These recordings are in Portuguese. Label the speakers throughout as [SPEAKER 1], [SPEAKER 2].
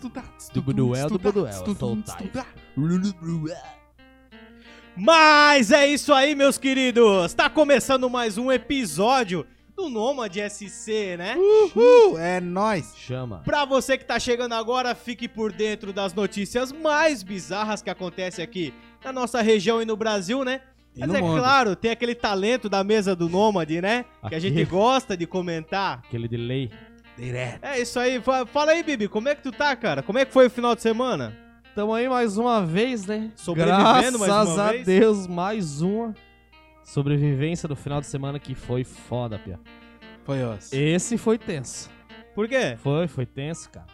[SPEAKER 1] Do Buduel, do Buduel. eu sou o Taio.
[SPEAKER 2] Mas é isso aí, meus queridos. Tá começando mais um episódio do Nomad SC, né?
[SPEAKER 3] Uhul, é nóis.
[SPEAKER 1] Chama.
[SPEAKER 2] Pra você que tá chegando agora, fique por dentro das notícias mais bizarras que acontecem aqui na nossa região e no Brasil, né?
[SPEAKER 3] E
[SPEAKER 2] Mas
[SPEAKER 3] no
[SPEAKER 2] é
[SPEAKER 3] mundo.
[SPEAKER 2] claro, tem aquele talento da mesa do Nomad, né? Que a
[SPEAKER 1] Aqui.
[SPEAKER 2] gente gosta de comentar.
[SPEAKER 1] Aquele delay.
[SPEAKER 3] Direto.
[SPEAKER 2] É isso aí. Fa- Fala aí, Bibi, como é que tu tá, cara? Como é que foi o final de semana?
[SPEAKER 1] Tamo aí mais uma vez, né?
[SPEAKER 2] Sobrevivendo mais
[SPEAKER 1] Graças
[SPEAKER 2] uma
[SPEAKER 1] a
[SPEAKER 2] vez?
[SPEAKER 1] Deus, mais uma sobrevivência do final de semana que foi foda, Pia.
[SPEAKER 3] Foi osso.
[SPEAKER 1] Esse foi tenso.
[SPEAKER 2] Por quê?
[SPEAKER 1] Foi, foi tenso, cara.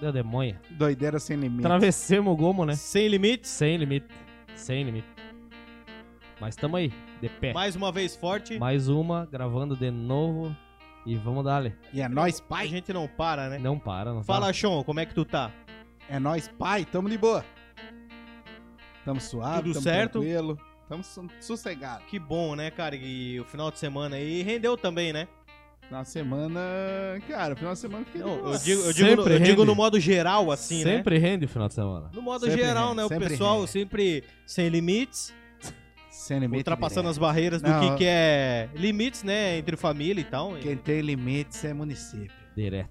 [SPEAKER 1] Deu demônia.
[SPEAKER 3] Doideira sem limite.
[SPEAKER 1] Travessemos o gomo, né?
[SPEAKER 2] Sem limites,
[SPEAKER 1] Sem limite. Sem limite. Mas tamo aí, de pé.
[SPEAKER 2] mais uma vez forte.
[SPEAKER 1] Mais uma, gravando de novo. E vamos dar-lhe.
[SPEAKER 3] E é nóis,
[SPEAKER 2] A
[SPEAKER 3] pai.
[SPEAKER 2] gente não para, né?
[SPEAKER 1] Não para, não
[SPEAKER 2] Fala,
[SPEAKER 1] para.
[SPEAKER 2] Sean, como é que tu tá?
[SPEAKER 3] É nóis, pai. Tamo de boa. Tamo suave,
[SPEAKER 2] Tudo
[SPEAKER 3] tamo
[SPEAKER 2] certo?
[SPEAKER 3] tranquilo. Tamo su sossegado.
[SPEAKER 2] Que bom, né, cara? E o final de semana aí rendeu também, né?
[SPEAKER 3] Na semana... Cara, final de semana fiquei de
[SPEAKER 2] Não,
[SPEAKER 3] boa.
[SPEAKER 2] eu digo, eu digo, no,
[SPEAKER 1] Sempre
[SPEAKER 2] eu digo
[SPEAKER 1] rende.
[SPEAKER 2] no modo
[SPEAKER 1] tá?
[SPEAKER 2] geral, assim, né?
[SPEAKER 1] Sempre rende o final de semana.
[SPEAKER 2] No modo
[SPEAKER 3] Sempre
[SPEAKER 2] geral,
[SPEAKER 3] rende,
[SPEAKER 2] né? O
[SPEAKER 3] sempre
[SPEAKER 2] pessoal
[SPEAKER 3] rende.
[SPEAKER 2] sempre sem limites,
[SPEAKER 3] Sem limite
[SPEAKER 2] ultrapassando
[SPEAKER 3] direto.
[SPEAKER 2] as barreiras do
[SPEAKER 3] Não.
[SPEAKER 2] que, que é limites, né? Entre família e tal. E
[SPEAKER 3] Quem tem limites é município.
[SPEAKER 1] Direto.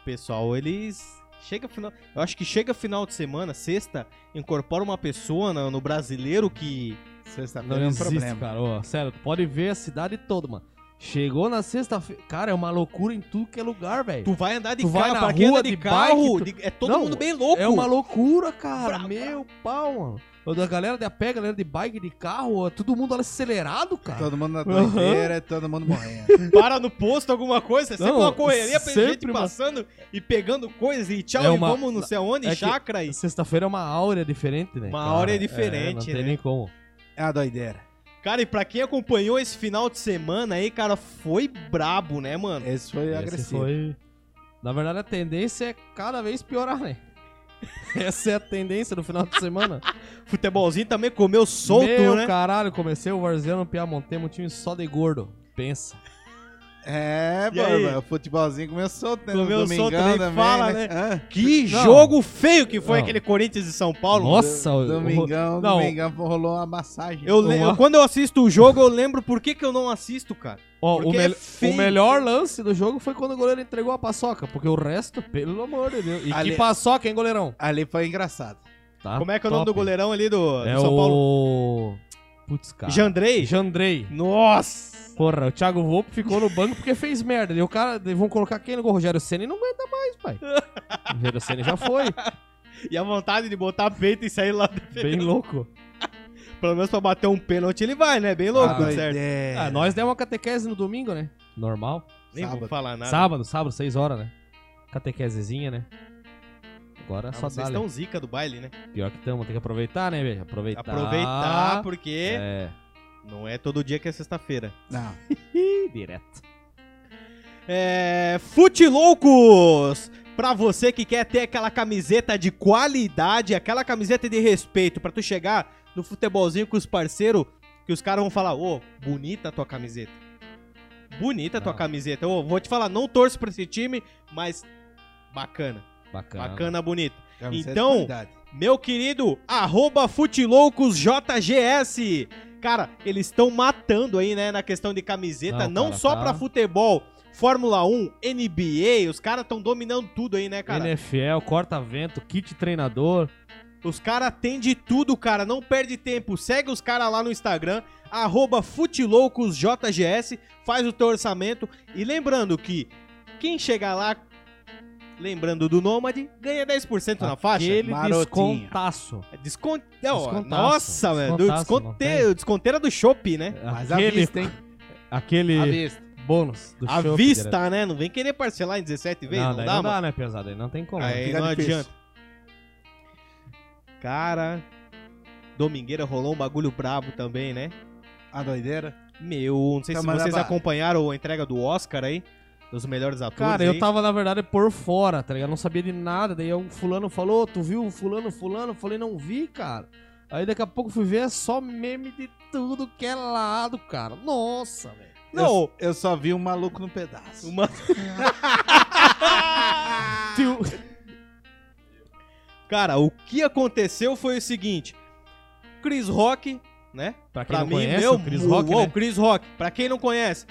[SPEAKER 2] o pessoal, eles. Chega final. Eu acho que chega final de semana, sexta, incorpora uma pessoa no, no brasileiro que.
[SPEAKER 3] Sexta-feira
[SPEAKER 1] Não
[SPEAKER 3] é um
[SPEAKER 1] existe,
[SPEAKER 3] problema.
[SPEAKER 1] cara. Ó, sério, tu pode ver a cidade toda, mano. Chegou na sexta-feira. Cara, é uma loucura em tudo que é lugar,
[SPEAKER 2] Tu
[SPEAKER 1] velho.
[SPEAKER 2] vai andar de
[SPEAKER 1] Tu vai
[SPEAKER 2] carro,
[SPEAKER 1] na
[SPEAKER 2] pra quem
[SPEAKER 1] rua,
[SPEAKER 2] anda
[SPEAKER 1] de
[SPEAKER 2] de, carro.
[SPEAKER 1] bike,
[SPEAKER 2] de- É todo
[SPEAKER 1] Não,
[SPEAKER 2] mundo bem louco.
[SPEAKER 1] É uma loucura, cara.
[SPEAKER 2] Brá,
[SPEAKER 1] Meu pau, mano. Ó, Da galera de a pé, galera de bike, de carro, ó, todo mundo olha acelerado, cara.
[SPEAKER 2] Então,
[SPEAKER 3] Todo mundo na
[SPEAKER 1] Aham.
[SPEAKER 3] doideira, é todo mundo morrendo.
[SPEAKER 2] Para no posto alguma coisa, é sempre
[SPEAKER 1] Não,
[SPEAKER 2] uma correria,
[SPEAKER 1] sempre
[SPEAKER 2] gente
[SPEAKER 1] uma-
[SPEAKER 2] passando e pegando coisa e tchau,
[SPEAKER 1] É
[SPEAKER 2] e
[SPEAKER 1] uma-
[SPEAKER 2] vamos não sei aonde,
[SPEAKER 1] é que-
[SPEAKER 2] chácara e.
[SPEAKER 1] Sexta-feira é uma áurea diferente, né?
[SPEAKER 2] Uma áurea diferente,
[SPEAKER 1] não tem
[SPEAKER 2] né?
[SPEAKER 1] nem como.
[SPEAKER 3] É uma doideira.
[SPEAKER 2] Cara, e pra quem acompanhou esse final de semana aí, cara, foi brabo, né, mano?
[SPEAKER 3] Esse foi
[SPEAKER 1] Esse
[SPEAKER 3] agressivo.
[SPEAKER 1] foi- Na verdade, a tendência é cada vez piorar, né? Essa é a tendência no final de semana.
[SPEAKER 2] Futebolzinho também comeu solto,
[SPEAKER 1] Meu
[SPEAKER 2] né?
[SPEAKER 1] caralho, comecei o Varziano Piamontemo, um time só de gordo. Pensa.
[SPEAKER 3] É,
[SPEAKER 2] E aí?
[SPEAKER 3] pô, o futebolzinho começou, né? no
[SPEAKER 2] Comeu solto,
[SPEAKER 3] domingão
[SPEAKER 2] nem
[SPEAKER 3] também,
[SPEAKER 2] fala,
[SPEAKER 3] né?
[SPEAKER 2] né?
[SPEAKER 3] Ah.
[SPEAKER 2] Que
[SPEAKER 1] Não.
[SPEAKER 2] jogo feio que foi
[SPEAKER 1] Não.
[SPEAKER 2] aquele Corinthians e São Paulo. mano.
[SPEAKER 1] Nossa, o- o-
[SPEAKER 3] Domingão,
[SPEAKER 1] Não.
[SPEAKER 3] domingão rolou uma massagem.
[SPEAKER 2] Eu, le-
[SPEAKER 1] Uma-
[SPEAKER 2] eu- quando eu assisto o jogo, eu lembro por que, que eu não assisto, cara.
[SPEAKER 1] ó, o,
[SPEAKER 2] porque é
[SPEAKER 1] mel-
[SPEAKER 2] feio.
[SPEAKER 1] o melhor lance do jogo foi quando o goleiro entregou a paçoca, porque o resto, pelo amor de Deus. E
[SPEAKER 3] Ali-
[SPEAKER 1] que paçoca, hein, goleirão?
[SPEAKER 3] Ali foi engraçado.
[SPEAKER 1] Tá
[SPEAKER 2] Como é que é o nome do
[SPEAKER 1] top.
[SPEAKER 2] goleirão ali do, do
[SPEAKER 1] É
[SPEAKER 2] São Paulo?
[SPEAKER 1] o... Putz, cara.
[SPEAKER 2] Jandrei?
[SPEAKER 1] Jandrei.
[SPEAKER 2] Nossa!
[SPEAKER 1] Porra, o Thiago Volpe ficou no banco porque fez merda. E o cara, daí vão colocar quem no gol? O Rogério Senna e não aguenta mais, pai. O Rogério Senna já foi.
[SPEAKER 2] E a vontade de botar peito e sair lá
[SPEAKER 1] Bem louco.
[SPEAKER 2] Pelo menos pra bater um pênalti ele vai, né? Bem louco,
[SPEAKER 3] Ah,
[SPEAKER 2] certo?
[SPEAKER 3] doideira.
[SPEAKER 1] Ah, nós demos uma catequese no domingo, né? Normal.
[SPEAKER 2] Nem vou
[SPEAKER 3] Sábado.
[SPEAKER 2] falar nada.
[SPEAKER 1] Sábado, sábado, 6 horas, né? Catequesezinha, né? Agora
[SPEAKER 2] Ah,
[SPEAKER 1] só dá.
[SPEAKER 2] vocês estão zica do baile, né?
[SPEAKER 1] Pior que estamos, tem que aproveitar, né, velho? Aproveitar.
[SPEAKER 2] Aproveitar, porque
[SPEAKER 1] É,
[SPEAKER 2] não é todo dia que é sexta-feira.
[SPEAKER 3] Não.
[SPEAKER 1] Ih, direto.
[SPEAKER 2] É. Fute Loucos! Pra você que quer ter aquela camiseta de qualidade, aquela camiseta de respeito, pra tu chegar no futebolzinho com os parceiros, que os caras vão falar: Ô, bonita a tua camiseta. Bonita a tua
[SPEAKER 1] Não.
[SPEAKER 2] camiseta. Ô, vou te falar, não torço pra esse time, mas bacana.
[SPEAKER 1] Bacana.
[SPEAKER 2] Bacana, bonita.
[SPEAKER 3] Camiseta
[SPEAKER 2] Então,
[SPEAKER 3] é de qualidade.
[SPEAKER 2] Meu querido, arroba FuteloucosJGS. Cara, eles estão matando aí, né, na questão de camiseta, não,
[SPEAKER 1] Não, cara,
[SPEAKER 2] só
[SPEAKER 1] tá.
[SPEAKER 2] pra futebol, Fórmula 1, NBA, os caras estão dominando tudo aí, né, cara?
[SPEAKER 1] NFL, corta-vento, kit treinador.
[SPEAKER 2] Os caras têm de tudo, cara, não perde tempo. Segue os caras lá no Instagram, arroba FuteloucosJGS, faz o teu orçamento. E lembrando que quem chegar lá, lembrando do Nômade, ganha 10% na faixa.
[SPEAKER 1] Aquele
[SPEAKER 3] Marotinho.
[SPEAKER 1] descontaço.
[SPEAKER 2] É Descon... Não,
[SPEAKER 1] Descontaço.
[SPEAKER 2] Nossa, velho. Do
[SPEAKER 1] Descontaço, não
[SPEAKER 2] desconte... o Desconteira do chopp, né?
[SPEAKER 3] Mas à
[SPEAKER 1] aquele
[SPEAKER 3] vista, hein?
[SPEAKER 1] aquele
[SPEAKER 3] À vista.
[SPEAKER 1] bônus do
[SPEAKER 2] à
[SPEAKER 1] shopping,
[SPEAKER 2] vista,
[SPEAKER 1] direto.
[SPEAKER 2] né? Não vem querer parcelar em 17 vezes.
[SPEAKER 1] Não,
[SPEAKER 2] Não,
[SPEAKER 1] daí
[SPEAKER 2] dá,
[SPEAKER 1] não
[SPEAKER 2] mano.
[SPEAKER 1] dá, né, pesado? Aí não tem como.
[SPEAKER 2] Aí
[SPEAKER 3] Fica
[SPEAKER 2] não
[SPEAKER 3] difícil.
[SPEAKER 2] adianta. Cara, Domingueira rolou um bagulho brabo também, né?
[SPEAKER 3] A doideira.
[SPEAKER 2] Meu, não sei se
[SPEAKER 3] Camaraba.
[SPEAKER 2] vocês acompanharam a entrega do Oscar aí, dos melhores atores.
[SPEAKER 1] Cara, eu
[SPEAKER 2] aí.
[SPEAKER 1] tava, na verdade, por fora, tá ligado? Não sabia de nada. Daí o fulano falou, tu viu fulano, fulano? Eu Falei, não vi, cara. Aí daqui a pouco fui ver, é só meme de tudo que é lado, cara. Nossa, velho.
[SPEAKER 2] Não,
[SPEAKER 3] Eu só vi um maluco no pedaço.
[SPEAKER 2] uma...
[SPEAKER 1] Tio...
[SPEAKER 2] Cara, o que aconteceu foi o seguinte: Chris Rock, né?
[SPEAKER 1] Pra quem
[SPEAKER 2] Pra
[SPEAKER 1] não
[SPEAKER 2] mim,
[SPEAKER 1] conhece,
[SPEAKER 2] meu,
[SPEAKER 1] o Chris Rock,
[SPEAKER 2] uou,
[SPEAKER 1] né?
[SPEAKER 2] Chris Rock, pra quem não conhece,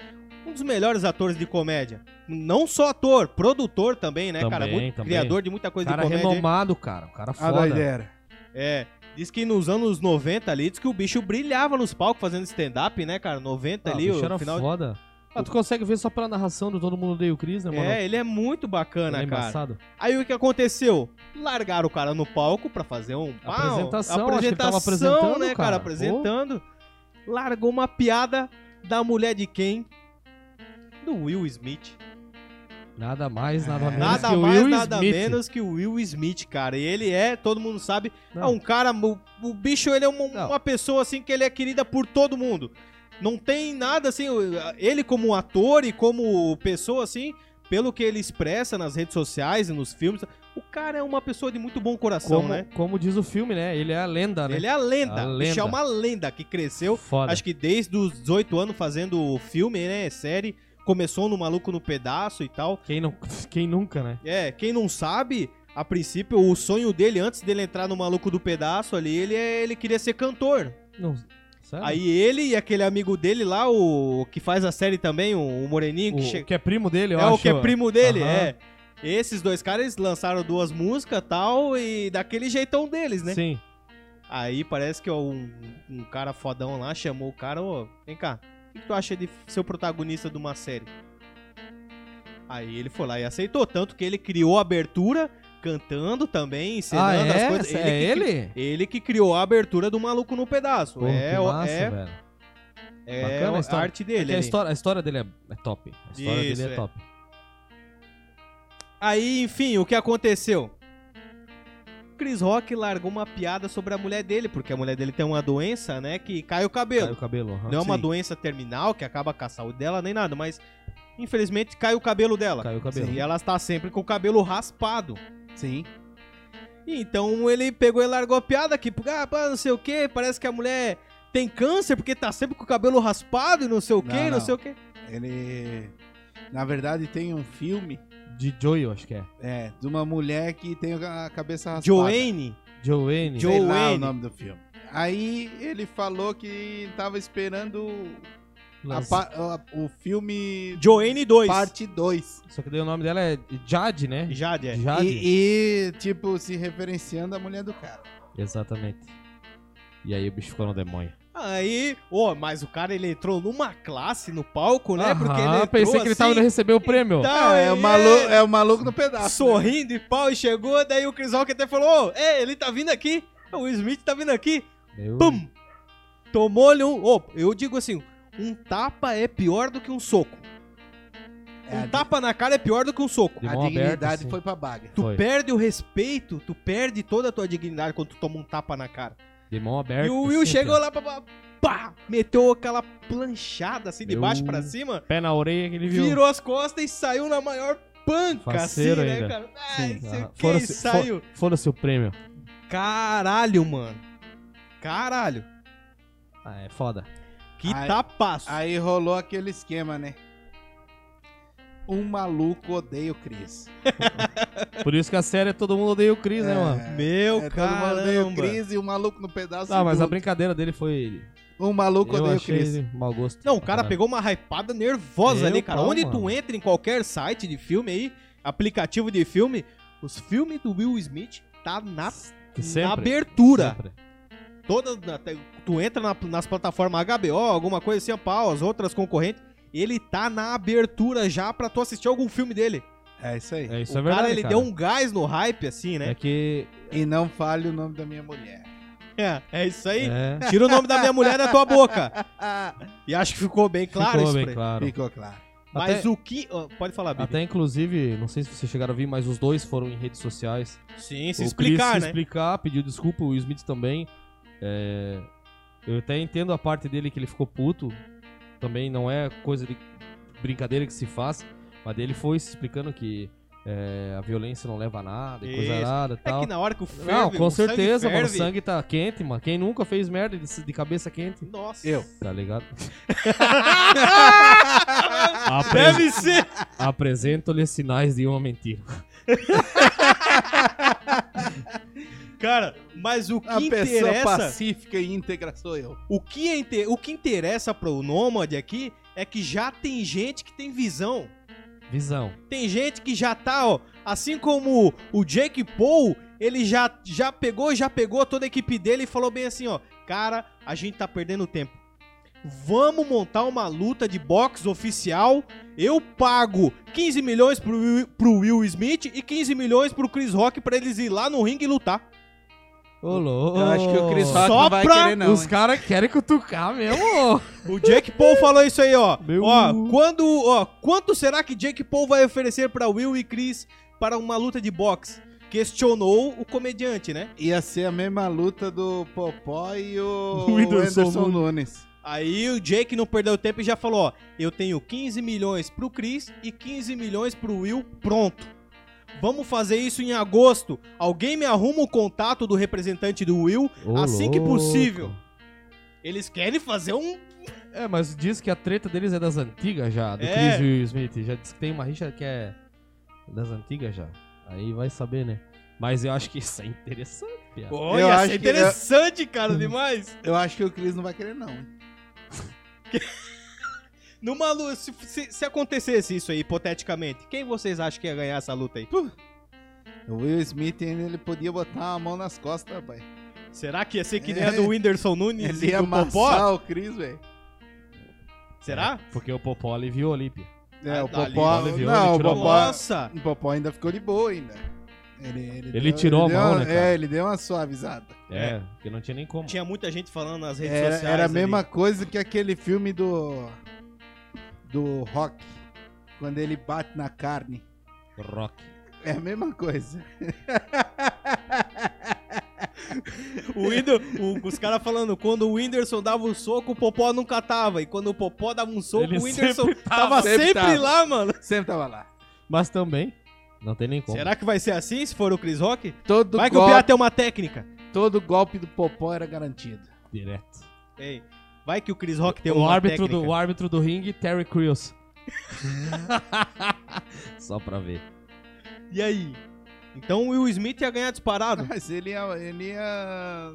[SPEAKER 2] um dos melhores atores de comédia. Não só ator, produtor também, né, cara?
[SPEAKER 1] Também,
[SPEAKER 2] Muito
[SPEAKER 1] também.
[SPEAKER 2] criador de muita coisa
[SPEAKER 1] Cara
[SPEAKER 2] de comédia. Ah,
[SPEAKER 1] renomado, cara. O cara
[SPEAKER 3] A
[SPEAKER 1] foda.
[SPEAKER 3] doideira.
[SPEAKER 2] É. Diz que nos anos 90 ali, diz que o bicho brilhava nos palcos fazendo stand-up, né, cara? 90
[SPEAKER 1] Ah,
[SPEAKER 2] ali,
[SPEAKER 1] o bicho
[SPEAKER 2] o
[SPEAKER 1] era
[SPEAKER 2] final.
[SPEAKER 1] foda. Ah, tu consegue ver só pela narração do Todo Mundo Odeia o Chris, né, mano?
[SPEAKER 2] É, ele é muito bacana,
[SPEAKER 1] Ele é
[SPEAKER 2] cara.
[SPEAKER 1] embaçado.
[SPEAKER 2] Aí o que aconteceu? Largaram o cara no palco pra fazer um ah, um-
[SPEAKER 1] Apresentação, acho que ele tava
[SPEAKER 2] apresentação,
[SPEAKER 1] apresentando,
[SPEAKER 2] né,
[SPEAKER 1] cara.
[SPEAKER 2] cara, apresentando. Largou uma piada da mulher de quem? Do Will Smith.
[SPEAKER 1] Nada mais, nada menos
[SPEAKER 2] É. nada
[SPEAKER 1] É, que o
[SPEAKER 2] mais,
[SPEAKER 1] Will
[SPEAKER 2] nada
[SPEAKER 1] Smith.
[SPEAKER 2] menos que o Will Smith, cara. E ele é, todo mundo sabe, é
[SPEAKER 1] Não.
[SPEAKER 2] um cara, o, o bicho ele é uma,
[SPEAKER 1] Não.
[SPEAKER 2] uma pessoa assim que ele é querida por todo mundo. Não tem nada assim, ele como ator e como pessoa assim, pelo que ele expressa nas redes sociais e nos filmes, o cara é uma pessoa de muito bom coração,
[SPEAKER 1] Como,
[SPEAKER 2] né?
[SPEAKER 1] como diz o filme, né? Ele é a lenda, né?
[SPEAKER 2] Ele é a lenda.
[SPEAKER 1] A
[SPEAKER 2] O bicho
[SPEAKER 1] lenda.
[SPEAKER 2] é uma lenda que cresceu,
[SPEAKER 1] foda.
[SPEAKER 2] acho que desde os 18 anos fazendo filme, né? Série. Começou no Maluco no Pedaço e tal.
[SPEAKER 1] Quem, não, quem nunca, né?
[SPEAKER 2] É, quem não sabe, a princípio, o sonho dele, antes dele entrar no Maluco do Pedaço ali, ele, é- ele queria ser cantor.
[SPEAKER 1] Não, sério?
[SPEAKER 2] Aí ele e aquele amigo dele lá, o que faz a série também, o, o Moreninho,
[SPEAKER 1] o,
[SPEAKER 2] que
[SPEAKER 1] o
[SPEAKER 2] chega.
[SPEAKER 1] que é primo dele, eu
[SPEAKER 2] É
[SPEAKER 1] acho.
[SPEAKER 2] o que é primo dele,
[SPEAKER 1] Aham.
[SPEAKER 2] é. Esses dois caras eles lançaram duas músicas tal, e daquele jeitão deles, né?
[SPEAKER 1] Sim.
[SPEAKER 2] Aí parece que ó, um, um cara fodão lá chamou o cara, ô, vem cá, o que que tu acha de ser o protagonista de uma série? Aí ele foi lá e aceitou, tanto que ele criou a abertura cantando também, ensinando
[SPEAKER 1] Ah, é?
[SPEAKER 2] as coisas.
[SPEAKER 1] é
[SPEAKER 2] que, cri-
[SPEAKER 1] ele?
[SPEAKER 2] ele que criou a abertura do Maluco no Pedaço.
[SPEAKER 1] Porra,
[SPEAKER 2] é
[SPEAKER 1] que
[SPEAKER 2] o-
[SPEAKER 1] massa,
[SPEAKER 2] é,
[SPEAKER 1] velho.
[SPEAKER 2] é
[SPEAKER 1] Bacana a
[SPEAKER 2] a
[SPEAKER 1] história.
[SPEAKER 2] arte dele.
[SPEAKER 1] Porque a
[SPEAKER 2] ali.
[SPEAKER 1] história, a história dele é, é top. A história
[SPEAKER 2] Isso,
[SPEAKER 1] dele é,
[SPEAKER 2] é.
[SPEAKER 1] top.
[SPEAKER 2] Aí, enfim, o que aconteceu? Chris Rock largou uma piada sobre a mulher dele, porque a mulher dele tem uma doença, né, que cai o cabelo.
[SPEAKER 1] Caiu o cabelo. aham.
[SPEAKER 2] Não é uma
[SPEAKER 1] Sim,
[SPEAKER 2] doença terminal que acaba com a saúde dela nem nada, mas infelizmente cai o cabelo dela.
[SPEAKER 1] Caiu o cabelo.
[SPEAKER 2] E ela está sempre com o cabelo raspado.
[SPEAKER 3] Sim.
[SPEAKER 2] E então ele pegou e largou a piada aqui, ah, pá, não sei o que, parece que a mulher tem câncer porque tá sempre com o cabelo raspado e não sei o que,
[SPEAKER 3] Não,
[SPEAKER 2] não,
[SPEAKER 3] não.
[SPEAKER 2] sei o que.
[SPEAKER 3] Ele. Na verdade, tem um filme
[SPEAKER 1] De Joey, eu acho que é.
[SPEAKER 3] é, de uma mulher que tem a cabeça raspada.
[SPEAKER 2] Joanne,
[SPEAKER 1] Joanne.
[SPEAKER 2] Jo-
[SPEAKER 3] Sei lá
[SPEAKER 2] Joanne.
[SPEAKER 3] o nome do filme. Aí ele falou que tava esperando a
[SPEAKER 1] Lance.
[SPEAKER 3] pa- a- o filme
[SPEAKER 2] Joanne 2.
[SPEAKER 3] parte 2.
[SPEAKER 1] Só que daí o nome dela é Jade, né?
[SPEAKER 2] Jade, é.
[SPEAKER 1] Jade.
[SPEAKER 3] E, e, tipo, se referenciando à mulher do cara.
[SPEAKER 1] Exatamente. E aí o bicho ficou no demônio.
[SPEAKER 2] Aí, ô, mas o cara ele entrou numa classe no palco, né? Porque ele
[SPEAKER 1] Aham,
[SPEAKER 2] entrou
[SPEAKER 1] pensei que ele tava
[SPEAKER 2] assim,
[SPEAKER 1] indo receber o prêmio.
[SPEAKER 2] tal,
[SPEAKER 3] é, o
[SPEAKER 2] e-
[SPEAKER 3] malu- é o maluco no pedaço.
[SPEAKER 2] sorrindo e pau, e chegou, daí o Chris Rock até falou, ô, é, ele tá vindo aqui, o Will Smith tá vindo aqui,
[SPEAKER 1] Meu-
[SPEAKER 2] pum, tomou-lhe um, ô, eu digo assim, um tapa é pior do que um soco,
[SPEAKER 3] né? É,
[SPEAKER 2] um
[SPEAKER 3] a,
[SPEAKER 2] tapa na cara é pior do que um soco,
[SPEAKER 1] tá De
[SPEAKER 3] a
[SPEAKER 1] mão aberta,
[SPEAKER 3] dignidade
[SPEAKER 1] assim.
[SPEAKER 3] foi pra baga.
[SPEAKER 2] tu
[SPEAKER 1] Foi.
[SPEAKER 2] perde o respeito, tu perde toda a tua dignidade quando tu toma um tapa na cara,
[SPEAKER 1] De mão aberta.
[SPEAKER 2] e o Will
[SPEAKER 1] assim,
[SPEAKER 2] chegou
[SPEAKER 1] ó.
[SPEAKER 2] lá, pá, pá, pá, meteu aquela planchada assim de
[SPEAKER 1] Meu-
[SPEAKER 2] baixo pra cima,
[SPEAKER 1] Pé na orelha que ele viu.
[SPEAKER 2] virou as costas e saiu na maior panca,
[SPEAKER 1] Faceiro
[SPEAKER 2] assim, né,
[SPEAKER 1] ainda.
[SPEAKER 2] cara, ai,
[SPEAKER 1] Sim,
[SPEAKER 2] não sei
[SPEAKER 1] ah,
[SPEAKER 2] o que, e
[SPEAKER 1] fora-se- fo-
[SPEAKER 2] saiu...
[SPEAKER 1] Foda-se o prêmio.
[SPEAKER 2] Caralho, mano. Caralho.
[SPEAKER 1] Ah, é foda.
[SPEAKER 2] Que
[SPEAKER 3] Ai-
[SPEAKER 2] tapaço.
[SPEAKER 3] Aí rolou aquele esquema, né? Um maluco odeia o Chris.
[SPEAKER 1] Por isso que a série é Todo Mundo Odeia o Chris, né, mano?
[SPEAKER 2] Meu
[SPEAKER 3] É, todo mundo odeia o
[SPEAKER 2] caramba.
[SPEAKER 3] Chris e o maluco no pedaço.
[SPEAKER 1] Ah, mas a
[SPEAKER 3] junto.
[SPEAKER 1] brincadeira dele foi...
[SPEAKER 3] Um maluco
[SPEAKER 1] Eu
[SPEAKER 3] odeia o
[SPEAKER 1] achei
[SPEAKER 3] Chris.
[SPEAKER 1] ele mau gosto.
[SPEAKER 2] Não, o cara
[SPEAKER 1] Caralho.
[SPEAKER 2] pegou uma hypada nervosa
[SPEAKER 1] Meu
[SPEAKER 2] ali, cara.
[SPEAKER 1] pau,
[SPEAKER 2] Onde tu
[SPEAKER 1] mano.
[SPEAKER 2] entra em qualquer site de filme aí, aplicativo de filme, os filmes do Will Smith tá na,
[SPEAKER 1] Que
[SPEAKER 2] na
[SPEAKER 1] sempre,
[SPEAKER 2] abertura.
[SPEAKER 1] sempre.
[SPEAKER 2] Toda, na- tu entra na- nas plataformas HBO, alguma coisa assim, pau, as outras concorrentes, ele tá na abertura já pra tu assistir algum filme dele.
[SPEAKER 3] É isso aí.
[SPEAKER 1] É, isso
[SPEAKER 2] o
[SPEAKER 1] é verdade,
[SPEAKER 2] cara, ele deu um gás no hype, assim,
[SPEAKER 1] É
[SPEAKER 2] né?
[SPEAKER 1] que...
[SPEAKER 3] E não fale o nome da minha mulher.
[SPEAKER 2] É, é isso aí.
[SPEAKER 1] É,
[SPEAKER 2] Tira o nome da minha mulher da tua boca. E acho que ficou bem claro
[SPEAKER 1] ficou
[SPEAKER 2] isso.
[SPEAKER 1] bem
[SPEAKER 2] pra-
[SPEAKER 1] claro.
[SPEAKER 3] Ficou claro.
[SPEAKER 2] Mas
[SPEAKER 1] Até-
[SPEAKER 2] o que. ó, Pode falar, Bibi.
[SPEAKER 1] Até inclusive, não sei se vocês chegaram a ver, mas os dois foram em redes sociais.
[SPEAKER 2] Sim, se
[SPEAKER 1] o
[SPEAKER 2] explicar,
[SPEAKER 1] Chris
[SPEAKER 2] né?
[SPEAKER 1] se explicar, pediu desculpa, o Will Smith também. É, Eu até entendo a parte dele que ele ficou puto. Também não é coisa de brincadeira que se faz. Mas dele foi se explicando que é, a violência não leva a nada, e coisa
[SPEAKER 2] Isso.
[SPEAKER 1] nada e
[SPEAKER 2] É
[SPEAKER 1] tal.
[SPEAKER 2] que na hora que o ferve,
[SPEAKER 1] não, com
[SPEAKER 2] o sangue
[SPEAKER 1] certeza, mano. O
[SPEAKER 2] ferve-
[SPEAKER 1] sangue tá quente, mano. Quem nunca fez merda de, de cabeça quente?
[SPEAKER 2] Nossa.
[SPEAKER 3] Eu.
[SPEAKER 1] Tá ligado? Apre...
[SPEAKER 2] Deve ser.
[SPEAKER 1] Apresento-lhe sinais de uma mentira.
[SPEAKER 2] Cara, mas o que
[SPEAKER 3] A pessoa
[SPEAKER 2] interessa,
[SPEAKER 3] pacífica e íntegra sou eu.
[SPEAKER 2] o que é inte- o que interessa pro Nômade aqui é que já tem gente que tem visão.
[SPEAKER 1] Visão.
[SPEAKER 2] Tem gente que já tá, ó, assim como o Jake Paul, ele já, já pegou, já pegou toda a equipe dele e falou bem assim, ó, cara, a gente tá perdendo tempo. Vamos montar uma luta de boxe oficial. Eu pago 15 milhões pro Will, pro Will Smith e 15 milhões pro Chris Rock pra eles ir lá no ringue e lutar.
[SPEAKER 1] Ô, louco.
[SPEAKER 3] Eu acho que o Chris Rock
[SPEAKER 2] Só
[SPEAKER 3] não vai
[SPEAKER 2] pra
[SPEAKER 3] querer, não.
[SPEAKER 1] Os
[SPEAKER 3] hein?
[SPEAKER 1] caras querem cutucar mesmo.
[SPEAKER 2] O Jake Paul falou isso aí, ó.
[SPEAKER 1] Meu-
[SPEAKER 2] Ó, quando, ó, quanto será que Jake Paul vai oferecer pra Will e Chris para uma luta de boxe? Questionou o comediante, né?
[SPEAKER 3] Ia ser a mesma luta do Popó e o,
[SPEAKER 1] O Whindersson
[SPEAKER 3] Anderson Nunes.
[SPEAKER 2] Aí o Jake não perdeu tempo e já falou, ó, eu tenho 15 milhões pro Chris e 15 milhões pro Will, pronto. Vamos fazer isso em agosto. Alguém me arruma o contato do representante do Will.
[SPEAKER 1] Ô,
[SPEAKER 2] Assim que
[SPEAKER 1] louco.
[SPEAKER 2] possível. Eles querem fazer um...
[SPEAKER 1] É, mas diz que a treta deles é das antigas já, do
[SPEAKER 2] É.
[SPEAKER 1] Chris e o Smith. Já diz que tem uma rixa que é das antigas já. Aí vai saber, né? Mas eu acho que isso é interessante, piada.
[SPEAKER 2] Olha,
[SPEAKER 3] Eu
[SPEAKER 2] isso é
[SPEAKER 3] acho que-
[SPEAKER 2] interessante, cara, demais.
[SPEAKER 3] Eu acho que o Cris não vai querer, não. hein?
[SPEAKER 2] Numa luta, se, se- se acontecesse isso aí, hipoteticamente, quem vocês acham que ia ganhar essa luta aí?
[SPEAKER 3] O Will Smith ainda ele podia botar a mão nas costas, rapaz.
[SPEAKER 2] Será que ia ser que nem
[SPEAKER 3] É.
[SPEAKER 2] a do Whindersson Nunes
[SPEAKER 3] Ele
[SPEAKER 2] e
[SPEAKER 3] ia
[SPEAKER 2] do Popó?
[SPEAKER 3] amassar o Cris, velho.
[SPEAKER 2] Será?
[SPEAKER 1] Porque o Popó aliviou ali, pia.
[SPEAKER 3] É,
[SPEAKER 2] Ah,
[SPEAKER 3] o
[SPEAKER 2] tá, ali,
[SPEAKER 3] Popó.
[SPEAKER 1] ele tirou
[SPEAKER 3] Não,
[SPEAKER 1] a
[SPEAKER 3] o
[SPEAKER 1] mão.
[SPEAKER 3] Popó,
[SPEAKER 2] Nossa!
[SPEAKER 3] o Popó ainda ficou de boa ainda. Ele,
[SPEAKER 1] Ele tirou a
[SPEAKER 3] deu
[SPEAKER 1] mão,
[SPEAKER 3] uma-
[SPEAKER 1] né, cara?
[SPEAKER 3] É, ele deu uma suavizada.
[SPEAKER 1] É, porque não tinha nem como.
[SPEAKER 2] Tinha muita gente falando nas redes
[SPEAKER 3] Era,
[SPEAKER 2] sociais.
[SPEAKER 3] É, era a
[SPEAKER 2] ali.
[SPEAKER 3] mesma coisa que aquele filme do. do Rock. Quando ele bate na carne.
[SPEAKER 1] Rock.
[SPEAKER 3] É a mesma coisa.
[SPEAKER 2] O Whindon- o- os caras falando, quando o Whindersson dava um soco, o Popó nunca tava. E quando o Popó dava um soco,
[SPEAKER 1] Ele
[SPEAKER 2] o Whindersson
[SPEAKER 1] sempre
[SPEAKER 2] tava,
[SPEAKER 3] tava. Sempre
[SPEAKER 2] sempre
[SPEAKER 3] tava.
[SPEAKER 2] lá, mano.
[SPEAKER 3] Sempre tava lá.
[SPEAKER 1] Mas também, não tem nem como.
[SPEAKER 2] Será que vai ser assim se for o Chris Rock?
[SPEAKER 3] Todo,
[SPEAKER 2] Vai que o
[SPEAKER 3] golpe,
[SPEAKER 2] Piá tem uma técnica.
[SPEAKER 3] todo golpe do Popó era garantido.
[SPEAKER 1] Direto.
[SPEAKER 2] Ei, vai que o Chris Rock tem
[SPEAKER 1] o,
[SPEAKER 2] uma
[SPEAKER 1] árbitro
[SPEAKER 2] técnica.
[SPEAKER 1] do, o árbitro do ringue, Terry Crews. Só pra ver.
[SPEAKER 2] E aí? Então o Will Smith ia ganhar disparado.
[SPEAKER 3] Mas ele ia. Ele ia...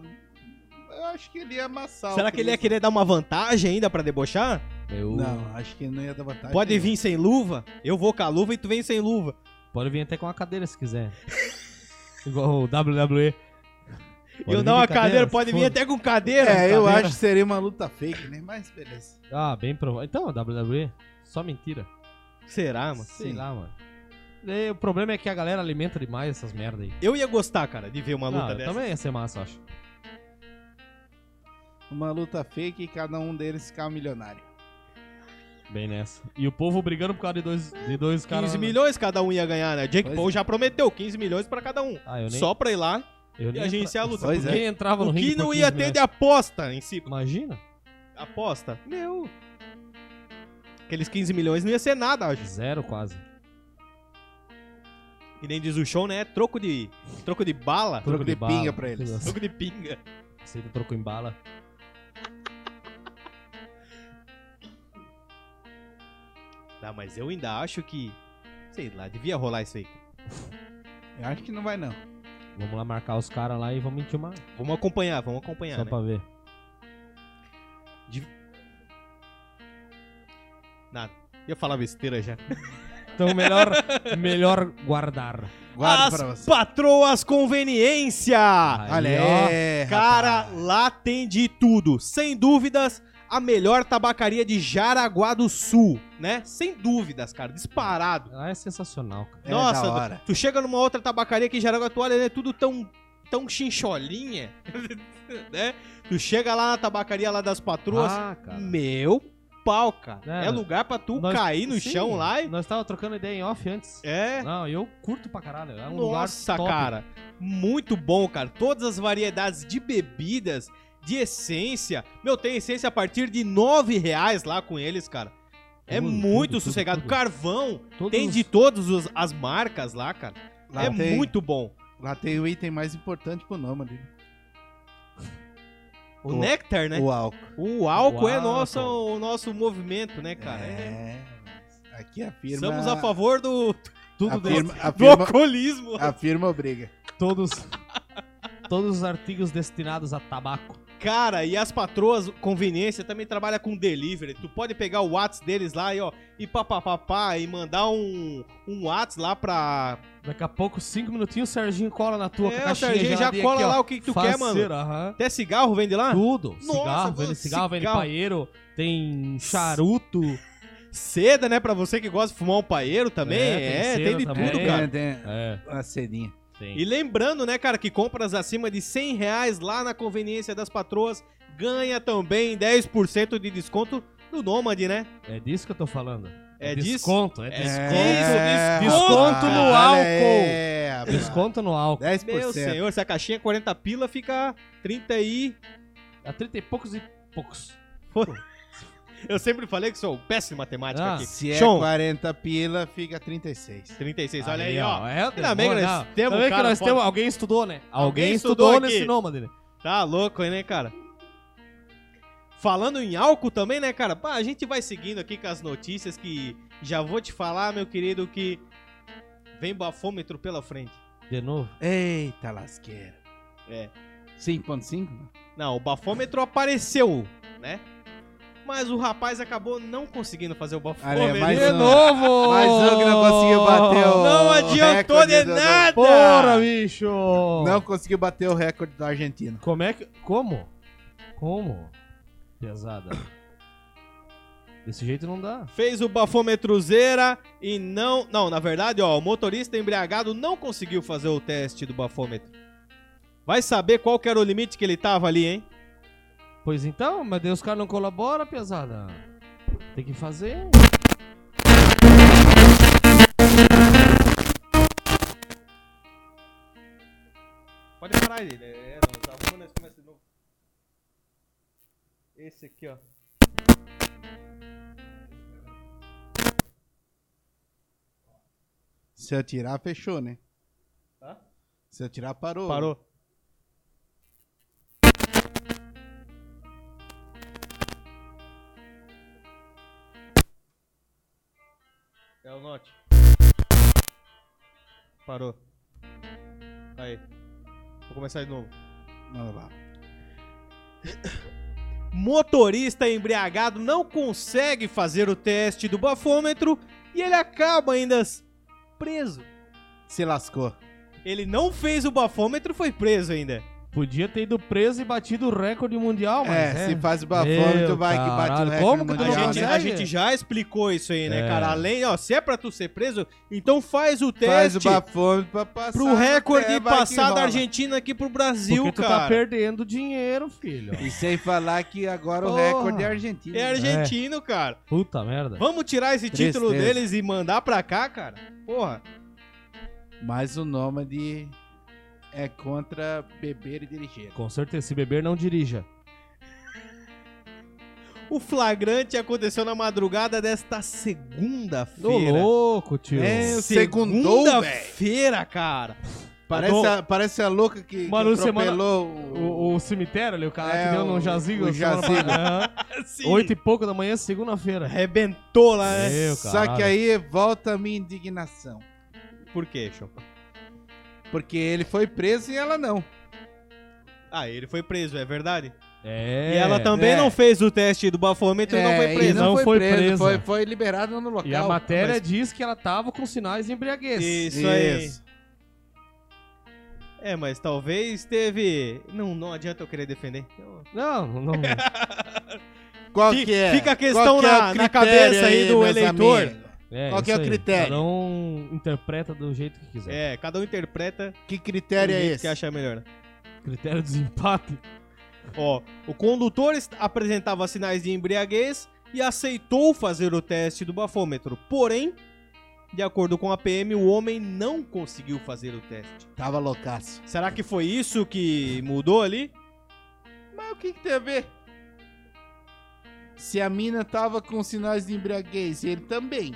[SPEAKER 3] Eu acho que ele ia amassar. o
[SPEAKER 2] Será que ele ia
[SPEAKER 3] Chris.
[SPEAKER 2] querer dar uma vantagem ainda pra debochar?
[SPEAKER 1] Eu...
[SPEAKER 3] Não, acho que ele não ia dar vantagem.
[SPEAKER 2] Pode vir sem luva? Eu vou com a luva e tu vem sem luva.
[SPEAKER 1] Pode vir até com uma cadeira se quiser. Igual o WWE. Pode
[SPEAKER 2] eu
[SPEAKER 1] vir
[SPEAKER 2] dar uma
[SPEAKER 1] de
[SPEAKER 2] cadeira, pode vir
[SPEAKER 1] foda-se.
[SPEAKER 2] até com cadeira.
[SPEAKER 3] É, eu
[SPEAKER 1] Cadeira.
[SPEAKER 3] acho que seria uma luta fake, né? Mas beleza.
[SPEAKER 1] Ah, bem provável. Então, WWE, só mentira.
[SPEAKER 2] Será, mano?
[SPEAKER 1] Sei
[SPEAKER 3] Sim.
[SPEAKER 1] lá, mano. E o problema é que a galera alimenta demais essas merda aí.
[SPEAKER 2] Eu ia gostar, cara, de ver uma luta
[SPEAKER 1] Ah,
[SPEAKER 2] dessa.
[SPEAKER 1] também ia ser massa, eu acho.
[SPEAKER 3] Uma luta fake e cada um deles ficar milionário.
[SPEAKER 1] Bem nessa. E o povo brigando por causa de dois, de dois
[SPEAKER 2] 15
[SPEAKER 1] caras. né?
[SPEAKER 2] milhões cada um ia ganhar, né? Jake
[SPEAKER 3] Pois
[SPEAKER 2] Paul
[SPEAKER 3] é.
[SPEAKER 2] já prometeu 15 milhões pra cada um.
[SPEAKER 1] Ah, eu nem,
[SPEAKER 2] Só pra ir lá
[SPEAKER 1] eu
[SPEAKER 2] e
[SPEAKER 1] nem
[SPEAKER 2] agenciar a
[SPEAKER 1] entra-
[SPEAKER 2] luta. é.
[SPEAKER 3] Pois
[SPEAKER 1] Quem entrava no
[SPEAKER 2] O
[SPEAKER 1] ringue
[SPEAKER 2] que não
[SPEAKER 1] por
[SPEAKER 2] ia
[SPEAKER 1] 15
[SPEAKER 2] ter de
[SPEAKER 1] milhões?
[SPEAKER 2] aposta em si.
[SPEAKER 1] Imagina.
[SPEAKER 2] Aposta.
[SPEAKER 1] Meu.
[SPEAKER 2] Aqueles 15 milhões não ia ser nada, acho.
[SPEAKER 1] Zero quase.
[SPEAKER 2] E nem diz o show, né? Troco de. Troco de bala.
[SPEAKER 3] Troco de
[SPEAKER 1] bala.
[SPEAKER 3] pinga pra eles.
[SPEAKER 1] Nossa,
[SPEAKER 2] Troco de pinga.
[SPEAKER 1] Aceita o troco em bala.
[SPEAKER 2] Tá, mas eu ainda acho que. Sei lá, devia rolar isso aí.
[SPEAKER 3] Eu acho que não vai, não.
[SPEAKER 1] Vamos lá marcar os caras lá e vamos intimar.
[SPEAKER 2] Vamos acompanhar, vamos acompanhar.
[SPEAKER 1] só
[SPEAKER 2] né?
[SPEAKER 1] pra ver.
[SPEAKER 2] Nada. Ia falar besteira já.
[SPEAKER 1] Então melhor, melhor guardar.
[SPEAKER 3] Guarda
[SPEAKER 2] As
[SPEAKER 3] pra você.
[SPEAKER 2] Patroas Conveniência!
[SPEAKER 1] Aí,
[SPEAKER 3] Olha
[SPEAKER 1] ó.
[SPEAKER 3] é,
[SPEAKER 2] Cara,
[SPEAKER 3] rapaz.
[SPEAKER 2] lá tem de tudo. Sem dúvidas, a melhor tabacaria de Jaraguá do Sul, né? Sem dúvidas, cara. Disparado.
[SPEAKER 1] Lá é sensacional, cara.
[SPEAKER 3] É
[SPEAKER 2] Nossa,
[SPEAKER 3] da hora.
[SPEAKER 2] tu chega numa outra tabacaria que em Jaraguá, tu olha, é tudo tão, tão chincholinha, né? Tu chega lá na tabacaria lá das patroas,
[SPEAKER 1] Ah, cara.
[SPEAKER 2] meu pau, cara.
[SPEAKER 1] É,
[SPEAKER 2] É,
[SPEAKER 1] nós-
[SPEAKER 2] lugar pra tu
[SPEAKER 1] nós-
[SPEAKER 2] cair no
[SPEAKER 1] Sim,
[SPEAKER 2] chão lá e...
[SPEAKER 1] Nós tava trocando ideia em off antes.
[SPEAKER 2] É,
[SPEAKER 1] Não, eu curto pra caralho. É um
[SPEAKER 2] Nossa,
[SPEAKER 1] lugar top.
[SPEAKER 2] cara, muito bom, cara. Todas as variedades de bebidas, de essência. Meu, tem essência a partir de nove reais lá com eles, cara. É
[SPEAKER 1] Tudo,
[SPEAKER 2] muito
[SPEAKER 1] tudo, tudo,
[SPEAKER 2] sossegado.
[SPEAKER 1] tudo.
[SPEAKER 2] Carvão
[SPEAKER 1] Todos
[SPEAKER 2] tem de
[SPEAKER 1] os-
[SPEAKER 2] todas os- as marcas lá, cara.
[SPEAKER 3] Lá
[SPEAKER 2] é
[SPEAKER 3] tem-
[SPEAKER 2] muito bom.
[SPEAKER 3] Lá tem o item mais importante pro Nômade.
[SPEAKER 2] O,
[SPEAKER 3] O-
[SPEAKER 2] néctar, né?
[SPEAKER 3] O álcool.
[SPEAKER 2] O, álcool
[SPEAKER 1] O
[SPEAKER 2] é
[SPEAKER 1] álcool.
[SPEAKER 2] nosso, o nosso movimento, né, cara? É.
[SPEAKER 3] mas Aqui a firma...
[SPEAKER 2] Estamos a favor do,
[SPEAKER 1] tudo
[SPEAKER 3] a
[SPEAKER 1] desse-
[SPEAKER 3] firma, a
[SPEAKER 2] do
[SPEAKER 3] firma,
[SPEAKER 2] alcoolismo.
[SPEAKER 3] a firma obriga.
[SPEAKER 1] todos, todos os artigos destinados a tabaco.
[SPEAKER 2] Cara, e as patroas, conveniência, também trabalha com delivery. Tu pode pegar o Whats deles lá e ó, e papapá, e mandar um, um Whats lá pra.
[SPEAKER 1] Daqui a pouco, cinco minutinhos, o Serginho cola na tua
[SPEAKER 2] É, o
[SPEAKER 1] caixinha.
[SPEAKER 2] Serginho já
[SPEAKER 1] geladinha
[SPEAKER 2] cola
[SPEAKER 1] aqui, ó.
[SPEAKER 2] lá o que que tu quer, mano.
[SPEAKER 1] Faceiro, aham.
[SPEAKER 2] Até cigarro vende lá?
[SPEAKER 1] Tudo.
[SPEAKER 2] Nossa,
[SPEAKER 1] Cigarro,
[SPEAKER 2] mano,
[SPEAKER 1] vende cigarro, vende
[SPEAKER 2] cigarro.
[SPEAKER 1] paeiro, tem charuto.
[SPEAKER 2] Seda, né? Pra você que gosta de fumar um paeiro também.
[SPEAKER 1] É, tem
[SPEAKER 2] É, tem,
[SPEAKER 1] seda
[SPEAKER 2] de
[SPEAKER 1] também.
[SPEAKER 2] tudo, cara.
[SPEAKER 3] Tem
[SPEAKER 1] É,
[SPEAKER 3] uma cedinha.
[SPEAKER 1] tem.
[SPEAKER 2] E lembrando, né, cara, que compras acima de 100 reais lá na conveniência das patroas ganha também 10% de desconto no Nômade, né?
[SPEAKER 1] É disso que eu tô falando.
[SPEAKER 2] É disso?
[SPEAKER 1] desconto, é
[SPEAKER 2] É
[SPEAKER 1] desconto.
[SPEAKER 2] É,
[SPEAKER 1] desconto no
[SPEAKER 3] olha
[SPEAKER 1] álcool.
[SPEAKER 3] aí, rapaz.
[SPEAKER 1] É Desconto no álcool.
[SPEAKER 3] 10%.
[SPEAKER 2] Meu senhor, se a caixinha é 40 pila, fica 30 e...
[SPEAKER 1] A 30 É e poucos e poucos.
[SPEAKER 2] Eu sempre falei que sou um péssimo em matemática
[SPEAKER 1] Ah,
[SPEAKER 2] aqui.
[SPEAKER 3] Se é
[SPEAKER 2] Sean.
[SPEAKER 3] 40 pila, fica 36.
[SPEAKER 2] 36, olha aí, ó.
[SPEAKER 1] É,
[SPEAKER 2] Ainda bem que nós
[SPEAKER 1] demônio, ó.
[SPEAKER 2] temos,
[SPEAKER 1] Ainda bem que
[SPEAKER 2] cara,
[SPEAKER 1] nós
[SPEAKER 2] foda.
[SPEAKER 1] temos. Alguém estudou, né?
[SPEAKER 2] Alguém
[SPEAKER 1] Alguém
[SPEAKER 2] estudou
[SPEAKER 1] estudou
[SPEAKER 2] aqui.
[SPEAKER 1] nesse nômade, né?
[SPEAKER 2] Tá louco, né, cara? Falando em álcool também, né, cara? Pá, a gente vai seguindo aqui com as notícias que já vou te falar, meu querido, que vem bafômetro pela frente.
[SPEAKER 1] De novo.
[SPEAKER 3] Eita lasqueira.
[SPEAKER 2] É.
[SPEAKER 3] 5.5?
[SPEAKER 2] Não, o bafômetro apareceu, né? Mas o rapaz acabou não conseguindo fazer o bafômetro.
[SPEAKER 3] Olha, mais
[SPEAKER 1] de
[SPEAKER 3] um.
[SPEAKER 1] novo!
[SPEAKER 3] Mais um que não conseguiu bater o
[SPEAKER 2] Não adiantou de
[SPEAKER 3] um recorde do-
[SPEAKER 2] nada!
[SPEAKER 1] Porra, bicho!
[SPEAKER 3] Não conseguiu bater o recorde da Argentina.
[SPEAKER 1] Como é que. Como? Como? Pesada. Desse jeito não dá.
[SPEAKER 2] Fez o bafômetrozeira e não. Não, na verdade, ó, o motorista embriagado não conseguiu fazer o teste do bafômetro. Vai saber qual que era o limite que ele tava ali, hein?
[SPEAKER 1] Pois então, mas daí os caras não colaboram, pesada. Tem que fazer.
[SPEAKER 2] Pode parar aí. É, não, tá bom, nós começa de novo. Esse aqui, ó.
[SPEAKER 3] Se eu tirar, fechou, né?
[SPEAKER 2] Tá?
[SPEAKER 3] Se eu tirar, parou.
[SPEAKER 2] Parou. É o note. Parou. Aí. Vou começar de novo.
[SPEAKER 3] Manda lá.
[SPEAKER 2] Motorista embriagado não consegue fazer o teste do bafômetro e ele acaba ainda s- preso.
[SPEAKER 3] Se lascou.
[SPEAKER 2] Ele não fez o bafômetro e foi preso ainda.
[SPEAKER 1] Podia ter ido preso e batido o recorde mundial, mas.
[SPEAKER 3] É,
[SPEAKER 1] É,
[SPEAKER 3] se faz o bafômetro,
[SPEAKER 1] Meu
[SPEAKER 3] vai que bate o
[SPEAKER 1] caralho,
[SPEAKER 3] recorde
[SPEAKER 1] como que tu não
[SPEAKER 2] A
[SPEAKER 3] mundial,
[SPEAKER 2] gente,
[SPEAKER 3] né?
[SPEAKER 2] a gente já explicou isso aí, né,
[SPEAKER 1] É.
[SPEAKER 2] cara? Além, ó, se é pra tu ser preso, então faz o
[SPEAKER 3] Faz
[SPEAKER 2] teste
[SPEAKER 3] o bafômetro pra passar.
[SPEAKER 2] pro recorde
[SPEAKER 3] é, vai que
[SPEAKER 2] passar da
[SPEAKER 3] rola.
[SPEAKER 2] Argentina aqui pro Brasil,
[SPEAKER 1] Porque tu
[SPEAKER 2] cara.
[SPEAKER 1] tá perdendo dinheiro, filho.
[SPEAKER 3] E sem falar que agora o
[SPEAKER 1] Porra.
[SPEAKER 3] recorde é argentino.
[SPEAKER 1] né?
[SPEAKER 2] É argentino, cara.
[SPEAKER 1] Puta merda.
[SPEAKER 2] Vamos tirar esse título
[SPEAKER 3] Tristeza.
[SPEAKER 2] deles e mandar pra cá, cara? Porra.
[SPEAKER 3] Mas o Nômade é contra beber e dirigir.
[SPEAKER 1] Com certeza, se beber, não dirija.
[SPEAKER 2] O flagrante aconteceu na madrugada desta
[SPEAKER 1] Ô,
[SPEAKER 2] segunda-feira.
[SPEAKER 1] louco, tio.
[SPEAKER 3] É, eu segundou,
[SPEAKER 2] Segunda-feira, cara.
[SPEAKER 3] Parece, a, parece a louca que, que
[SPEAKER 1] Mano, semana-
[SPEAKER 3] atropelou o...
[SPEAKER 1] O, o cemitério ali, o cara
[SPEAKER 3] É,
[SPEAKER 1] que deu um
[SPEAKER 3] o-
[SPEAKER 1] no jazigo.
[SPEAKER 3] o
[SPEAKER 1] semana
[SPEAKER 3] jazigo.
[SPEAKER 1] passada. Aham.
[SPEAKER 2] Assim,
[SPEAKER 1] Oito e pouco da manhã, segunda-feira.
[SPEAKER 2] Arrebentou lá, né?
[SPEAKER 1] Meu
[SPEAKER 3] Só
[SPEAKER 1] caralho.
[SPEAKER 3] que aí volta a minha indignação.
[SPEAKER 1] É.
[SPEAKER 2] Por quê, Chão?
[SPEAKER 3] Porque ele foi preso e ela não.
[SPEAKER 2] Ah, ele foi preso, é verdade?
[SPEAKER 1] É.
[SPEAKER 2] E ela também
[SPEAKER 3] é.
[SPEAKER 2] não fez o teste do bafômetro e não foi
[SPEAKER 3] É, e
[SPEAKER 2] presa.
[SPEAKER 1] não foi presa.
[SPEAKER 3] Foi, foi liberado no local.
[SPEAKER 1] E a matéria é
[SPEAKER 3] Mas-
[SPEAKER 1] diz que ela tava com sinais de embriaguez.
[SPEAKER 2] Isso,
[SPEAKER 3] Isso.
[SPEAKER 2] aí. É, mas talvez teve. Não, não adianta eu querer defender.
[SPEAKER 1] Não, não.
[SPEAKER 3] Qual
[SPEAKER 2] Fi-
[SPEAKER 3] que é?
[SPEAKER 2] fica a
[SPEAKER 3] Qual
[SPEAKER 2] questão
[SPEAKER 3] que é o
[SPEAKER 2] na- na
[SPEAKER 3] critério
[SPEAKER 2] cabeça aí do
[SPEAKER 3] meus
[SPEAKER 2] eleitor?
[SPEAKER 3] amigos?
[SPEAKER 1] É,
[SPEAKER 3] Qual que
[SPEAKER 1] isso
[SPEAKER 3] é o
[SPEAKER 1] aí.
[SPEAKER 3] critério?
[SPEAKER 1] Cada um interpreta do jeito que quiser.
[SPEAKER 2] É, cada um interpreta
[SPEAKER 3] Que
[SPEAKER 2] o
[SPEAKER 3] critério é
[SPEAKER 2] jeito
[SPEAKER 3] esse?
[SPEAKER 2] que achar melhor.
[SPEAKER 1] Critério de desempate.
[SPEAKER 2] Ó, o condutor est- apresentava sinais de embriaguez e aceitou fazer o teste do bafômetro. Porém, de acordo com a PM, o homem não conseguiu fazer o teste.
[SPEAKER 3] Tava loucaço.
[SPEAKER 2] Será que foi isso que mudou ali?
[SPEAKER 3] Mas o que, que tem a ver? Se a mina tava com sinais de embriaguez e ele também.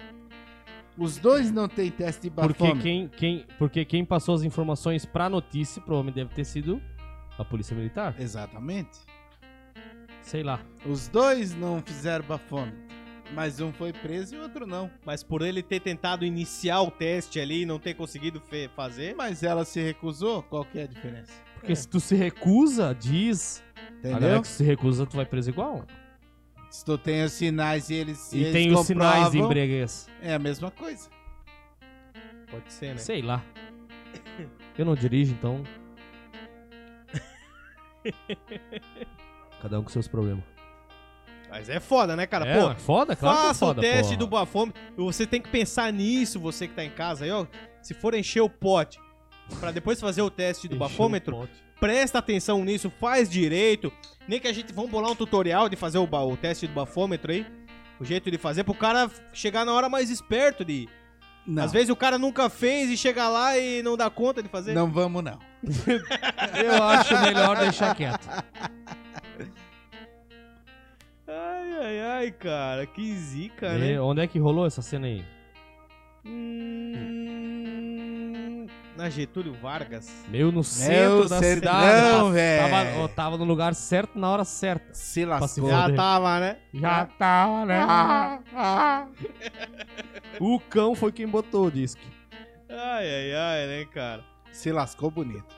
[SPEAKER 3] Os dois não têm teste
[SPEAKER 2] Tá
[SPEAKER 3] de
[SPEAKER 1] Porque
[SPEAKER 3] bafômetro.
[SPEAKER 1] quem, quem, porque quem passou as informações pra notícia, provavelmente deve ter sido a Polícia Militar.
[SPEAKER 3] Exatamente.
[SPEAKER 1] Sei lá.
[SPEAKER 3] Os dois não fizeram bafômetro. Mas um foi preso e o outro não.
[SPEAKER 2] Mas por ele ter tentado iniciar o teste ali e não ter conseguido fe- fazer.
[SPEAKER 3] Mas ela se recusou, qual que é a diferença?
[SPEAKER 1] Porque se tu se recusa, diz. A galera
[SPEAKER 3] Entendeu?
[SPEAKER 1] que se recusa, tu vai preso igual.
[SPEAKER 3] Se tu tem os sinais e eles
[SPEAKER 1] E
[SPEAKER 3] eles
[SPEAKER 1] tem os sinais de
[SPEAKER 3] comprovam,
[SPEAKER 1] embriaguez.
[SPEAKER 3] É a mesma coisa.
[SPEAKER 2] Pode ser, né?
[SPEAKER 1] Sei lá. Eu não dirijo, então. Cada um com seus problemas.
[SPEAKER 2] Mas é foda, né, cara?
[SPEAKER 1] é,
[SPEAKER 2] Pô,
[SPEAKER 1] mas foda, claro que é
[SPEAKER 2] Faça
[SPEAKER 1] foda,
[SPEAKER 2] o teste
[SPEAKER 1] porra.
[SPEAKER 2] do bafômetro. Você tem que pensar nisso, você que tá em casa aí, ó. Se for encher o pote pra depois fazer o teste do
[SPEAKER 1] Encheu o
[SPEAKER 2] bafômetro,
[SPEAKER 1] pote.
[SPEAKER 2] presta atenção nisso, faz direito. Nem que a gente vamos bolar um tutorial de fazer o, ba- o teste do bafômetro aí. O jeito de fazer pro cara chegar na hora mais esperto de.
[SPEAKER 3] Não,
[SPEAKER 2] Às vezes o cara nunca fez e chega lá e não dá conta de fazer.
[SPEAKER 3] não vamos não.
[SPEAKER 1] Eu acho melhor deixar quieto.
[SPEAKER 2] Ai, ai, ai, cara, que zica,
[SPEAKER 1] E
[SPEAKER 2] né?
[SPEAKER 1] onde é que rolou essa cena aí?
[SPEAKER 2] Hum, na Getúlio Vargas.
[SPEAKER 1] Meio no
[SPEAKER 3] Meu
[SPEAKER 1] centro da
[SPEAKER 3] centro-
[SPEAKER 1] cidade.
[SPEAKER 3] não, é.
[SPEAKER 1] pá.
[SPEAKER 3] velho.
[SPEAKER 1] tava, ó, tava no lugar certo na hora certa.
[SPEAKER 3] Se
[SPEAKER 1] lascou.
[SPEAKER 3] lascou.
[SPEAKER 1] Foda.
[SPEAKER 2] Já tava, né?
[SPEAKER 1] Já tava, né?
[SPEAKER 2] Ah,
[SPEAKER 1] O cão foi quem botou o disque.
[SPEAKER 2] Ai, ai, ai, né, cara?
[SPEAKER 3] Se lascou bonito.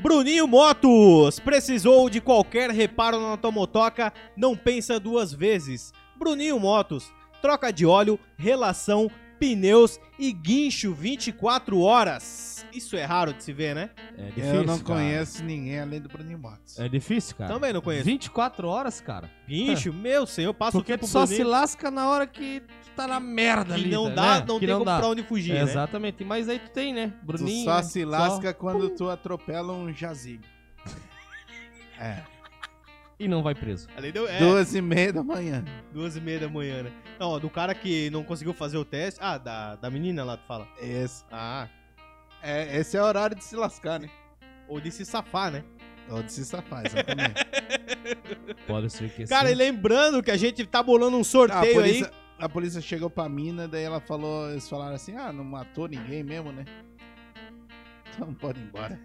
[SPEAKER 2] Bruninho Motos! Precisou de qualquer reparo na tua motoca? Não pensa duas vezes. Bruninho Motos, troca de óleo, relação, pneus e guincho 24 horas. Isso é raro de se ver, né?
[SPEAKER 1] É difícil.
[SPEAKER 3] eu não
[SPEAKER 1] cara.
[SPEAKER 3] conheço ninguém além do Bruninho Motos.
[SPEAKER 1] É difícil, cara.
[SPEAKER 2] Também não conheço.
[SPEAKER 1] 24 horas, cara.
[SPEAKER 2] Guincho, meu senhor, passa
[SPEAKER 1] É.
[SPEAKER 2] o
[SPEAKER 1] Porque
[SPEAKER 2] tempo
[SPEAKER 1] tu só se
[SPEAKER 2] bonito.
[SPEAKER 1] lasca na hora que tu tá na merda
[SPEAKER 2] Que
[SPEAKER 1] ali.
[SPEAKER 2] não
[SPEAKER 1] tá-
[SPEAKER 2] dá,
[SPEAKER 1] né?
[SPEAKER 2] não
[SPEAKER 1] que
[SPEAKER 2] tem
[SPEAKER 1] não
[SPEAKER 2] como
[SPEAKER 1] dá.
[SPEAKER 2] pra onde fugir,
[SPEAKER 1] É,
[SPEAKER 2] né?
[SPEAKER 1] Exatamente. Mas aí tu tem, né?
[SPEAKER 3] Tu
[SPEAKER 1] Bruninho.
[SPEAKER 3] só
[SPEAKER 1] né?
[SPEAKER 3] se lasca quando tu atropela um jazigo. É.
[SPEAKER 1] E não vai preso.
[SPEAKER 2] Ali deu, é,
[SPEAKER 3] Duas e meia da manhã.
[SPEAKER 2] duas e meia da manhã, né? Não, ó, do cara que não conseguiu fazer o teste. Ah, da, da menina lá, tu fala.
[SPEAKER 3] Esse
[SPEAKER 2] Ah,
[SPEAKER 3] é, esse é o horário de se lascar, né?
[SPEAKER 2] ou de se safar, né?
[SPEAKER 3] Ou de se safar,
[SPEAKER 2] É
[SPEAKER 3] exatamente.
[SPEAKER 1] Pode ser que
[SPEAKER 2] Cara, e
[SPEAKER 1] sim.
[SPEAKER 2] lembrando que a gente tá bolando um
[SPEAKER 3] a,
[SPEAKER 2] sorteio aí.
[SPEAKER 3] polícia, a polícia chegou pra mina, daí ela falou, eles falaram assim, ah, não matou ninguém mesmo, né? Então pode ir embora.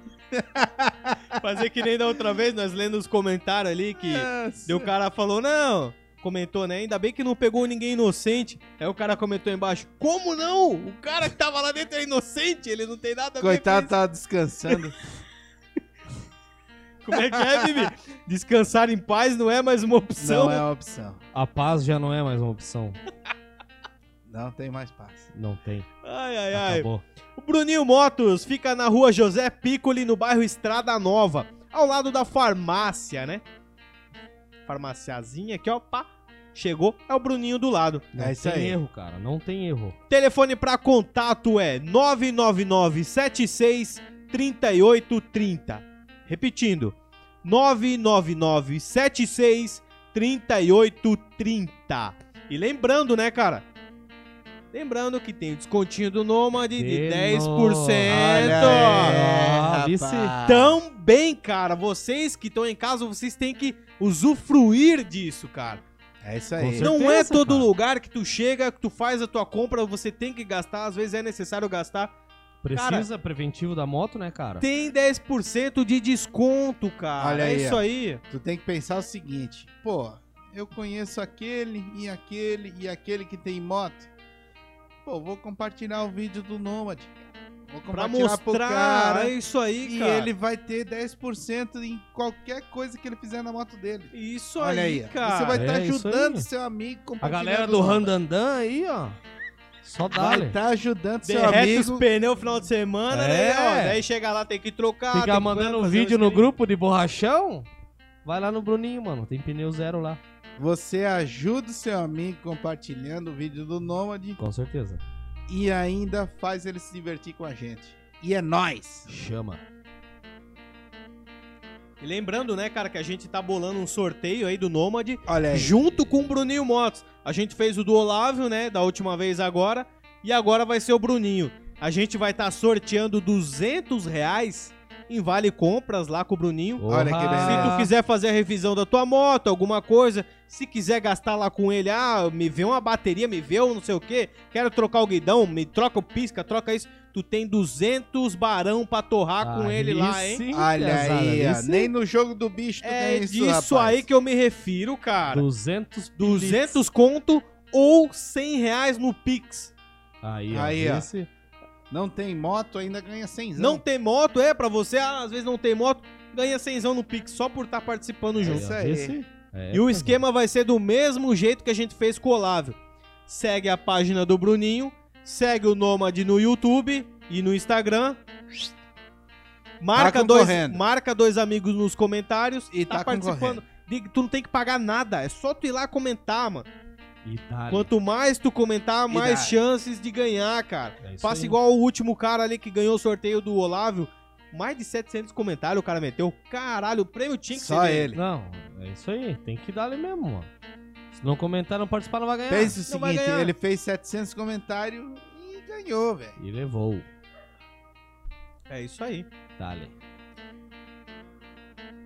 [SPEAKER 2] Fazer que nem da outra vez, nós lendo os comentários ali É que
[SPEAKER 3] Nossa.
[SPEAKER 2] daí o cara falou, não. Comentou, né? Ainda bem que não pegou ninguém inocente. Aí o cara comentou embaixo: Como não? O cara que tava lá dentro é inocente, ele não tem nada a ver. com
[SPEAKER 3] Coitado,
[SPEAKER 2] isso."
[SPEAKER 3] tava descansando.
[SPEAKER 2] Como é que é, Bibi? Descansar em paz não é mais uma opção.
[SPEAKER 3] não é uma opção.
[SPEAKER 1] A paz já não é mais uma opção.
[SPEAKER 3] Não tem mais paz.
[SPEAKER 1] Não tem.
[SPEAKER 2] Ai, ai, ai.
[SPEAKER 1] Acabou.
[SPEAKER 2] O Bruninho Motos fica na rua José Piccoli, no bairro Estrada Nova, ao lado da farmácia, né? Farmaciazinha aqui, ó, pá. Chegou, é o Bruninho do lado.
[SPEAKER 1] Não
[SPEAKER 3] é isso
[SPEAKER 1] tem
[SPEAKER 3] aí.
[SPEAKER 1] erro, cara. Não tem erro.
[SPEAKER 2] Telefone pra contato é 999 76 3830. Repetindo, 999 76 3830. E lembrando, né, cara? Lembrando que tem o descontinho do Nômade de,
[SPEAKER 1] De
[SPEAKER 2] 10%.
[SPEAKER 1] Olha
[SPEAKER 3] Olha
[SPEAKER 1] aí,
[SPEAKER 3] aí,
[SPEAKER 1] rapaz.
[SPEAKER 3] rapaz.
[SPEAKER 2] Também, cara, vocês que estão em casa, vocês têm que usufruir disso, cara.
[SPEAKER 3] É isso
[SPEAKER 1] Com
[SPEAKER 3] aí.
[SPEAKER 1] certeza.
[SPEAKER 2] Não é todo
[SPEAKER 1] cara.
[SPEAKER 2] lugar que tu chega, que tu faz a tua compra, você tem que gastar, às vezes é necessário gastar.
[SPEAKER 1] Precisa preventivo da moto, né, cara?
[SPEAKER 2] Tem 10% de desconto, cara.
[SPEAKER 3] Olha
[SPEAKER 2] é
[SPEAKER 3] aí,
[SPEAKER 2] isso
[SPEAKER 3] ó.
[SPEAKER 2] aí.
[SPEAKER 3] Tu tem que pensar o seguinte, pô, eu conheço aquele e aquele e aquele que tem moto. Pô, vou compartilhar o vídeo do Nomad. Vou
[SPEAKER 2] Pra
[SPEAKER 3] compartilhar pro
[SPEAKER 2] mostrar,
[SPEAKER 3] cara.
[SPEAKER 2] é isso aí,
[SPEAKER 3] E
[SPEAKER 2] cara.
[SPEAKER 3] ele vai ter 10% em qualquer coisa que ele fizer na moto dele.
[SPEAKER 2] Isso
[SPEAKER 3] Olha
[SPEAKER 2] aí,
[SPEAKER 3] aí, ó.
[SPEAKER 2] cara.
[SPEAKER 3] Você vai
[SPEAKER 1] É
[SPEAKER 3] estar
[SPEAKER 1] isso
[SPEAKER 3] ajudando
[SPEAKER 1] aí.
[SPEAKER 3] seu amigo
[SPEAKER 2] um
[SPEAKER 1] A
[SPEAKER 3] compartilhando
[SPEAKER 1] galera do
[SPEAKER 3] o Nomad.
[SPEAKER 1] Randandan aí, ó.
[SPEAKER 2] Ah,
[SPEAKER 1] Só
[SPEAKER 3] Vai
[SPEAKER 1] dá-lhe.
[SPEAKER 2] tá,
[SPEAKER 3] estar ajudando seu
[SPEAKER 2] Derrete
[SPEAKER 3] amigo.
[SPEAKER 2] os pneus final de semana,
[SPEAKER 1] É.
[SPEAKER 2] né? Ó, daí chega lá, tem que trocar. tem
[SPEAKER 1] Ficar
[SPEAKER 2] que
[SPEAKER 1] mandando
[SPEAKER 2] fazer
[SPEAKER 1] vídeo
[SPEAKER 2] um
[SPEAKER 1] no
[SPEAKER 2] esquema.
[SPEAKER 1] grupo de borrachão? Vai lá no Bruninho, mano. Tem pneu zero lá.
[SPEAKER 3] Você ajuda o seu amigo compartilhando o vídeo do Nomad
[SPEAKER 1] Com certeza.
[SPEAKER 3] e ainda faz ele se divertir com a gente. E é nóis!
[SPEAKER 1] Chama.
[SPEAKER 2] E lembrando, né, cara, que a gente tá bolando um sorteio aí do Nômade.
[SPEAKER 3] Olha aí.
[SPEAKER 2] junto com o Bruninho Motos. A gente fez o do Olávio, né, da última vez agora, e agora vai ser o Bruninho. A gente vai estar sorteando 200 tá reais em Vale Compras lá com o Bruninho.
[SPEAKER 3] Olha que
[SPEAKER 2] Se tu
[SPEAKER 3] Ah.
[SPEAKER 2] quiser fazer a revisão da tua moto, alguma coisa, se quiser gastar lá com ele, ah, me vê uma bateria, me vê um não sei o quê, quero trocar o guidão, me troca o pisca, troca isso. Tu tem 200 barão pra torrar
[SPEAKER 3] Ah,
[SPEAKER 2] com ele lá, hein?
[SPEAKER 3] Olha aí, ó, nem no jogo do bicho tu
[SPEAKER 2] É
[SPEAKER 3] tem isso,
[SPEAKER 2] disso
[SPEAKER 3] rapaz.
[SPEAKER 2] aí que eu me refiro, cara.
[SPEAKER 1] 200 pilitos.
[SPEAKER 2] 200 conto ou 100 reais no Pix.
[SPEAKER 1] Aí, ó.
[SPEAKER 3] Aí, ó.
[SPEAKER 1] esse-
[SPEAKER 3] Não tem moto, ainda ganha 100.
[SPEAKER 2] Não tem moto, é pra você, ah, às vezes não tem moto, ganha 100 no Pix só por estar participando junto.
[SPEAKER 3] Isso aí.
[SPEAKER 1] Esse- é,
[SPEAKER 2] E o
[SPEAKER 1] cara.
[SPEAKER 2] esquema vai ser do mesmo jeito que a gente fez com o Olávio. Segue a página do Bruninho, segue o Nômade no YouTube e no Instagram. Marca,
[SPEAKER 3] Tá
[SPEAKER 2] dois,
[SPEAKER 3] concorrendo.
[SPEAKER 2] marca dois amigos nos comentários
[SPEAKER 3] E tá concorrendo.
[SPEAKER 2] Diga, Tu não tem que pagar nada, é só tu ir lá comentar, mano.
[SPEAKER 1] E dá-lhe.
[SPEAKER 2] Quanto mais tu comentar,
[SPEAKER 3] E
[SPEAKER 2] mais
[SPEAKER 3] dá.
[SPEAKER 2] chances de ganhar, cara.
[SPEAKER 1] É isso
[SPEAKER 2] Faça
[SPEAKER 1] aí.
[SPEAKER 2] igual o último cara ali que ganhou o sorteio do Olávio. Mais de 700 comentários o cara meteu. Caralho, o prêmio tinha que
[SPEAKER 3] Só
[SPEAKER 2] ser dele.
[SPEAKER 3] ele.
[SPEAKER 1] Não, é isso aí. Tem que dar ali mesmo, mano. Se não comentar, não participar, não vai ganhar.
[SPEAKER 3] Pensa o
[SPEAKER 2] não vai
[SPEAKER 3] seguinte,
[SPEAKER 2] ganhar.
[SPEAKER 3] ele fez 700 comentários e ganhou, velho.
[SPEAKER 1] E levou.
[SPEAKER 2] É isso aí.
[SPEAKER 1] Dale.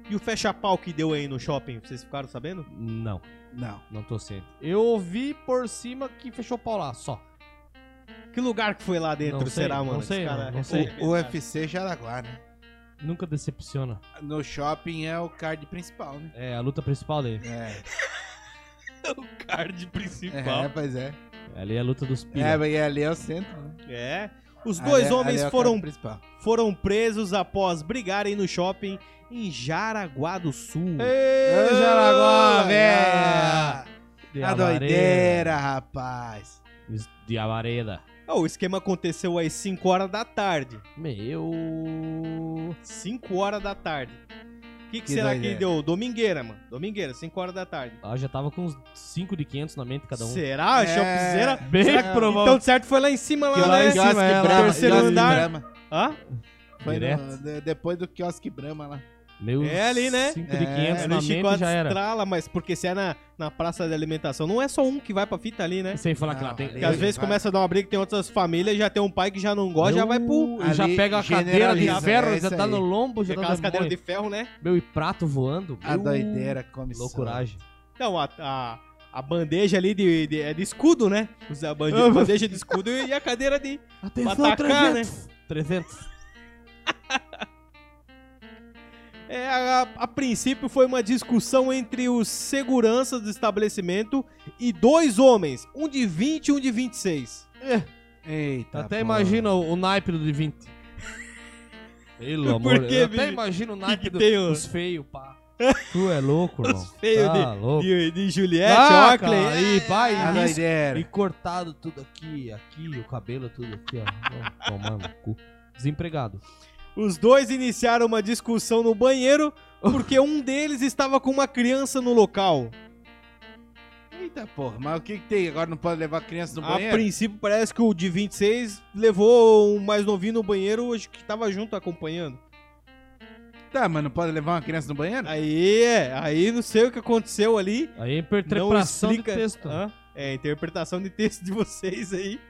[SPEAKER 2] E o fecha-pau que deu aí no shopping, vocês ficaram sabendo?
[SPEAKER 1] Não,
[SPEAKER 3] Não.
[SPEAKER 1] não tô ciente. Eu ouvi por cima que fechou o pau lá, só.
[SPEAKER 2] Que lugar que foi lá dentro
[SPEAKER 1] Não sei,
[SPEAKER 2] será,
[SPEAKER 1] não
[SPEAKER 2] mano?
[SPEAKER 1] sei,
[SPEAKER 2] Esse é
[SPEAKER 1] não sei.
[SPEAKER 3] O UFC Jaraguá, né?
[SPEAKER 1] Nunca decepciona.
[SPEAKER 3] No shopping é o card principal, né?
[SPEAKER 1] É a luta principal dele.
[SPEAKER 3] É,
[SPEAKER 2] o card
[SPEAKER 3] é
[SPEAKER 2] principal.
[SPEAKER 3] pois é.
[SPEAKER 1] Ali é a luta dos
[SPEAKER 3] É,
[SPEAKER 1] pila.
[SPEAKER 3] mas ali é o centro, né?
[SPEAKER 2] É. Os dois
[SPEAKER 3] Ali-
[SPEAKER 2] homens
[SPEAKER 3] ali é o
[SPEAKER 2] foram,
[SPEAKER 3] card principal.
[SPEAKER 2] foram presos após brigarem no shopping em Jaraguá do Sul.
[SPEAKER 3] Ô, Jaraguá, velho!
[SPEAKER 1] de
[SPEAKER 3] A
[SPEAKER 1] Avareda.
[SPEAKER 3] doideira, rapaz!
[SPEAKER 1] Os De Avareda.
[SPEAKER 2] Ah, o esquema aconteceu às 5 horas da tarde.
[SPEAKER 1] Meu.
[SPEAKER 2] 5 horas da tarde. O que, que
[SPEAKER 3] Que
[SPEAKER 2] será
[SPEAKER 3] doideira.
[SPEAKER 2] que deu? Domingueira, mano. Domingueira, 5 horas da tarde.
[SPEAKER 1] Ah, já tava com uns 5 de 500 na mente cada um.
[SPEAKER 2] Será?
[SPEAKER 3] É.
[SPEAKER 2] Shopzera?
[SPEAKER 1] Bem
[SPEAKER 2] Será que- Então, de certo, foi lá em cima, lá,
[SPEAKER 1] lá
[SPEAKER 2] né?
[SPEAKER 1] em cima,
[SPEAKER 3] Quiosque
[SPEAKER 1] é, lá
[SPEAKER 3] Brahma,
[SPEAKER 1] no
[SPEAKER 2] terceiro
[SPEAKER 3] quiosque
[SPEAKER 2] andar.
[SPEAKER 3] Brahma.
[SPEAKER 2] Hã?
[SPEAKER 3] Foi no-
[SPEAKER 1] Direto.
[SPEAKER 3] de- depois do quiosque Brahma lá.
[SPEAKER 1] Meu,
[SPEAKER 2] É ali, né?
[SPEAKER 1] 5 de
[SPEAKER 3] É,
[SPEAKER 1] 500
[SPEAKER 2] É,
[SPEAKER 1] na
[SPEAKER 2] no
[SPEAKER 1] mente
[SPEAKER 2] Chicote
[SPEAKER 1] já era.
[SPEAKER 2] Estrala, mas porque se é na, na praça de alimentação, não é só um que vai pra fita ali, né?
[SPEAKER 1] Sem falar que lá
[SPEAKER 3] Não,
[SPEAKER 1] tem.
[SPEAKER 3] ali
[SPEAKER 2] Porque às
[SPEAKER 3] Ele
[SPEAKER 2] vezes
[SPEAKER 3] vai.
[SPEAKER 2] começa a dar uma briga, tem outras famílias, já tem um pai que já não gosta, já vai pro...
[SPEAKER 1] Meu, Já
[SPEAKER 3] ali
[SPEAKER 1] pega a cadeira de
[SPEAKER 3] generaliza,
[SPEAKER 1] ferro,
[SPEAKER 3] é
[SPEAKER 1] já
[SPEAKER 3] isso
[SPEAKER 1] tá
[SPEAKER 3] aí.
[SPEAKER 1] no lombo, já tá
[SPEAKER 2] Aquelas
[SPEAKER 1] no
[SPEAKER 2] cadeiras
[SPEAKER 1] demônio.
[SPEAKER 2] de ferro, né?
[SPEAKER 1] Meu, e prato voando.
[SPEAKER 3] A
[SPEAKER 1] Meu,
[SPEAKER 3] doideira come só.
[SPEAKER 1] Loucuragem.
[SPEAKER 2] Então, a, a, a bandeja ali de, de- é de escudo, né? Usa a bande-
[SPEAKER 1] Ah,
[SPEAKER 2] bandeja de escudo e a cadeira de... Pra atacar, né?
[SPEAKER 1] 300. 300.
[SPEAKER 2] É, a, a princípio foi uma discussão entre os seguranças do estabelecimento e dois homens, um de 20 e um de 26. Tá
[SPEAKER 3] Eita,
[SPEAKER 1] Até
[SPEAKER 3] porra.
[SPEAKER 1] imagina o, o naipe do de 20. Pelo
[SPEAKER 2] Por
[SPEAKER 1] amor de
[SPEAKER 2] que,
[SPEAKER 1] Deus. Até
[SPEAKER 2] bicho?
[SPEAKER 1] imagina o
[SPEAKER 2] Que
[SPEAKER 1] naipe
[SPEAKER 2] que
[SPEAKER 1] do-
[SPEAKER 2] tem o-
[SPEAKER 1] dos feios, pá. Tu é louco, irmão.
[SPEAKER 2] Os feios
[SPEAKER 1] tá louco.
[SPEAKER 2] de, de Juliette,
[SPEAKER 1] Ah,
[SPEAKER 2] Oakley. né? É.
[SPEAKER 1] cara,
[SPEAKER 2] Tá
[SPEAKER 1] aí, vai,
[SPEAKER 3] A
[SPEAKER 1] isso. E
[SPEAKER 3] doideira.
[SPEAKER 1] cortado tudo aqui, aqui, o cabelo tudo aqui, ó. Ó, Tomando cu. Desempregado.
[SPEAKER 2] Os dois iniciaram uma discussão no banheiro porque um deles estava com uma criança no local.
[SPEAKER 3] Eita porra, mas o que, que tem? Agora não pode levar criança no
[SPEAKER 2] a
[SPEAKER 3] banheiro?
[SPEAKER 2] princípio parece que o de 26 levou um mais novinho no banheiro, acho que estava junto acompanhando.
[SPEAKER 3] Tá, mas não pode levar uma criança no banheiro?
[SPEAKER 2] Aí, é, aí não sei o que aconteceu ali.
[SPEAKER 1] Aí é
[SPEAKER 2] Não
[SPEAKER 1] interpretação de
[SPEAKER 2] explica.
[SPEAKER 1] texto.
[SPEAKER 2] Hã? É, interpretação de texto de vocês aí.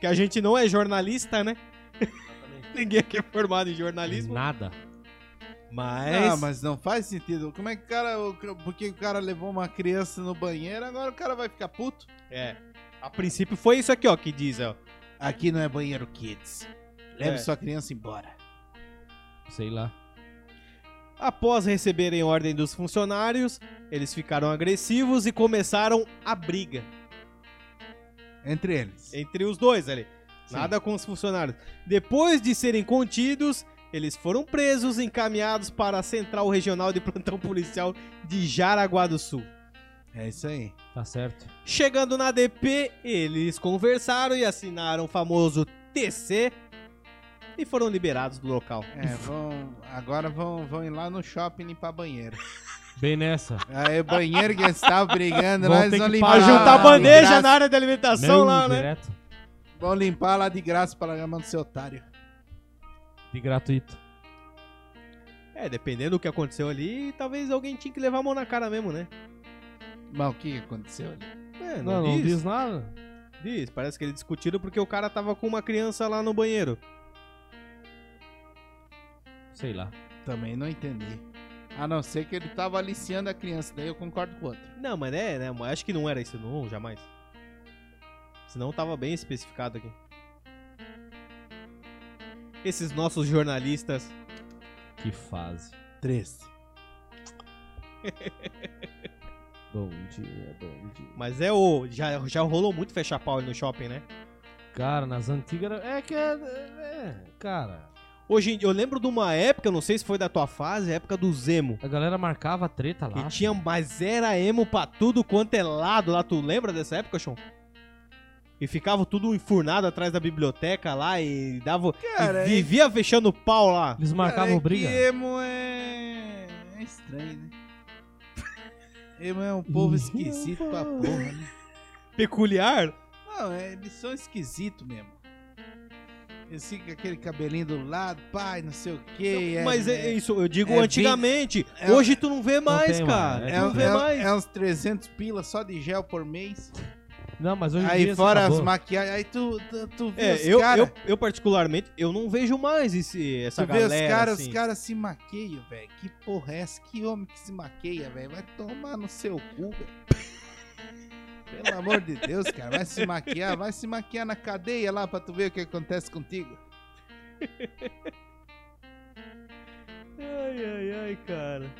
[SPEAKER 2] Que a gente não é jornalista, né? Ninguém aqui é formado em jornalismo.
[SPEAKER 1] Nada.
[SPEAKER 2] Mas,
[SPEAKER 1] É
[SPEAKER 3] Ah, mas não faz sentido. Como é que o cara. o- Porque o cara levou uma criança no banheiro, agora o cara vai ficar puto?
[SPEAKER 2] é. A princípio foi isso aqui, ó, que diz, ó.
[SPEAKER 3] Aqui não é banheiro kids. Leve
[SPEAKER 2] É.
[SPEAKER 3] sua criança embora.
[SPEAKER 1] Sei lá.
[SPEAKER 2] Após receberem ordem dos funcionários, eles ficaram agressivos e começaram a briga
[SPEAKER 3] Entre eles.
[SPEAKER 2] entre os dois ali.
[SPEAKER 3] Sim.
[SPEAKER 2] Nada com os funcionários. Depois de serem contidos, eles foram presos e encaminhados para a Central Regional de Plantão Policial de Jaraguá do Sul.
[SPEAKER 3] É isso aí.
[SPEAKER 1] Tá certo.
[SPEAKER 2] Chegando na DP, eles conversaram e assinaram o famoso TC e foram liberados do local.
[SPEAKER 3] É, vão. Agora vão, vão ir lá no shopping limpar banheiro.
[SPEAKER 1] Bem nessa.
[SPEAKER 3] Aí o banheiro que eles estavam brigando,
[SPEAKER 1] Vão
[SPEAKER 3] nós
[SPEAKER 1] ter
[SPEAKER 3] vão
[SPEAKER 1] que
[SPEAKER 3] limpar.
[SPEAKER 2] Pra
[SPEAKER 1] Ah,
[SPEAKER 2] juntar
[SPEAKER 3] lá de
[SPEAKER 2] bandeja né?
[SPEAKER 3] graça.
[SPEAKER 2] na área de alimentação
[SPEAKER 1] Meu,
[SPEAKER 2] lá, né?
[SPEAKER 1] direto.
[SPEAKER 3] Vão limpar lá de graça pra mão do seu otário.
[SPEAKER 1] De gratuito.
[SPEAKER 2] É, dependendo do que aconteceu ali, talvez alguém tinha que levar a mão na cara mesmo, né?
[SPEAKER 3] Mas o que que aconteceu ali?
[SPEAKER 2] É,
[SPEAKER 1] Não, não diz nada.
[SPEAKER 2] Diz, parece que eles discutiram porque o cara tava com uma criança lá no banheiro.
[SPEAKER 1] Sei lá.
[SPEAKER 3] Também não entendi. A não ser que ele tava aliciando a criança, daí eu concordo com o outro.
[SPEAKER 2] Não, mas é, né? mas Acho que não era isso, não, jamais. Senão tava bem especificado aqui. Esses nossos jornalistas.
[SPEAKER 1] Que fase.
[SPEAKER 3] 13.
[SPEAKER 1] Bom dia, bom dia.
[SPEAKER 2] Mas é o. Já, já rolou muito fechar pau ali no shopping, né?
[SPEAKER 1] Cara, nas antigas. era- É que é. é, cara.
[SPEAKER 2] Hoje em dia, eu lembro de uma época, não sei se foi da tua fase, a época do Zemo.
[SPEAKER 1] A galera marcava a treta lá.
[SPEAKER 2] Que tinha, um mas era emo pra tudo quanto é lado lá. Tu lembra dessa época, Sean? E ficava tudo enfurnado atrás da biblioteca lá e dava.
[SPEAKER 3] Cara,
[SPEAKER 2] e
[SPEAKER 3] é-
[SPEAKER 2] vivia fechando pau lá.
[SPEAKER 1] Eles
[SPEAKER 3] Cara, é
[SPEAKER 1] marcavam briga.
[SPEAKER 3] Que emo é... é estranho, né? Emo é um povo esquisito pra porra, né?
[SPEAKER 2] Peculiar?
[SPEAKER 3] Não, é, eles são esquisitos mesmo. Eles ficam com aquele cabelinho do lado, pai, não sei o que.
[SPEAKER 2] Mas é, isso, eu digo
[SPEAKER 3] é
[SPEAKER 2] antigamente.
[SPEAKER 3] é-
[SPEAKER 2] Hoje tu não vê mais,
[SPEAKER 1] tem mais,
[SPEAKER 2] cara.
[SPEAKER 1] é
[SPEAKER 2] tu não
[SPEAKER 1] tudo-
[SPEAKER 2] vê mais.
[SPEAKER 3] é uns 300 pila só de gel por mês.
[SPEAKER 1] Não, mas hoje em dia
[SPEAKER 3] Aí
[SPEAKER 1] isso
[SPEAKER 3] fora
[SPEAKER 1] acabou.
[SPEAKER 3] as maquiagens, aí tu, tu, tu vê
[SPEAKER 2] É,
[SPEAKER 3] os
[SPEAKER 2] eu,
[SPEAKER 3] caras.
[SPEAKER 2] eu, eu particularmente, eu não vejo mais esse, essa
[SPEAKER 3] Tu vê
[SPEAKER 2] galera.
[SPEAKER 3] os caras,
[SPEAKER 2] assim.
[SPEAKER 3] os caras se maqueiam, velho. Que porra é essa? Que homem que se maqueia, velho? Vai tomar no seu cu, velho. Pelo amor de Deus, cara. Vai se maquiar, vai se maquiar na cadeia lá pra tu ver o que acontece contigo.
[SPEAKER 2] Ai, ai, ai, cara.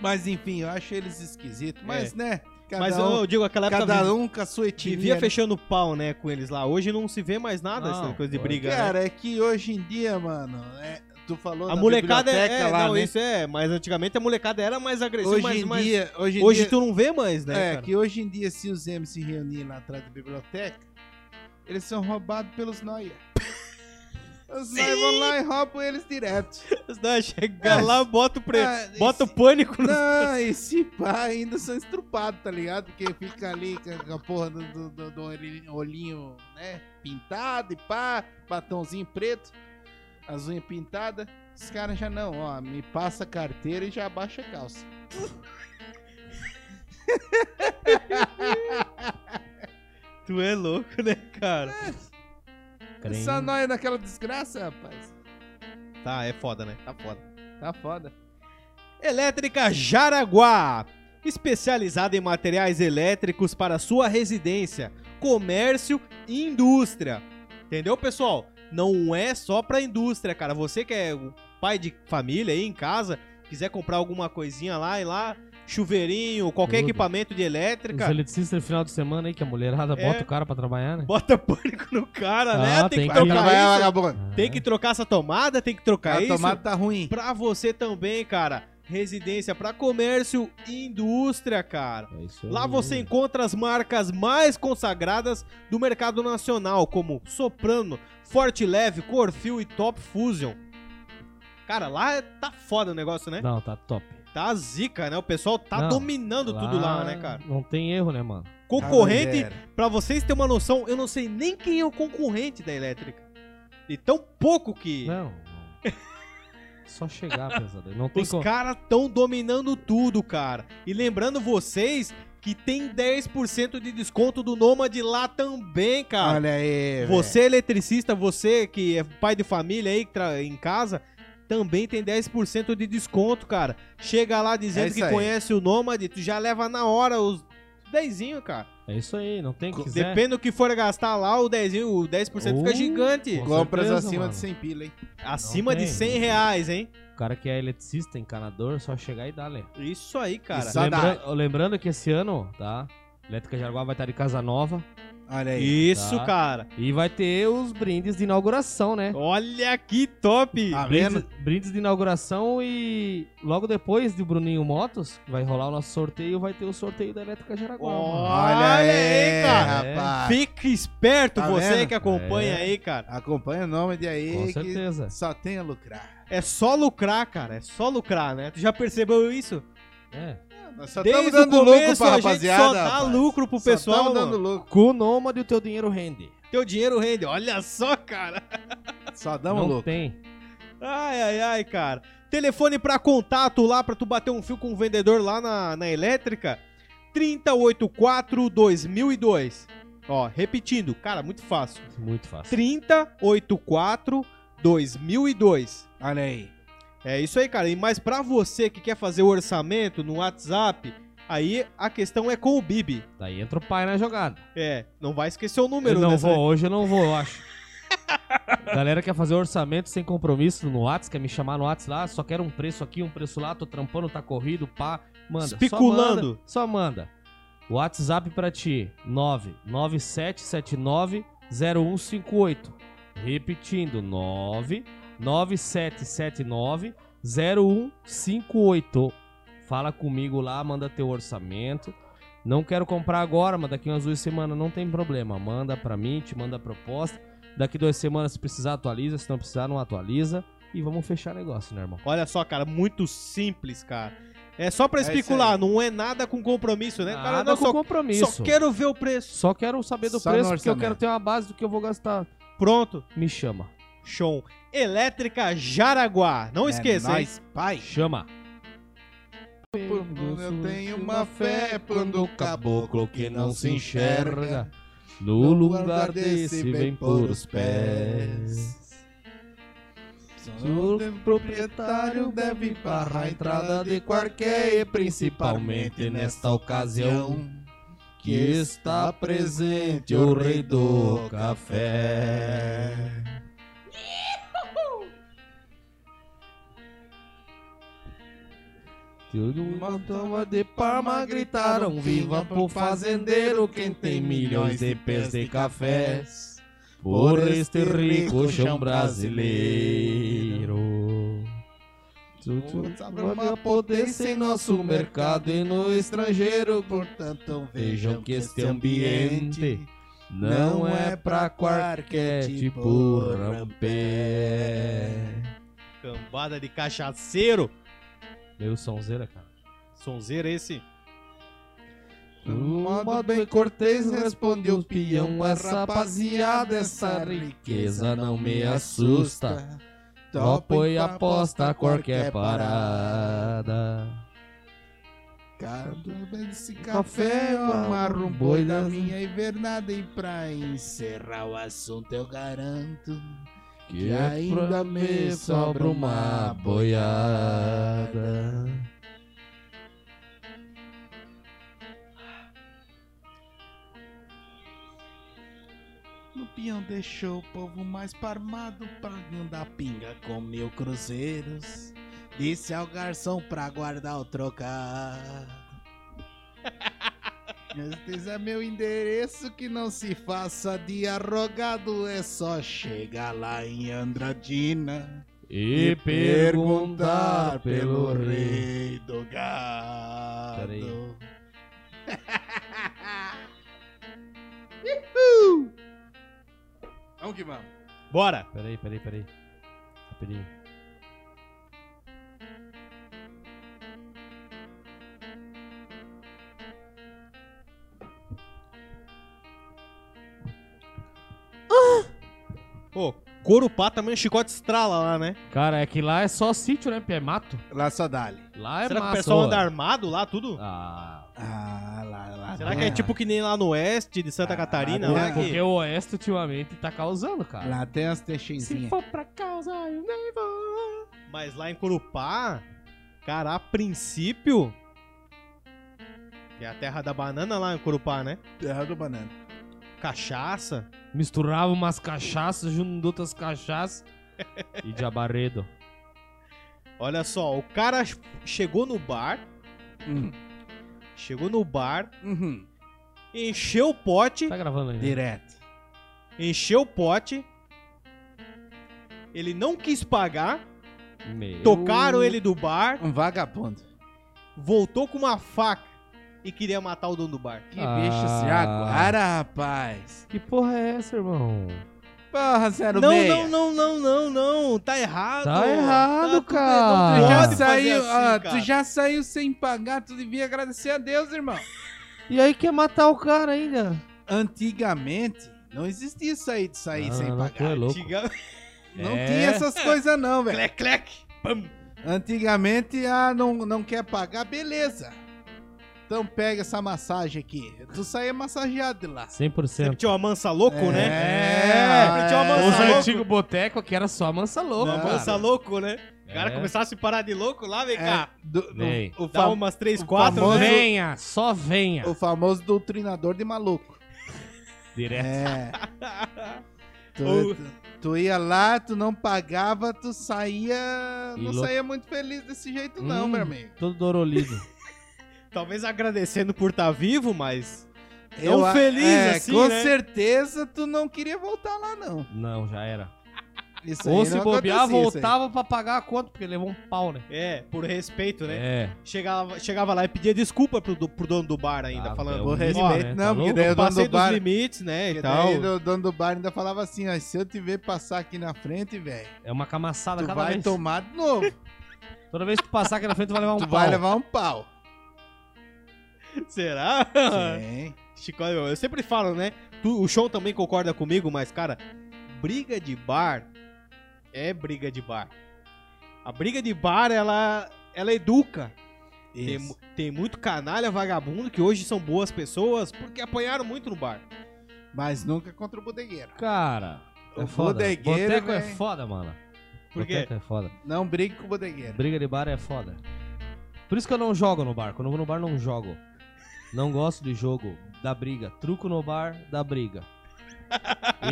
[SPEAKER 3] Mas enfim, eu acho eles esquisitos. Mas, né? Cada
[SPEAKER 2] É. Mas eu,
[SPEAKER 3] um,
[SPEAKER 2] eu digo, aquela época
[SPEAKER 3] cada
[SPEAKER 2] tá vi-
[SPEAKER 3] um com a sua etnia.
[SPEAKER 2] vivia
[SPEAKER 3] né?
[SPEAKER 2] fechando pau, né, com eles lá. Hoje não se vê mais nada,
[SPEAKER 1] Não,
[SPEAKER 2] essa coisa de
[SPEAKER 1] pô.
[SPEAKER 2] briga. né?
[SPEAKER 3] Cara, é que hoje em dia, mano, é- tu falou
[SPEAKER 2] A
[SPEAKER 3] da
[SPEAKER 2] molecada é,
[SPEAKER 3] biblioteca
[SPEAKER 2] é,
[SPEAKER 3] lá,
[SPEAKER 2] não,
[SPEAKER 3] né?
[SPEAKER 2] isso é, mas antigamente a molecada era mais agressiva,
[SPEAKER 3] hoje,
[SPEAKER 2] mas,
[SPEAKER 3] em
[SPEAKER 2] mas-
[SPEAKER 3] dia, hoje em
[SPEAKER 2] hoje
[SPEAKER 3] dia-
[SPEAKER 2] tu não vê mais, né,
[SPEAKER 3] é,
[SPEAKER 2] cara?
[SPEAKER 3] que hoje em dia, se os M se reunirem lá atrás da biblioteca, eles são roubados pelos Noia. Os Noia vão lá e roubam eles direto.
[SPEAKER 2] Não, Né, Chega
[SPEAKER 3] É.
[SPEAKER 2] lá, bota o pre...
[SPEAKER 3] Ah,
[SPEAKER 2] bota o
[SPEAKER 3] e se-
[SPEAKER 2] pânico no...
[SPEAKER 3] Não, e se pá, ainda são estrupados, tá ligado? Porque fica ali com a- com a porra do, do, do- do olhinho- olhinho, né? Pintado e pá, batonzinho preto, as unhas pintadas. Os caras já não, ó, me passa a carteira e já abaixa a calça.
[SPEAKER 2] Tu é louco, né, cara?
[SPEAKER 1] Crem.
[SPEAKER 2] é
[SPEAKER 3] Só nóia naquela desgraça, rapaz.
[SPEAKER 2] Tá, é foda, né? Tá foda.
[SPEAKER 3] Tá foda.
[SPEAKER 2] Elétrica Jaraguá, especializada em materiais elétricos para sua residência, comércio e indústria. Entendeu, pessoal? Não é só para indústria, cara. Você que é o pai de família aí em casa, quiser comprar alguma coisinha lá e lá, chuveirinho, qualquer
[SPEAKER 1] Tudo.
[SPEAKER 2] equipamento de
[SPEAKER 1] Os
[SPEAKER 2] elétrica,
[SPEAKER 1] eletricistas no final de semana aí, que a mulherada
[SPEAKER 2] É.
[SPEAKER 1] bota o cara pra trabalhar, né?
[SPEAKER 2] bota pânico no cara, né?
[SPEAKER 1] Ah,
[SPEAKER 2] Tem,
[SPEAKER 1] tem
[SPEAKER 2] que
[SPEAKER 1] que-
[SPEAKER 3] Vai
[SPEAKER 2] trocar
[SPEAKER 3] trabalhar,
[SPEAKER 2] isso.
[SPEAKER 3] vagabundo.
[SPEAKER 2] Tem que trocar essa tomada, tem que trocar
[SPEAKER 3] A
[SPEAKER 2] isso.
[SPEAKER 3] tomada tá ruim.
[SPEAKER 2] Pra você também, cara. Residência para comércio e indústria, cara.
[SPEAKER 1] É isso aí.
[SPEAKER 2] Lá você encontra as marcas mais consagradas do mercado nacional, como Soprano, Forte Leve, Corfil e Top Fusion. Cara, lá tá foda o negócio, né?
[SPEAKER 1] Não, tá top.
[SPEAKER 2] Tá zica, né? O pessoal tá
[SPEAKER 1] Não,
[SPEAKER 2] dominando tudo lá, né, cara?
[SPEAKER 1] Não tem erro, né, mano?
[SPEAKER 3] Tá
[SPEAKER 2] Concorrente, pra vocês terem uma noção, eu não sei nem quem é o concorrente da elétrica. E tão pouco que
[SPEAKER 1] Não. não. Só chegar, pesado. Não tem
[SPEAKER 2] os
[SPEAKER 1] como.
[SPEAKER 2] caras tão dominando tudo, cara. E lembrando vocês que tem 10% de desconto do Nômade lá também, cara.
[SPEAKER 3] Olha aí,
[SPEAKER 2] ah, Você eletricista, você que é pai de família aí que tra- em casa, também tem 10% de desconto, cara. Chega lá
[SPEAKER 3] É
[SPEAKER 2] dizendo
[SPEAKER 3] isso
[SPEAKER 2] que
[SPEAKER 3] aí.
[SPEAKER 2] conhece o Nômade, tu já leva na hora os dezinho, cara.
[SPEAKER 1] É isso aí, não tem que
[SPEAKER 3] Co-
[SPEAKER 1] quiser.
[SPEAKER 2] Depende do que for gastar lá, o dezinho, o 10% fica
[SPEAKER 1] Uh,
[SPEAKER 2] gigante.
[SPEAKER 1] com
[SPEAKER 3] Compras
[SPEAKER 1] certeza,
[SPEAKER 3] acima
[SPEAKER 1] mano.
[SPEAKER 3] de 100 pila, hein?
[SPEAKER 2] Acima de
[SPEAKER 1] tem.
[SPEAKER 2] 100 reais, hein?
[SPEAKER 1] O cara que é eletricista, encanador, é só chegar e dar, né?
[SPEAKER 2] Isso aí, cara.
[SPEAKER 3] Isso Só
[SPEAKER 1] Lembra- Lembrando que esse ano, tá? Elétrica Jaguar vai estar de casa nova.
[SPEAKER 3] Olha aí.
[SPEAKER 2] Isso,
[SPEAKER 1] Tá.
[SPEAKER 2] cara.
[SPEAKER 1] E vai ter os brindes de inauguração, né?
[SPEAKER 2] Olha que top!
[SPEAKER 3] Tá
[SPEAKER 1] Brindes,
[SPEAKER 3] vendo?
[SPEAKER 1] brindes de inauguração e logo depois do Bruninho Motos, que vai rolar o nosso sorteio, vai ter o sorteio da Elétrica Jaraguá. mano.
[SPEAKER 2] Olha
[SPEAKER 3] Olha
[SPEAKER 2] aí,
[SPEAKER 3] aí,
[SPEAKER 2] cara.
[SPEAKER 3] rapaz.
[SPEAKER 2] Fique esperto,
[SPEAKER 3] Tá
[SPEAKER 2] você
[SPEAKER 3] vendo?
[SPEAKER 2] que acompanha
[SPEAKER 1] É.
[SPEAKER 2] aí, cara.
[SPEAKER 3] Acompanha o nome de aí
[SPEAKER 1] Com
[SPEAKER 3] que
[SPEAKER 1] certeza.
[SPEAKER 3] só tem a lucrar.
[SPEAKER 2] É só lucrar, cara. É só lucrar, né? Tu já percebeu isso?
[SPEAKER 1] É.
[SPEAKER 3] Nós só
[SPEAKER 2] Desde
[SPEAKER 3] estamos dando
[SPEAKER 2] o
[SPEAKER 3] lucro
[SPEAKER 2] começo
[SPEAKER 3] pra
[SPEAKER 2] a gente
[SPEAKER 3] rapaziada.
[SPEAKER 2] só dá
[SPEAKER 3] rapaz.
[SPEAKER 2] lucro pro
[SPEAKER 3] Só
[SPEAKER 2] pessoal.
[SPEAKER 3] tamo dando
[SPEAKER 2] mano.
[SPEAKER 3] lucro.
[SPEAKER 1] Com o Nômade o teu dinheiro rende.
[SPEAKER 2] Teu dinheiro rende. Olha só, cara.
[SPEAKER 3] Só damos
[SPEAKER 1] não
[SPEAKER 3] lucro.
[SPEAKER 1] tem.
[SPEAKER 2] Ai, ai, ai, cara. Telefone pra contato lá pra tu bater um fio com o vendedor lá na, na elétrica. 3084-2002. Ó, repetindo. Cara, muito fácil.
[SPEAKER 1] Muito fácil.
[SPEAKER 2] 3084-2002.
[SPEAKER 3] Olha aí.
[SPEAKER 2] É isso aí, cara. E mas pra você que quer fazer o orçamento no WhatsApp, aí a questão é com o Bibi.
[SPEAKER 1] Daí entra o pai na jogada.
[SPEAKER 2] É, não vai esquecer o número,
[SPEAKER 1] Eu não
[SPEAKER 2] né?
[SPEAKER 1] vou, hoje eu não vou, eu acho. Galera quer fazer orçamento sem compromisso no Whats, quer me chamar no Whats lá, só quero um preço aqui, um preço lá, tô trampando, tá corrido, pá. Manda. Só
[SPEAKER 2] Especulando.
[SPEAKER 1] manda, Só manda. WhatsApp pra ti, 997790158. Repetindo, 997790158. Fala comigo lá, manda teu orçamento. Não quero comprar agora, mas daqui umas duas semanas não tem problema. Manda pra mim, te manda a proposta. Daqui duas semanas, se precisar, atualiza. Se não precisar, não atualiza. E vamos fechar negócio, né, irmão?
[SPEAKER 2] Olha só, cara, muito simples, cara. É só pra
[SPEAKER 3] É isso
[SPEAKER 2] especular, não é nada com compromisso, né? cara,
[SPEAKER 1] Nada
[SPEAKER 2] não,
[SPEAKER 1] com
[SPEAKER 2] só,
[SPEAKER 1] compromisso.
[SPEAKER 2] só quero ver o preço.
[SPEAKER 1] Só quero saber do
[SPEAKER 3] Só no
[SPEAKER 1] preço, porque eu
[SPEAKER 3] orçamento.
[SPEAKER 1] quero ter uma base do que eu vou gastar.
[SPEAKER 2] Pronto,
[SPEAKER 1] Me chama.
[SPEAKER 2] show. Elétrica Jaraguá. Não esqueça, hein?
[SPEAKER 3] Nós, É pai.
[SPEAKER 1] Chama.
[SPEAKER 3] Eu tenho uma fé quando o caboclo que não se enxerga Então,
[SPEAKER 1] No lugar desse vem por os pés.
[SPEAKER 3] O um proprietário deve barrar a entrada de qualquer, principalmente nesta ocasião que está presente o rei do café.
[SPEAKER 1] Tudo
[SPEAKER 3] Uma turma de Parma gritaram um viva pro fazendeiro quem tem milhões de pés de cafés.
[SPEAKER 1] por este rico chão brasileiro.
[SPEAKER 3] Uma potência em nosso mercado e no estrangeiro, portanto vejam que este ambiente
[SPEAKER 1] Não é pra qualquer tipo rampé.
[SPEAKER 2] Cambada de cachaceiro.
[SPEAKER 1] Meu sonzeira, cara.
[SPEAKER 2] Sonzeiro esse.
[SPEAKER 3] Um modo bem cortês respondeu o peão Essa rapaziada, essa riqueza não me assusta
[SPEAKER 1] Topo e aposta qualquer parada.
[SPEAKER 3] Esse café eu amarro um boi da minha invernada E pra encerrar o assunto eu garanto
[SPEAKER 1] Que ainda me sobra uma boiada.
[SPEAKER 3] O peão deixou o povo mais parmado pra andar pinga com mil cruzeiros. Disse ao garçom pra guardar o trocado. Este é meu endereço que não se faça de arrogado. É só chegar lá em Andradina
[SPEAKER 1] E perguntar pelo rei.
[SPEAKER 3] rei do gado.
[SPEAKER 1] Peraí.
[SPEAKER 3] Uhul! Vamos que vamos.
[SPEAKER 2] Bora.
[SPEAKER 1] Peraí, peraí, peraí. Rapidinho.
[SPEAKER 2] Pô, Corupá também é um chicote estrala lá, né?
[SPEAKER 1] Cara, é que lá é só sítio, né? É mato.
[SPEAKER 3] Lá só dá-lhe.
[SPEAKER 1] Lá é
[SPEAKER 2] Será que
[SPEAKER 1] massa.
[SPEAKER 2] o pessoal
[SPEAKER 1] ó.
[SPEAKER 2] anda armado lá, tudo?
[SPEAKER 1] Ah,
[SPEAKER 3] Ah, lá, lá.
[SPEAKER 2] Será que é tipo que nem lá no oeste de Santa
[SPEAKER 3] Ah,
[SPEAKER 2] Catarina?
[SPEAKER 3] lá
[SPEAKER 2] Lá
[SPEAKER 3] tem-
[SPEAKER 1] porque
[SPEAKER 2] que...
[SPEAKER 1] o Oeste ultimamente tá causando, cara.
[SPEAKER 3] Lá tem as
[SPEAKER 1] Se
[SPEAKER 3] teixeirinhas.
[SPEAKER 1] for pra causa, eu nem vou.
[SPEAKER 2] Mas lá em Corupá, cara, a princípio... Que é a terra da banana lá em Corupá, né?
[SPEAKER 3] Terra do banana.
[SPEAKER 2] Cachaça.
[SPEAKER 1] Misturava umas cachaças junto de outras cachaças. e de abarredo.
[SPEAKER 2] Olha só, o cara chegou no bar,
[SPEAKER 3] Hum.
[SPEAKER 2] chegou no bar,
[SPEAKER 3] Uhum.
[SPEAKER 2] encheu o pote,
[SPEAKER 1] Tá gravando aí, né?
[SPEAKER 3] Direto.
[SPEAKER 2] encheu o pote. Ele não quis pagar,
[SPEAKER 1] Meu.
[SPEAKER 2] tocaram ele do bar,
[SPEAKER 3] Um vagabundo.
[SPEAKER 2] voltou com uma faca e queria matar o dono do bar.
[SPEAKER 3] Que
[SPEAKER 1] Ah.
[SPEAKER 3] bicho se aguara, rapaz.
[SPEAKER 1] Que porra é essa, irmão?
[SPEAKER 3] Porra, zero
[SPEAKER 2] não,
[SPEAKER 3] meia.
[SPEAKER 2] não, não, não, não, não, tá errado.
[SPEAKER 1] Tá errado,
[SPEAKER 2] tudo-
[SPEAKER 1] cara.
[SPEAKER 2] Não
[SPEAKER 3] Tu já,
[SPEAKER 2] pode fazer
[SPEAKER 3] saiu,
[SPEAKER 2] assim,
[SPEAKER 3] ah,
[SPEAKER 2] cara.
[SPEAKER 3] tu já saiu sem pagar, tu devia agradecer a Deus, irmão.
[SPEAKER 1] E aí quer matar o cara ainda?
[SPEAKER 3] Antigamente, não existia isso aí de sair sem
[SPEAKER 1] não, tu
[SPEAKER 3] pagar.
[SPEAKER 1] é louco.
[SPEAKER 2] Antiga-
[SPEAKER 3] Não
[SPEAKER 1] É.
[SPEAKER 3] tinha essas coisas não, velho.
[SPEAKER 2] Clec, clec. Pam.
[SPEAKER 3] Antigamente, ah, não, não quer pagar, beleza. Então pega essa massagem aqui. Tu saía massageado de lá.
[SPEAKER 1] 100%.
[SPEAKER 2] Sempre tinha uma mansa louco,
[SPEAKER 3] É.
[SPEAKER 2] né?
[SPEAKER 3] É.
[SPEAKER 2] Sempre tinha uma
[SPEAKER 3] Os
[SPEAKER 2] mansa louco.
[SPEAKER 1] antigos botecos aqui era só mansa louca,
[SPEAKER 2] Uma
[SPEAKER 3] tá Não,
[SPEAKER 2] mansa louco, né?
[SPEAKER 1] É.
[SPEAKER 2] cara
[SPEAKER 1] É.
[SPEAKER 2] começasse a se parar de louco lá, vem
[SPEAKER 3] É,
[SPEAKER 2] cá.
[SPEAKER 3] do- do-
[SPEAKER 1] Vem.
[SPEAKER 3] o,
[SPEAKER 2] Dá
[SPEAKER 3] fam-
[SPEAKER 2] umas três,
[SPEAKER 3] o
[SPEAKER 2] quatro,
[SPEAKER 3] famoso-
[SPEAKER 2] né?
[SPEAKER 1] um Venha, só venha.
[SPEAKER 3] o famoso doutrinador de maluco.
[SPEAKER 1] Direto.
[SPEAKER 3] É. Tu,
[SPEAKER 2] Ou-
[SPEAKER 3] tu- tu ia lá, tu não pagava, tu saía.
[SPEAKER 1] E
[SPEAKER 3] não
[SPEAKER 1] lou-
[SPEAKER 3] saía muito feliz desse jeito, não,
[SPEAKER 1] Hum.
[SPEAKER 3] meu amigo.
[SPEAKER 1] Todo dorolido.
[SPEAKER 2] Talvez agradecendo por estar vivo, mas. Tão
[SPEAKER 3] a-
[SPEAKER 2] feliz
[SPEAKER 3] é,
[SPEAKER 2] assim,
[SPEAKER 3] Com
[SPEAKER 2] né?
[SPEAKER 3] certeza tu não queria voltar lá, não.
[SPEAKER 1] Não, já era.
[SPEAKER 3] Isso
[SPEAKER 1] Ou
[SPEAKER 3] aí
[SPEAKER 1] se
[SPEAKER 3] não
[SPEAKER 1] bobear,
[SPEAKER 3] acontecia, isso aí.
[SPEAKER 1] voltava pra pagar a conta, porque levou um pau, né?
[SPEAKER 2] É, por respeito, né?
[SPEAKER 1] É.
[SPEAKER 2] Chegava, chegava lá e pedia desculpa pro, do- pro dono do bar ainda,
[SPEAKER 1] Ah,
[SPEAKER 2] falando.
[SPEAKER 1] é
[SPEAKER 2] "Ó,
[SPEAKER 1] o mínimo,
[SPEAKER 2] ó,
[SPEAKER 1] né? Tá
[SPEAKER 3] Não, porque
[SPEAKER 1] louco?
[SPEAKER 3] daí É o dono
[SPEAKER 2] Passei
[SPEAKER 3] do
[SPEAKER 2] dos
[SPEAKER 3] bar. tá
[SPEAKER 2] limites, né? E
[SPEAKER 3] porque
[SPEAKER 1] tá
[SPEAKER 2] tal.
[SPEAKER 3] daí o dono do bar ainda falava assim: ó, se eu te ver passar aqui na frente, velho,
[SPEAKER 1] É uma camaçada
[SPEAKER 3] tu
[SPEAKER 1] cada
[SPEAKER 3] vai
[SPEAKER 1] vez.
[SPEAKER 3] tomar de novo.
[SPEAKER 1] Toda vez que tu passar aqui na frente, tu vai levar um
[SPEAKER 3] tu
[SPEAKER 1] pau.
[SPEAKER 3] vai levar um pau.
[SPEAKER 2] Será?
[SPEAKER 3] Sim.
[SPEAKER 2] Chico, eu eu sempre falo, né? Tu- o show também concorda comigo, mas, cara, briga de bar é briga de bar. A briga de bar, ela, ela educa. Tem, mu-
[SPEAKER 3] Isso.
[SPEAKER 2] tem muito canalha vagabundo que hoje são boas pessoas porque apanharam muito no bar.
[SPEAKER 3] Mas nunca contra o bodegueiro.
[SPEAKER 1] Cara, é
[SPEAKER 3] O
[SPEAKER 1] foda.
[SPEAKER 3] bodegueiro, né?
[SPEAKER 1] Boteco é
[SPEAKER 3] véi.
[SPEAKER 1] foda, mano.
[SPEAKER 2] Por quê?
[SPEAKER 1] Boteco é foda.
[SPEAKER 3] Não brigue com o bodegueiro.
[SPEAKER 1] Briga de bar é foda. Por isso que eu não jogo no bar. Quando eu vou no bar, não jogo. Não gosto de jogo da briga. Truco no bar, da briga.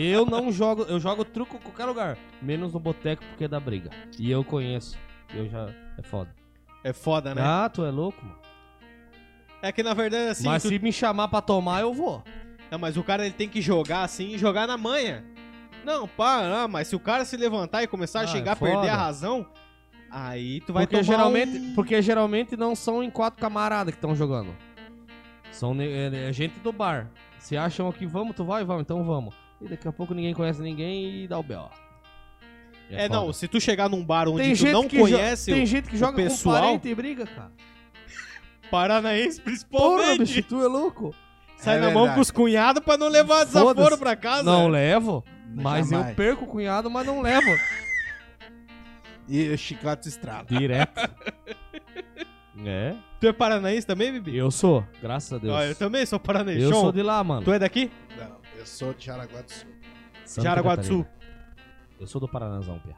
[SPEAKER 1] Eu não jogo, eu jogo truco em qualquer lugar, menos no boteco porque é da briga. E eu conheço. Eu já é foda.
[SPEAKER 2] É foda, né?
[SPEAKER 1] Ah, tu é louco, mano.
[SPEAKER 2] É que na verdade, assim,
[SPEAKER 1] Mas
[SPEAKER 2] tu-
[SPEAKER 1] se me chamar pra tomar, eu vou.
[SPEAKER 2] Não, mas o cara ele tem que jogar assim e jogar na manha. Não, pá, não, mas se o cara se levantar e começar
[SPEAKER 1] Ah,
[SPEAKER 2] a chegar,
[SPEAKER 1] é
[SPEAKER 2] a perder
[SPEAKER 1] foda.
[SPEAKER 2] a razão, aí tu vai
[SPEAKER 1] porque
[SPEAKER 2] tomar
[SPEAKER 1] geralmente,
[SPEAKER 2] um-
[SPEAKER 1] porque geralmente não são em quatro camaradas que estão jogando. São ne- é, é gente do bar. Se acham que vamos, tu vai, vamos, então vamos. E daqui a pouco ninguém conhece ninguém e dá o B.O.
[SPEAKER 2] É,
[SPEAKER 1] foda.
[SPEAKER 2] não, se tu chegar num bar onde
[SPEAKER 1] Tem
[SPEAKER 2] tu
[SPEAKER 1] gente
[SPEAKER 2] não
[SPEAKER 1] que
[SPEAKER 2] conhece
[SPEAKER 1] jo- tem
[SPEAKER 2] o
[SPEAKER 1] gente que joga
[SPEAKER 2] pessoal.
[SPEAKER 1] com parente e briga, cara.
[SPEAKER 2] paranaense,
[SPEAKER 1] Porra,
[SPEAKER 2] principalmente,
[SPEAKER 1] bicho, tu é louco?
[SPEAKER 2] sai
[SPEAKER 3] É
[SPEAKER 2] na mão
[SPEAKER 3] verdade.
[SPEAKER 2] com os cunhados pra não levar desaforo
[SPEAKER 1] Foda-se.
[SPEAKER 2] pra casa.
[SPEAKER 1] não levo, mas eu
[SPEAKER 3] Jamais.
[SPEAKER 1] perco o cunhado, mas não levo.
[SPEAKER 3] E o chicote estrala.
[SPEAKER 1] Direto. é,
[SPEAKER 2] Tu é paranaense também, Bibi?
[SPEAKER 1] eu sou, graças a Deus.
[SPEAKER 2] Ó, eu também sou paranaense.
[SPEAKER 1] Eu
[SPEAKER 2] João,
[SPEAKER 1] sou de lá, mano.
[SPEAKER 2] Tu é daqui?
[SPEAKER 3] Não, eu sou de Jaraguá do Sul.
[SPEAKER 1] Santa
[SPEAKER 2] Jaraguá do Sul.
[SPEAKER 1] Catarina. Eu sou do Paranazão, Pia.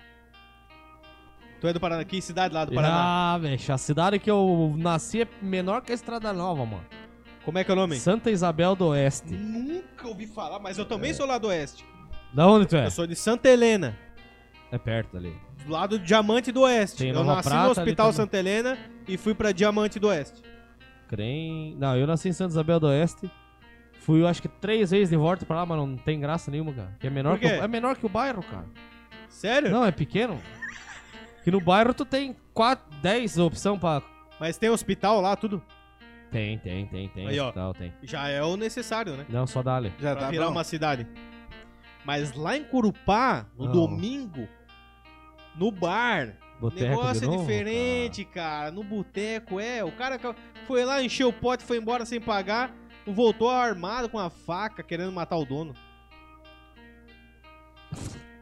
[SPEAKER 2] Tu é do Paraná? Que cidade lá do Paraná?
[SPEAKER 1] Ah, bicho, a cidade que eu nasci é menor que a Estrada Nova, mano.
[SPEAKER 2] Como é que é o nome?
[SPEAKER 1] Santa Isabel do Oeste.
[SPEAKER 2] Nunca ouvi falar, mas eu também sou lá do Oeste.
[SPEAKER 1] Da onde tu é?
[SPEAKER 2] Eu sou de Santa Helena.
[SPEAKER 1] É perto ali.
[SPEAKER 2] do lado do Diamante do Oeste.
[SPEAKER 1] Tem
[SPEAKER 2] eu
[SPEAKER 1] Nova
[SPEAKER 2] nasci
[SPEAKER 1] Prata
[SPEAKER 2] no
[SPEAKER 1] ali
[SPEAKER 2] Hospital
[SPEAKER 1] também.
[SPEAKER 2] Santa Helena e fui pra Diamante do Oeste.
[SPEAKER 1] Crem... Não, eu nasci em Santa Isabel do Oeste. Fui, eu acho que três vezes de volta pra lá, mas não tem graça nenhuma, cara. Que é, menor
[SPEAKER 2] Por
[SPEAKER 1] que o...
[SPEAKER 2] quê?
[SPEAKER 1] é menor que o bairro, cara.
[SPEAKER 2] Sério?
[SPEAKER 1] Não, é pequeno. Que no bairro tu tem quatro, dez opção pra...
[SPEAKER 2] Mas tem hospital lá, tudo.
[SPEAKER 1] Tem, tem, tem, tem.
[SPEAKER 2] Aí, ó.
[SPEAKER 1] hospital, tem.
[SPEAKER 2] Já é o necessário, né?
[SPEAKER 1] Não, só dali.
[SPEAKER 3] Já
[SPEAKER 2] Pra
[SPEAKER 3] tá
[SPEAKER 2] virar
[SPEAKER 3] bom.
[SPEAKER 2] uma cidade. Mas lá em Curupá, no
[SPEAKER 1] Não.
[SPEAKER 2] domingo, no bar, o
[SPEAKER 1] Boteco
[SPEAKER 2] negócio
[SPEAKER 1] de
[SPEAKER 2] é
[SPEAKER 1] novo,
[SPEAKER 2] diferente, cara. No boteco, é. O cara que foi lá, encheu o pote, foi embora sem pagar, voltou armado com a faca, querendo matar o dono.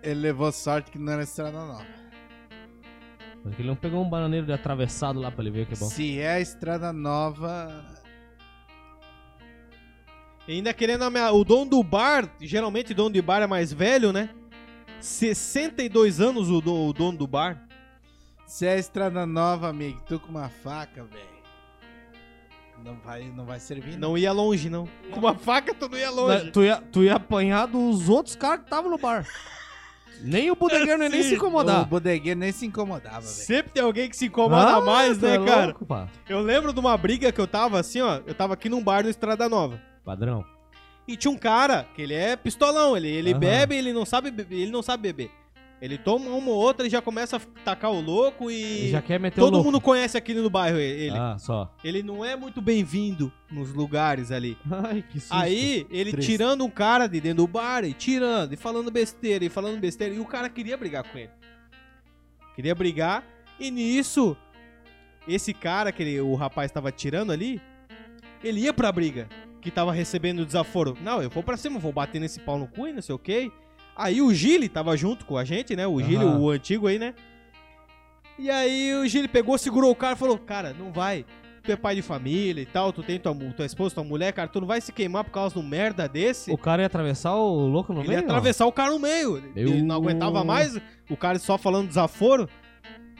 [SPEAKER 3] Ele levou sorte que não era estrada nova.
[SPEAKER 1] Cara. Porque ele não pegou um bananeiro de atravessado lá pra ele ver o que é bom.
[SPEAKER 3] Se é estrada nova,
[SPEAKER 2] E ainda querendo ameaçar. O dono do bar, geralmente o dono de bar é mais velho, né? 62 anos o, do- o dono do bar.
[SPEAKER 3] se é estrada nova, amigo, tu com uma faca, velho. Não vai, não vai servir,
[SPEAKER 2] Não ia longe, não. Com uma faca tu não ia
[SPEAKER 1] Mas
[SPEAKER 2] longe.
[SPEAKER 1] Né, Tu ia, tu ia apanhar dos outros caras que estavam no bar. Nem o bodegueiro não ia nem
[SPEAKER 2] Sim,
[SPEAKER 1] se incomodar.
[SPEAKER 3] O bodegueiro nem se incomodava, velho.
[SPEAKER 2] Sempre tem alguém que se incomoda
[SPEAKER 1] Ah,
[SPEAKER 2] mais,
[SPEAKER 1] tu
[SPEAKER 2] né,
[SPEAKER 1] é
[SPEAKER 2] cara?
[SPEAKER 1] louco, pá.
[SPEAKER 2] Eu lembro de uma briga que eu tava assim, ó. Eu tava aqui num bar no Estrada Nova.
[SPEAKER 1] Padrão.
[SPEAKER 2] E tinha um cara que ele é pistolão, ele, ele
[SPEAKER 1] Aham.
[SPEAKER 2] bebe, ele não sabe beber, ele não sabe beber. Ele toma uma ou outra e já começa a tacar o louco e.
[SPEAKER 1] Ele já quer meter o
[SPEAKER 2] Todo
[SPEAKER 1] louco.
[SPEAKER 2] mundo conhece aquele no bairro, ele.
[SPEAKER 1] Ah, só.
[SPEAKER 2] Ele não é muito bem-vindo nos lugares ali.
[SPEAKER 1] Ai, que susto.
[SPEAKER 2] Aí, ele
[SPEAKER 3] Triste.
[SPEAKER 2] tirando um cara de dentro do bar, e tirando, e falando besteira, e falando besteira, e o cara queria brigar com ele. Queria brigar, e nisso, esse cara que ele- o rapaz tava tirando ali, ele ia pra briga, que tava recebendo o desaforo. Não, eu vou pra cima, vou bater nesse pau no cu e não sei o quê. Aí o Gile tava junto com a gente, né? O Gile,
[SPEAKER 1] Aham.
[SPEAKER 2] o antigo aí, né? E aí o Gile pegou, segurou o cara e falou: Cara, não vai. Tu é pai de família e tal, tu tem tua, mu- tua esposa, tua mulher, cara, tu não vai se queimar por causa de um merda desse.
[SPEAKER 1] O cara ia atravessar o louco no
[SPEAKER 2] Ele
[SPEAKER 1] meio?
[SPEAKER 2] ia atravessar o cara no meio. Ele
[SPEAKER 1] Meu-
[SPEAKER 2] não aguentava mais, o cara só falando desaforo.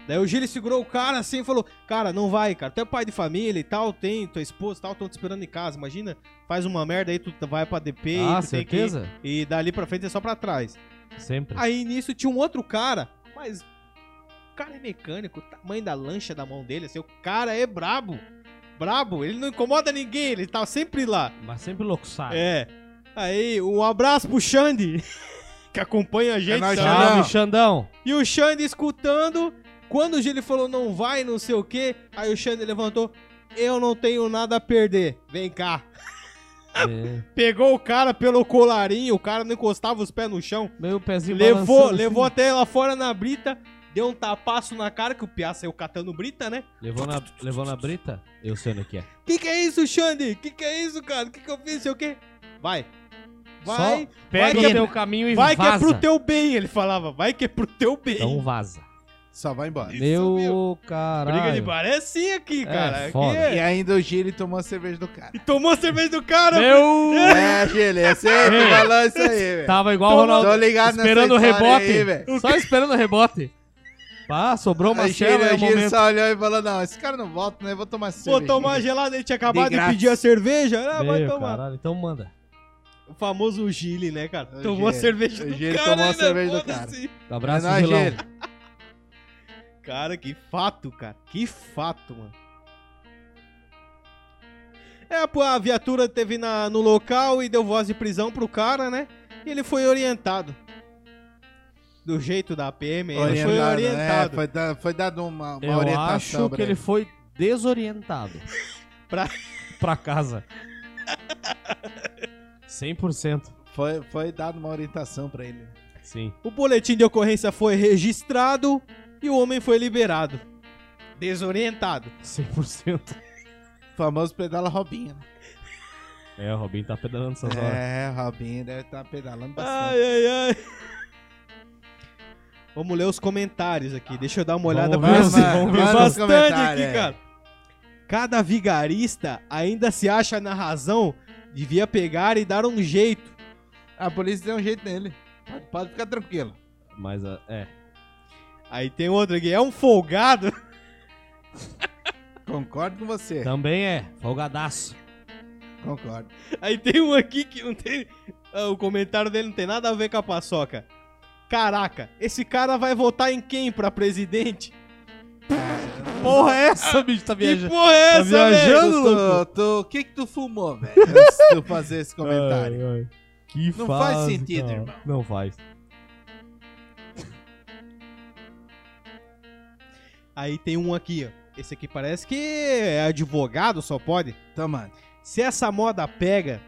[SPEAKER 2] Daí o Gilles segurou o cara assim e falou: Cara, não vai, cara. Tu é pai de família e tal, tem tua esposa e tal, estão te esperando em casa. Imagina, faz uma merda aí, tu vai pra DP e
[SPEAKER 1] ah,
[SPEAKER 2] tu tem que-
[SPEAKER 1] certeza?
[SPEAKER 2] E dali pra frente é só pra trás.
[SPEAKER 1] Sempre.
[SPEAKER 2] Aí nisso tinha um outro cara, mas o cara é mecânico, o tamanho da lancha da mão dele, assim, o cara é brabo. Brabo, ele não incomoda ninguém, ele tá sempre lá.
[SPEAKER 1] Mas sempre louco sabe.
[SPEAKER 2] É. Aí, um abraço pro Xande, que acompanha a gente.
[SPEAKER 3] nóis,
[SPEAKER 2] sabe?
[SPEAKER 3] Xandão.
[SPEAKER 1] Salve, Xandão.
[SPEAKER 2] E o Xande escutando, quando o Gil falou não vai, não sei o quê, aí o Xande levantou, eu não tenho nada a perder, vem cá. Ah.
[SPEAKER 1] É.
[SPEAKER 2] Pegou o cara pelo colarinho, o cara não encostava os pés no chão,
[SPEAKER 1] Meu pezinho
[SPEAKER 2] Levou,
[SPEAKER 1] balançando
[SPEAKER 2] levou
[SPEAKER 1] assim.
[SPEAKER 2] até lá fora na brita, deu um tapaço na cara, que o Piá saiu catando brita, né?
[SPEAKER 1] Levou na, levou na brita? Eu sei onde que é.
[SPEAKER 2] Que que é isso, Xande? Que que é isso, cara? Que que eu fiz? Sei o quê? Vai. Vai.
[SPEAKER 1] Só pega
[SPEAKER 2] que é-
[SPEAKER 1] o teu caminho e
[SPEAKER 2] vai que é
[SPEAKER 1] vaza.
[SPEAKER 2] pro teu bem, ele falava. Vai que é pro teu bem.
[SPEAKER 1] Então vaza.
[SPEAKER 3] Só vai embora.
[SPEAKER 1] Meu caralho.
[SPEAKER 2] Briga de bar é assim aqui, cara. Aqui
[SPEAKER 1] foda.
[SPEAKER 2] é-
[SPEAKER 3] E ainda o Gili tomou a cerveja do cara.
[SPEAKER 2] E tomou a cerveja do cara.
[SPEAKER 1] Meu...
[SPEAKER 3] É, Gili, é sempre
[SPEAKER 1] Ei.
[SPEAKER 3] falando isso aí, velho.
[SPEAKER 1] Tava igual o
[SPEAKER 2] Toma-
[SPEAKER 1] Tá,
[SPEAKER 3] É.
[SPEAKER 1] Ronaldo.
[SPEAKER 3] Tô ligado nessa
[SPEAKER 1] Esperando o
[SPEAKER 3] história
[SPEAKER 1] rebote.
[SPEAKER 3] aí, velho.
[SPEAKER 1] Só esperando o rebote. Pá, sobrou uma
[SPEAKER 3] Aí
[SPEAKER 1] cela, é
[SPEAKER 3] Gili,
[SPEAKER 1] o
[SPEAKER 3] o Gili
[SPEAKER 1] momento.
[SPEAKER 3] só olhou e falou, não, esse cara não volta, né? Vou tomar
[SPEAKER 2] Vou
[SPEAKER 3] cerveja.
[SPEAKER 2] tomar a gelada, ele tinha acabado de,
[SPEAKER 3] graça.
[SPEAKER 2] pedir a cerveja. Ah, vai
[SPEAKER 1] Meu
[SPEAKER 2] tomar.
[SPEAKER 1] caralho, então manda.
[SPEAKER 2] O famoso Gile, né, cara?
[SPEAKER 3] O
[SPEAKER 2] Tomou a
[SPEAKER 3] Gile.
[SPEAKER 2] cerveja
[SPEAKER 3] O
[SPEAKER 2] do
[SPEAKER 3] Gile
[SPEAKER 2] cara.
[SPEAKER 3] tomou a
[SPEAKER 2] né?
[SPEAKER 3] cerveja do
[SPEAKER 2] Foda-se.
[SPEAKER 3] cara.
[SPEAKER 1] Abraço,
[SPEAKER 3] é nóis,
[SPEAKER 1] Gilão.
[SPEAKER 3] Gili.
[SPEAKER 2] Cara, que fato, cara. Que fato, mano. É, pô, a viatura teve na, no local e deu voz de prisão pro cara, né? E ele foi orientado. Do jeito da PM, ele
[SPEAKER 3] Orientado,
[SPEAKER 2] foi
[SPEAKER 3] né?
[SPEAKER 2] orientado.
[SPEAKER 3] Foi, da- foi dado uma, uma
[SPEAKER 1] Eu
[SPEAKER 3] orientação.
[SPEAKER 1] acho que
[SPEAKER 3] pra
[SPEAKER 1] ele foi desorientado.
[SPEAKER 2] Pra-
[SPEAKER 1] pra casa. 100%.
[SPEAKER 3] Foi, foi dado uma orientação pra ele.
[SPEAKER 1] Sim.
[SPEAKER 2] O boletim de ocorrência foi registrado e o homem foi liberado. Desorientado.
[SPEAKER 1] 100%.
[SPEAKER 3] O famoso pedala Robinho. né?
[SPEAKER 1] É, o Robinho tá pedalando essas horas.
[SPEAKER 3] É, Robinho deve estar pedalando
[SPEAKER 2] tá
[SPEAKER 3] bastante.
[SPEAKER 2] Ai, ai, ai. Vamos ler os comentários aqui. Deixa eu dar uma olhada
[SPEAKER 1] Vamos ver
[SPEAKER 2] pra
[SPEAKER 1] os- vamos ver
[SPEAKER 2] Tem
[SPEAKER 1] Manda
[SPEAKER 3] nos
[SPEAKER 2] bastante
[SPEAKER 3] comentários,
[SPEAKER 2] aqui,
[SPEAKER 3] é.
[SPEAKER 2] cara. Cada vigarista ainda se acha na razão, devia pegar e dar um jeito.
[SPEAKER 3] A polícia deu um jeito nele. Pode, pode ficar tranquilo.
[SPEAKER 1] Mas ah, é.
[SPEAKER 2] Aí tem outro aqui, é um folgado.
[SPEAKER 3] Concordo com você.
[SPEAKER 1] Também é. Folgadaço.
[SPEAKER 3] Concordo.
[SPEAKER 2] Aí tem um aqui que não tem. ah, O comentário dele não tem nada a ver com a paçoca. Caraca, esse cara vai votar em quem pra presidente?
[SPEAKER 1] Porra,
[SPEAKER 3] é
[SPEAKER 1] essa, bicho, tá
[SPEAKER 2] Que
[SPEAKER 1] viajando.
[SPEAKER 2] porra é
[SPEAKER 1] Tá
[SPEAKER 2] essa, velho?
[SPEAKER 1] viajando,
[SPEAKER 3] Tu, tu, o que que tu fumou, velho? Antes de tu fazer esse comentário.
[SPEAKER 1] Ai, ai. Que
[SPEAKER 3] Não
[SPEAKER 1] fase,
[SPEAKER 3] faz sentido,
[SPEAKER 1] cara.
[SPEAKER 3] irmão.
[SPEAKER 1] Não faz.
[SPEAKER 2] Aí tem um aqui, ó. Esse aqui parece que é advogado, só pode.
[SPEAKER 3] Toma.
[SPEAKER 2] Se essa moda pega,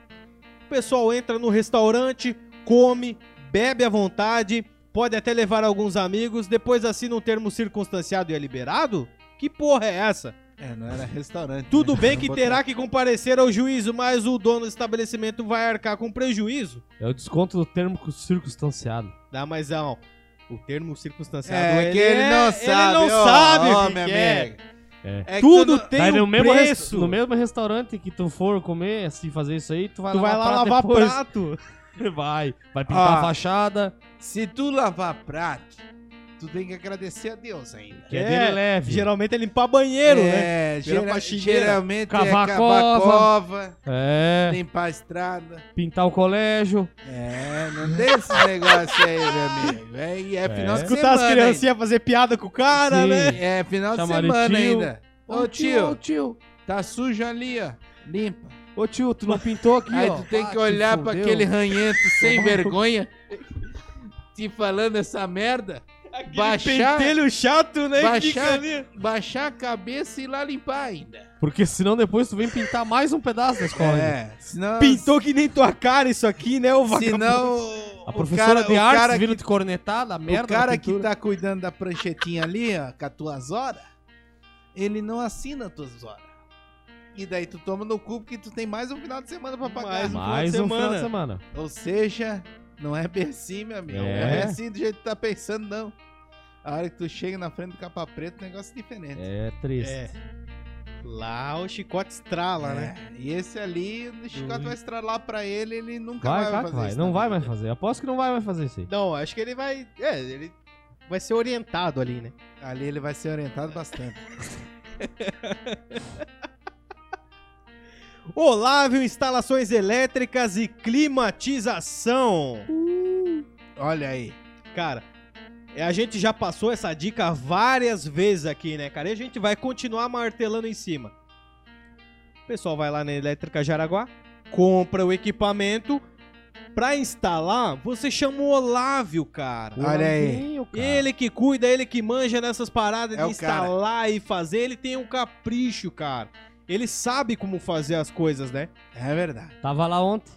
[SPEAKER 2] o pessoal entra no restaurante, come, bebe à vontade, pode até levar alguns amigos, depois assina um termo circunstanciado e é liberado? Que porra é essa?
[SPEAKER 3] É, não era restaurante.
[SPEAKER 2] Tudo
[SPEAKER 3] né?
[SPEAKER 2] bem
[SPEAKER 3] Não
[SPEAKER 2] que
[SPEAKER 3] vou
[SPEAKER 2] terá que comparecer ao juízo, mas o dono do estabelecimento vai arcar com prejuízo.
[SPEAKER 1] É o desconto do termo circunstanciado.
[SPEAKER 2] Dá mas ó, o termo circunstanciado
[SPEAKER 3] É que ele não sabe.
[SPEAKER 2] Ele não
[SPEAKER 3] ó,
[SPEAKER 2] sabe,
[SPEAKER 3] ó,
[SPEAKER 2] o que
[SPEAKER 3] minha
[SPEAKER 2] que é.
[SPEAKER 3] amiga.
[SPEAKER 1] É.
[SPEAKER 3] que
[SPEAKER 2] Tudo
[SPEAKER 3] tu não-
[SPEAKER 2] tem
[SPEAKER 1] Mas
[SPEAKER 2] um
[SPEAKER 1] no mesmo, res-
[SPEAKER 2] preço.
[SPEAKER 1] no mesmo restaurante que tu for comer, assim, fazer isso aí, tu vai
[SPEAKER 2] Tu vai lá
[SPEAKER 1] prato
[SPEAKER 2] lavar
[SPEAKER 1] depois.
[SPEAKER 2] prato.
[SPEAKER 1] Vai. Vai pintar
[SPEAKER 3] Ah.
[SPEAKER 1] a fachada,
[SPEAKER 3] Se tu lavar prato, tu tem que agradecer a Deus ainda.
[SPEAKER 1] que é,
[SPEAKER 2] É,
[SPEAKER 1] dele leve.
[SPEAKER 2] Geralmente é limpar banheiro, né?
[SPEAKER 3] é,
[SPEAKER 2] Vira
[SPEAKER 3] gera-
[SPEAKER 2] faxineira.
[SPEAKER 3] geralmente
[SPEAKER 1] Cavar
[SPEAKER 3] é
[SPEAKER 1] cova.
[SPEAKER 3] cavar cova,
[SPEAKER 1] É,
[SPEAKER 3] limpar a estrada.
[SPEAKER 1] pintar o colégio.
[SPEAKER 3] É, não tem esse negócio aí, meu amigo. É, e é final
[SPEAKER 1] É.
[SPEAKER 3] de
[SPEAKER 2] Escutar
[SPEAKER 3] semana.
[SPEAKER 2] as criancinhas fazer piada com o cara,
[SPEAKER 1] Sim.
[SPEAKER 2] né?
[SPEAKER 3] ainda. É final
[SPEAKER 1] Chamar de
[SPEAKER 3] de semana
[SPEAKER 1] tio.
[SPEAKER 3] ainda. Ô
[SPEAKER 1] ô
[SPEAKER 3] tio,
[SPEAKER 1] tio.
[SPEAKER 3] tá sujo ali, ó. Limpa.
[SPEAKER 1] Ô tio, tu não pintou aqui,
[SPEAKER 3] Aí
[SPEAKER 1] ó.
[SPEAKER 3] tu tem
[SPEAKER 1] Ah,
[SPEAKER 3] que olhar pra
[SPEAKER 1] fudeu.
[SPEAKER 3] aquele ranhento sem vergonha te falando essa merda,
[SPEAKER 2] Aquele
[SPEAKER 3] Baixar-
[SPEAKER 2] pentelho chato, né? que fica
[SPEAKER 3] baixar-
[SPEAKER 2] ali.
[SPEAKER 3] baixar a cabeça e ir lá limpar ainda.
[SPEAKER 1] Porque senão depois tu vem pintar mais um pedaço da escola.
[SPEAKER 3] É,
[SPEAKER 1] ainda.
[SPEAKER 3] senão.
[SPEAKER 2] Pintou que nem tua cara isso aqui, né, o vagabundo?
[SPEAKER 3] Senão.
[SPEAKER 1] A
[SPEAKER 3] o
[SPEAKER 1] professora de
[SPEAKER 3] o
[SPEAKER 1] artes
[SPEAKER 3] cara
[SPEAKER 1] vindo te cornetar da merda.
[SPEAKER 3] O cara
[SPEAKER 1] da
[SPEAKER 3] que
[SPEAKER 1] pintura.
[SPEAKER 3] tá cuidando da pranchetinha ali, ó, com as tuas horas, ele não assina as tuas horas. E daí tu toma no cu porque tu tem mais um final de semana pra pagar.
[SPEAKER 2] Mais um
[SPEAKER 1] Mais
[SPEAKER 2] final
[SPEAKER 1] um
[SPEAKER 2] de
[SPEAKER 1] final de semana.
[SPEAKER 3] Ou seja, não é bem assim, meu amigo. Não é.
[SPEAKER 1] É.
[SPEAKER 3] bem assim do jeito que tu tá pensando, não. A hora que tu chega na frente do capa preto, o negócio é diferente.
[SPEAKER 1] É triste.
[SPEAKER 2] É. Lá o chicote estrala,
[SPEAKER 3] É,
[SPEAKER 2] né?
[SPEAKER 3] E esse ali, o chicote vai estralar pra ele, ele nunca
[SPEAKER 1] Vai,
[SPEAKER 3] vai,
[SPEAKER 1] vai,
[SPEAKER 3] fazer
[SPEAKER 1] vai.
[SPEAKER 3] isso. né? na
[SPEAKER 1] Não vai
[SPEAKER 3] vida.
[SPEAKER 2] É.
[SPEAKER 1] mais fazer. Aposto que não vai mais fazer isso aí.
[SPEAKER 2] Não, acho que ele vai. É, ele vai ser orientado ali, né?
[SPEAKER 3] Ali ele vai ser orientado bastante.
[SPEAKER 2] Olávio Instalações Elétricas e Climatização.
[SPEAKER 3] Olha aí.
[SPEAKER 2] Cara, é, a gente já passou essa dica várias vezes aqui, né, cara? E a gente vai continuar martelando em cima. O pessoal vai lá na Elétrica Jaraguá, compra o equipamento. Pra instalar, você chama o Olávio, cara.
[SPEAKER 3] Olha aí.
[SPEAKER 1] Lavinho, cara.
[SPEAKER 2] Ele que cuida, ele que manja nessas paradas
[SPEAKER 3] É
[SPEAKER 2] de
[SPEAKER 3] o cara.
[SPEAKER 2] instalar e fazer, ele tem um capricho, cara. Ele sabe como fazer as coisas, né?
[SPEAKER 3] É verdade.
[SPEAKER 1] Tava lá ontem.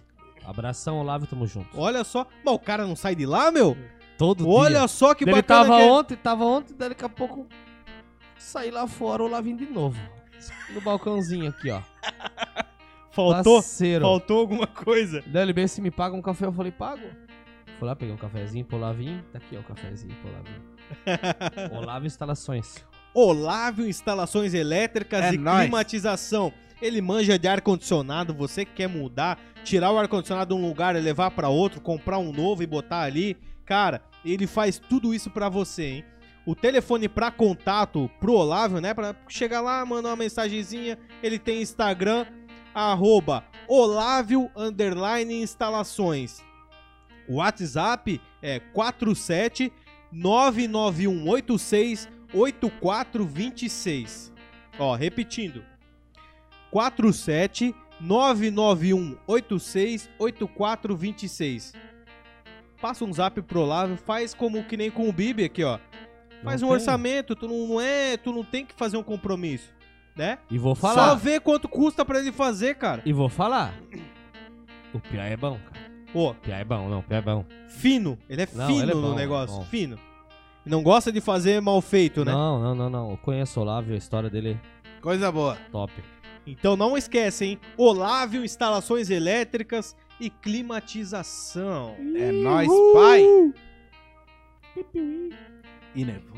[SPEAKER 1] Abração, Olavo, tamo junto.
[SPEAKER 2] Olha só. Mas o cara não sai de lá, meu?
[SPEAKER 1] Todo
[SPEAKER 2] Olha
[SPEAKER 1] dia.
[SPEAKER 2] só que
[SPEAKER 1] Ele
[SPEAKER 2] bacana
[SPEAKER 1] tava
[SPEAKER 2] que é.
[SPEAKER 1] ontem, tava ontem, daqui a pouco saí lá fora, o Lavinho de novo. No balcãozinho aqui, ó.
[SPEAKER 2] Faltou,
[SPEAKER 1] Parceiro.
[SPEAKER 2] faltou alguma coisa.
[SPEAKER 1] Daí ele bem se me paga um café, eu falei, pago? Fui lá, peguei um cafezinho, pro Lavinho. Tá aqui, ó, o cafezinho pro Lavinho. Olavo Instalações.
[SPEAKER 2] Olávio Instalações Elétricas
[SPEAKER 3] É
[SPEAKER 2] e
[SPEAKER 3] nóis.
[SPEAKER 2] Climatização. Ele manja de ar-condicionado, você que quer mudar, tirar o ar-condicionado de um lugar e levar pra outro, comprar um novo e botar ali. Cara, ele faz tudo isso pra você, hein? O telefone pra contato pro Olávio, né? Pra chegar lá, mandar uma mensagenzinha. Ele tem Instagram, arroba Olávio underline instalações. O WhatsApp é 47 99186 8426. Ó, repetindo. 47 99186 8426. Passa um zap pro Olávio, faz como que nem com o Bibi aqui, ó. Faz
[SPEAKER 1] Não
[SPEAKER 2] um
[SPEAKER 1] tem.
[SPEAKER 2] orçamento, tu não não é, tu não tem que fazer um compromisso, né?
[SPEAKER 1] E vou
[SPEAKER 2] Só
[SPEAKER 1] falar.
[SPEAKER 2] vê quanto custa pra ele fazer, cara.
[SPEAKER 1] E vou falar. O Piá é bom, cara.
[SPEAKER 2] Pô,
[SPEAKER 1] O Piá é bom, não, o Piá é bom.
[SPEAKER 2] fino. Ele é
[SPEAKER 1] Não,
[SPEAKER 2] fino
[SPEAKER 1] ele é
[SPEAKER 2] no
[SPEAKER 1] bom,
[SPEAKER 2] negócio,
[SPEAKER 1] é bom.
[SPEAKER 2] fino. Não gosta de fazer mal feito, né?
[SPEAKER 1] Não, não, não, não. Eu conheço o Olavo, a história dele
[SPEAKER 3] Coisa boa.
[SPEAKER 1] é top.
[SPEAKER 2] Então não esquece, hein? Olávio Instalações Elétricas e Climatização.
[SPEAKER 3] É nóis, pai. E nevou.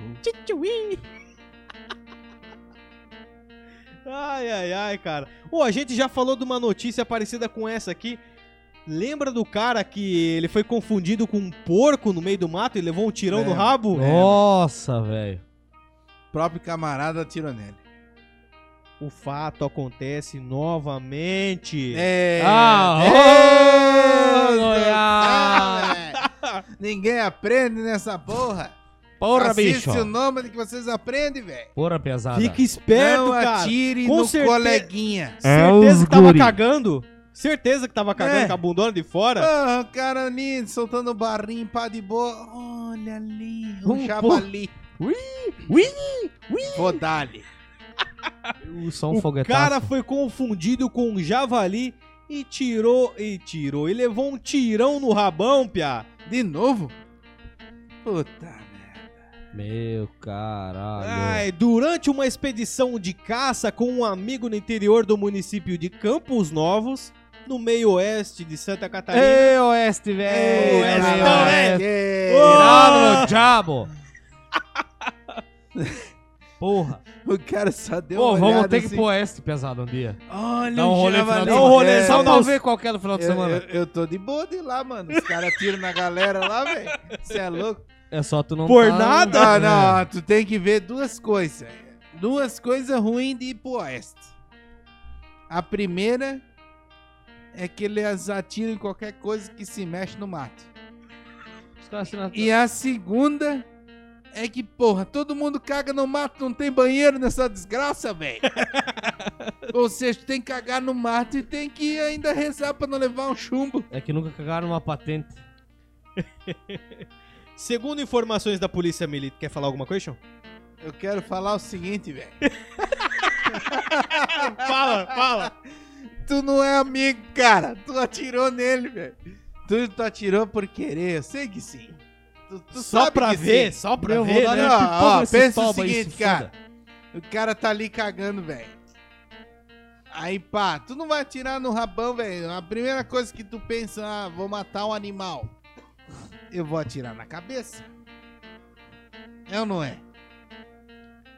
[SPEAKER 2] Ai, ai, ai, cara. Ô, a gente já falou de uma notícia parecida com essa aqui. Lembra do cara que ele foi confundido com um porco no meio do mato e levou um tirão no
[SPEAKER 3] Lembro.
[SPEAKER 2] rabo?
[SPEAKER 1] Nossa, velho.
[SPEAKER 3] O próprio camarada atirou nele.
[SPEAKER 2] O fato acontece novamente.
[SPEAKER 3] É.
[SPEAKER 1] Ah,
[SPEAKER 3] é,
[SPEAKER 1] ô,
[SPEAKER 3] do
[SPEAKER 1] Goiás.
[SPEAKER 3] cara. Ninguém aprende nessa porra.
[SPEAKER 1] Porra,
[SPEAKER 3] Assiste
[SPEAKER 1] bicho.
[SPEAKER 3] o nome que vocês aprendem, velho.
[SPEAKER 1] Porra, pesada.
[SPEAKER 2] Fica esperto,
[SPEAKER 3] Não
[SPEAKER 2] cara.
[SPEAKER 3] atire
[SPEAKER 2] Com
[SPEAKER 3] no
[SPEAKER 2] certeza-
[SPEAKER 3] coleguinha.
[SPEAKER 1] É
[SPEAKER 2] Certeza
[SPEAKER 1] os
[SPEAKER 2] que tava
[SPEAKER 1] guri.
[SPEAKER 2] cagando. Certeza que tava cagando
[SPEAKER 3] É.
[SPEAKER 2] com a bundona de fora.
[SPEAKER 3] Ah, o cara ali soltando o barrinho, pá de boa. Olha ali, um,
[SPEAKER 1] Um
[SPEAKER 3] javali.
[SPEAKER 1] Ui, ui,
[SPEAKER 3] Vou dar-lhe.
[SPEAKER 1] O
[SPEAKER 3] um
[SPEAKER 1] som
[SPEAKER 2] o
[SPEAKER 1] foguetaço.
[SPEAKER 2] cara foi confundido com um javali e tirou, e tirou, e levou um tirão no rabão, piá.
[SPEAKER 3] De novo? Puta merda.
[SPEAKER 1] Meu caralho.
[SPEAKER 2] Ai, durante uma expedição de caça com um amigo no interior do município de Campos Novos, no meio oeste de Santa Catarina.
[SPEAKER 1] Ei, Oeste, velho.
[SPEAKER 2] tá Ei, Oeste,
[SPEAKER 1] Ei,
[SPEAKER 3] tá
[SPEAKER 1] então, é.
[SPEAKER 2] não, velho.
[SPEAKER 1] Oeste.
[SPEAKER 3] Ei,
[SPEAKER 1] Tirado, meu diabo. Porra.
[SPEAKER 3] O cara só deu
[SPEAKER 1] Pô,
[SPEAKER 3] uma
[SPEAKER 1] vamos
[SPEAKER 3] olhada
[SPEAKER 1] ter que
[SPEAKER 3] assim.
[SPEAKER 1] pro Oeste pesado um dia.
[SPEAKER 3] Olha
[SPEAKER 1] Dá um rolê no final de
[SPEAKER 3] javali.
[SPEAKER 1] semana.
[SPEAKER 2] rolê,
[SPEAKER 1] Só
[SPEAKER 2] É,
[SPEAKER 1] pra
[SPEAKER 2] nós-
[SPEAKER 1] ver qual que é no final de
[SPEAKER 3] Eu,
[SPEAKER 1] semana.
[SPEAKER 3] eu, eu tô de boa de ir lá, mano. Os caras tiram na galera lá, velho. Você é louco?
[SPEAKER 1] É só tu não
[SPEAKER 2] Por
[SPEAKER 1] tá-
[SPEAKER 2] nada?
[SPEAKER 3] Não,
[SPEAKER 1] É.
[SPEAKER 3] não. Ah, Tu tem que ver duas coisas. Duas coisas ruins de ir pro oeste. A primeira é que eles atiram em qualquer coisa que se mexe no mato.
[SPEAKER 1] Os caras se não-
[SPEAKER 3] E a segunda é que, porra, todo mundo caga no mato, não tem banheiro nessa desgraça, velho. Ou seja, tu tem que cagar no mato e tem que ainda rezar pra não levar um chumbo.
[SPEAKER 1] É que nunca cagaram uma patente.
[SPEAKER 2] Segundo informações da polícia militar, quer falar alguma coisa? Chão?
[SPEAKER 3] Eu quero falar o seguinte, velho.
[SPEAKER 2] fala, fala.
[SPEAKER 3] Tu não é amigo, cara. Tu atirou nele, velho. Tu, tu atirou por querer, eu sei que sim. Tu, tu
[SPEAKER 2] Só
[SPEAKER 3] sabe
[SPEAKER 2] pra
[SPEAKER 3] que
[SPEAKER 2] ver,
[SPEAKER 3] sim.
[SPEAKER 2] só pra
[SPEAKER 1] Eu vou
[SPEAKER 2] ver.
[SPEAKER 1] dar
[SPEAKER 2] né?
[SPEAKER 1] uma
[SPEAKER 3] Ó,
[SPEAKER 1] pipoca
[SPEAKER 3] ó,
[SPEAKER 1] nesses
[SPEAKER 3] pensa o
[SPEAKER 1] toba aí,
[SPEAKER 3] seguinte,
[SPEAKER 1] se foda.
[SPEAKER 3] cara. O cara tá ali cagando, velho. Aí, pá, tu não vai atirar no rabão, velho. A primeira coisa que tu pensa, ah, vou matar um animal. Eu vou atirar na cabeça. É ou não é?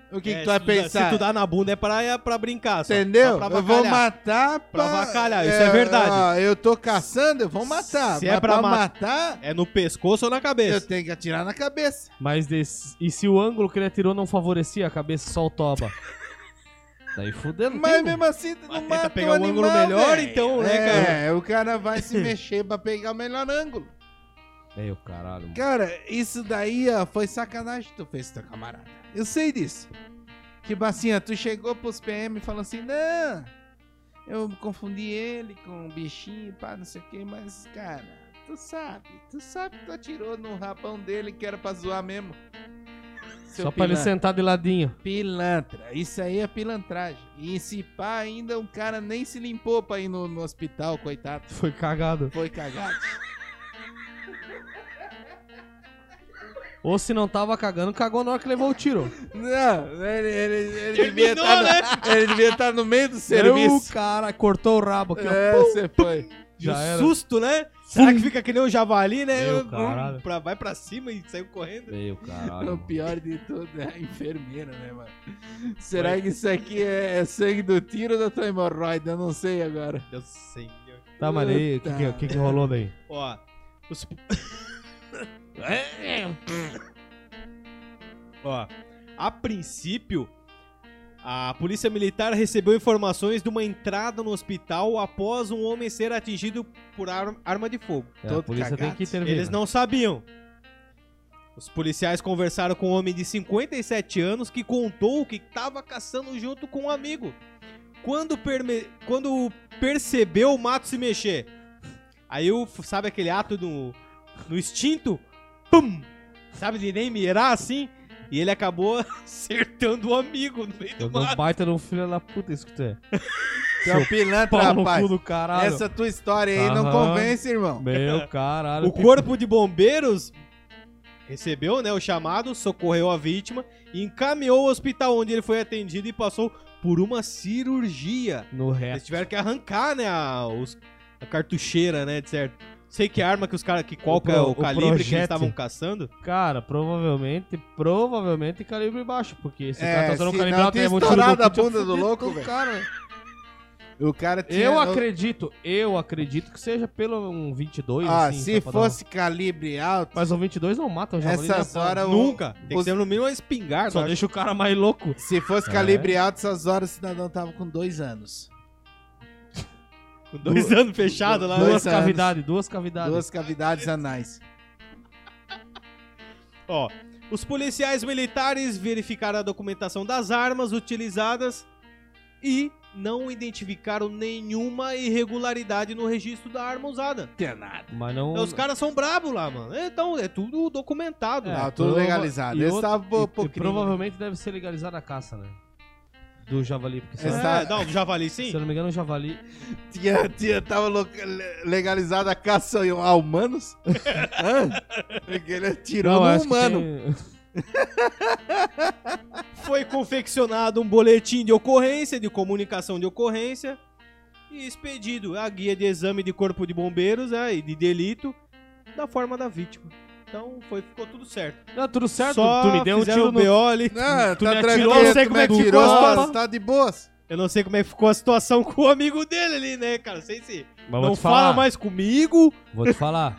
[SPEAKER 3] O que,
[SPEAKER 2] É,
[SPEAKER 3] que tu vai
[SPEAKER 2] se
[SPEAKER 3] pensar?
[SPEAKER 2] Se tu dá na bunda é pra, é pra brincar. Só,
[SPEAKER 3] Entendeu?
[SPEAKER 2] Só pra
[SPEAKER 3] eu vou
[SPEAKER 2] avacalhar.
[SPEAKER 3] matar
[SPEAKER 2] Pra avacalhar, isso é verdade.
[SPEAKER 3] ó, eu tô caçando, eu vou matar.
[SPEAKER 2] Se
[SPEAKER 3] mas
[SPEAKER 2] é pra ma-
[SPEAKER 3] matar,
[SPEAKER 2] É no pescoço ou na
[SPEAKER 3] eu
[SPEAKER 2] cabeça.
[SPEAKER 3] tenho que atirar na cabeça.
[SPEAKER 1] Mas desse- e se o ângulo que ele atirou não favorecia a cabeça só o toba? Daí fudendo.
[SPEAKER 3] Mas mesmo assim, tu
[SPEAKER 2] Mas
[SPEAKER 3] não
[SPEAKER 2] tenta
[SPEAKER 3] mata
[SPEAKER 2] pegar
[SPEAKER 3] o
[SPEAKER 2] um
[SPEAKER 3] animal,
[SPEAKER 2] ângulo melhor,
[SPEAKER 3] velho.
[SPEAKER 2] então, né,
[SPEAKER 3] É, o cara vai se mexer pra pegar o melhor ângulo.
[SPEAKER 1] É o caralho. mano.
[SPEAKER 3] Cara, isso daí ó, foi sacanagem que tu fez, teu camarada. Eu sei disso. Tipo assim, ó, tu chegou pros PM e falou assim, não, eu confundi ele com um bichinho, pá, não sei o que, mas, cara, tu sabe, tu sabe que tu atirou no rapão dele que era pra zoar mesmo. Seu né?
[SPEAKER 1] Só pra ele
[SPEAKER 3] pilantra.
[SPEAKER 1] sentar de ladinho.
[SPEAKER 3] Pilantra, isso aí é pilantragem. E se pá, ainda o cara nem se limpou pra ir no, no hospital, coitado.
[SPEAKER 1] Foi cagado.
[SPEAKER 3] Foi cagado.
[SPEAKER 1] Ou se não tava cagando, cagou na hora que levou o tiro.
[SPEAKER 3] Não, ele, ele, ele devia
[SPEAKER 2] Terminou,
[SPEAKER 3] estar
[SPEAKER 1] né?
[SPEAKER 3] no, ele devia tá no meio do
[SPEAKER 1] O
[SPEAKER 3] serviço.
[SPEAKER 1] cara cortou o rabo aqui,
[SPEAKER 3] É,
[SPEAKER 1] ó.
[SPEAKER 3] você foi.
[SPEAKER 2] E
[SPEAKER 1] Já
[SPEAKER 2] o
[SPEAKER 1] era.
[SPEAKER 2] susto, né? Será que fica que nem o javali, né?
[SPEAKER 1] Meu
[SPEAKER 2] Hum,
[SPEAKER 1] caralho.
[SPEAKER 2] pra, vai pra cima e saiu correndo.
[SPEAKER 1] Meu caralho.
[SPEAKER 3] O
[SPEAKER 1] mano.
[SPEAKER 3] pior de tudo é a enfermeira, né, mano? Será que isso aqui é, é sangue do tiro ou da tua hemorroida? Eu não sei agora.
[SPEAKER 2] Meu Deus do Senhor.
[SPEAKER 1] Tá, mas aí, o que, que-
[SPEAKER 3] Puta.
[SPEAKER 1] o que, que rolou daí?
[SPEAKER 2] Ó, os... Ó, a princípio, a polícia militar recebeu informações de uma entrada no hospital após um homem ser atingido por ar- arma de fogo.
[SPEAKER 1] É, a
[SPEAKER 3] Todo
[SPEAKER 1] polícia tem
[SPEAKER 3] cagado.
[SPEAKER 1] que intervir.
[SPEAKER 2] Eles
[SPEAKER 1] né?
[SPEAKER 2] não sabiam. Os policiais conversaram com um homem de 57 anos que contou que estava caçando junto com um amigo. Quando, perme- quando percebeu o mato se mexer. Aí o, sabe aquele ato do, no instinto? Pum! Sabe de nem mirar assim? E ele acabou acertando o amigo no meio do
[SPEAKER 1] Jogou um
[SPEAKER 2] mato.
[SPEAKER 1] baita no filho da puta, isso que tu é.
[SPEAKER 3] Teu
[SPEAKER 1] Seu
[SPEAKER 3] um pilantra,
[SPEAKER 1] Pau no cu
[SPEAKER 3] rapaz.
[SPEAKER 1] do caralho.
[SPEAKER 3] Essa tua história aí não
[SPEAKER 1] Aham.
[SPEAKER 3] convence, irmão.
[SPEAKER 1] Meu caralho.
[SPEAKER 2] O corpo de bombeiros recebeu né, o chamado, socorreu a vítima e encaminhou ao hospital onde ele foi atendido e passou por uma cirurgia.
[SPEAKER 1] No
[SPEAKER 2] Eles
[SPEAKER 1] reto.
[SPEAKER 2] tiveram que arrancar, né, a, os- a cartucheira, né, de certo. Sei que arma que os caras, que qual
[SPEAKER 1] O
[SPEAKER 2] que é
[SPEAKER 1] pro-
[SPEAKER 2] o
[SPEAKER 1] o
[SPEAKER 2] calibre que eles
[SPEAKER 1] projétil.
[SPEAKER 2] estavam caçando.
[SPEAKER 1] Cara, provavelmente, provavelmente calibre baixo, porque se o cara
[SPEAKER 3] É,
[SPEAKER 1] tá usando
[SPEAKER 3] se
[SPEAKER 1] calibre
[SPEAKER 3] não
[SPEAKER 1] alto,
[SPEAKER 3] tinha
[SPEAKER 1] é muito
[SPEAKER 3] estourado
[SPEAKER 1] tiro
[SPEAKER 3] a
[SPEAKER 1] do cu, tinha
[SPEAKER 3] bunda do
[SPEAKER 1] fudido
[SPEAKER 3] louco,
[SPEAKER 1] todo o
[SPEAKER 3] velho.
[SPEAKER 1] cara.
[SPEAKER 3] O cara tinha...
[SPEAKER 1] Eu acredito, eu acredito que seja pelo um 22,
[SPEAKER 3] Ah,
[SPEAKER 1] assim,
[SPEAKER 3] se
[SPEAKER 1] só pra dar uma-
[SPEAKER 3] fosse calibre alto,
[SPEAKER 1] Mas um 22 não mata o javali.
[SPEAKER 3] essas
[SPEAKER 1] né?
[SPEAKER 3] horas... o-
[SPEAKER 2] Nunca. Tem que
[SPEAKER 3] os-
[SPEAKER 2] ser no mínimo uma espingarda.
[SPEAKER 1] Só
[SPEAKER 2] eu acho.
[SPEAKER 1] deixa o cara mais louco.
[SPEAKER 3] Se fosse
[SPEAKER 1] É.
[SPEAKER 3] calibre alto, essas horas o cidadão tava com dois anos.
[SPEAKER 2] Com dois anos fechado lá. né?
[SPEAKER 3] Dois
[SPEAKER 1] Duas
[SPEAKER 3] anos.
[SPEAKER 1] cavidades, duas cavidades.
[SPEAKER 3] Duas cavidades anais.
[SPEAKER 2] Ó, os policiais militares verificaram a documentação das armas utilizadas e não identificaram nenhuma irregularidade no registro da arma usada.
[SPEAKER 3] Tem nada.
[SPEAKER 1] Mas não.
[SPEAKER 2] Os caras são bravos lá, mano. Então, é tudo documentado.
[SPEAKER 1] É,
[SPEAKER 3] Tá tudo
[SPEAKER 1] prova-
[SPEAKER 3] legalizado.
[SPEAKER 1] e
[SPEAKER 3] Esse
[SPEAKER 1] outro-
[SPEAKER 3] tava um pro-
[SPEAKER 1] e-
[SPEAKER 3] pro
[SPEAKER 1] e
[SPEAKER 3] crime.
[SPEAKER 1] provavelmente deve ser legalizada a caça, né? Do javali, porque se,
[SPEAKER 2] É,
[SPEAKER 1] não-
[SPEAKER 3] Essa-
[SPEAKER 2] não, javali sim.
[SPEAKER 1] se eu não me engano, o javali.
[SPEAKER 3] Tinha, tinha, tava loca- le- legalizada a caça a humanos? Hã? Porque ele atirou
[SPEAKER 1] Não,
[SPEAKER 3] no
[SPEAKER 1] acho que
[SPEAKER 3] um humano.
[SPEAKER 1] tem-
[SPEAKER 2] Foi confeccionado um boletim de ocorrência, de comunicação de ocorrência, e expedido a guia de exame de corpo de bombeiros é, e de delito da forma da vítima. Então, foi, ficou tudo certo.
[SPEAKER 1] Não, tudo certo.
[SPEAKER 2] Só
[SPEAKER 1] tu me deu um
[SPEAKER 2] fizeram
[SPEAKER 1] tiro
[SPEAKER 2] o
[SPEAKER 1] no.
[SPEAKER 2] BO ali.
[SPEAKER 3] Não,
[SPEAKER 1] Tu
[SPEAKER 3] tá
[SPEAKER 1] me atirou,
[SPEAKER 3] tranquilo,
[SPEAKER 2] eu sei
[SPEAKER 3] tu
[SPEAKER 2] como
[SPEAKER 3] me
[SPEAKER 2] é que tu
[SPEAKER 3] atirou,
[SPEAKER 2] gosta.
[SPEAKER 3] mas tá de boas.
[SPEAKER 2] Eu não sei como é que ficou a situação com o amigo dele ali, né, cara? Não sei se.
[SPEAKER 1] Mas vou
[SPEAKER 2] não
[SPEAKER 1] te falar.
[SPEAKER 2] fala mais comigo.
[SPEAKER 1] Vou te falar.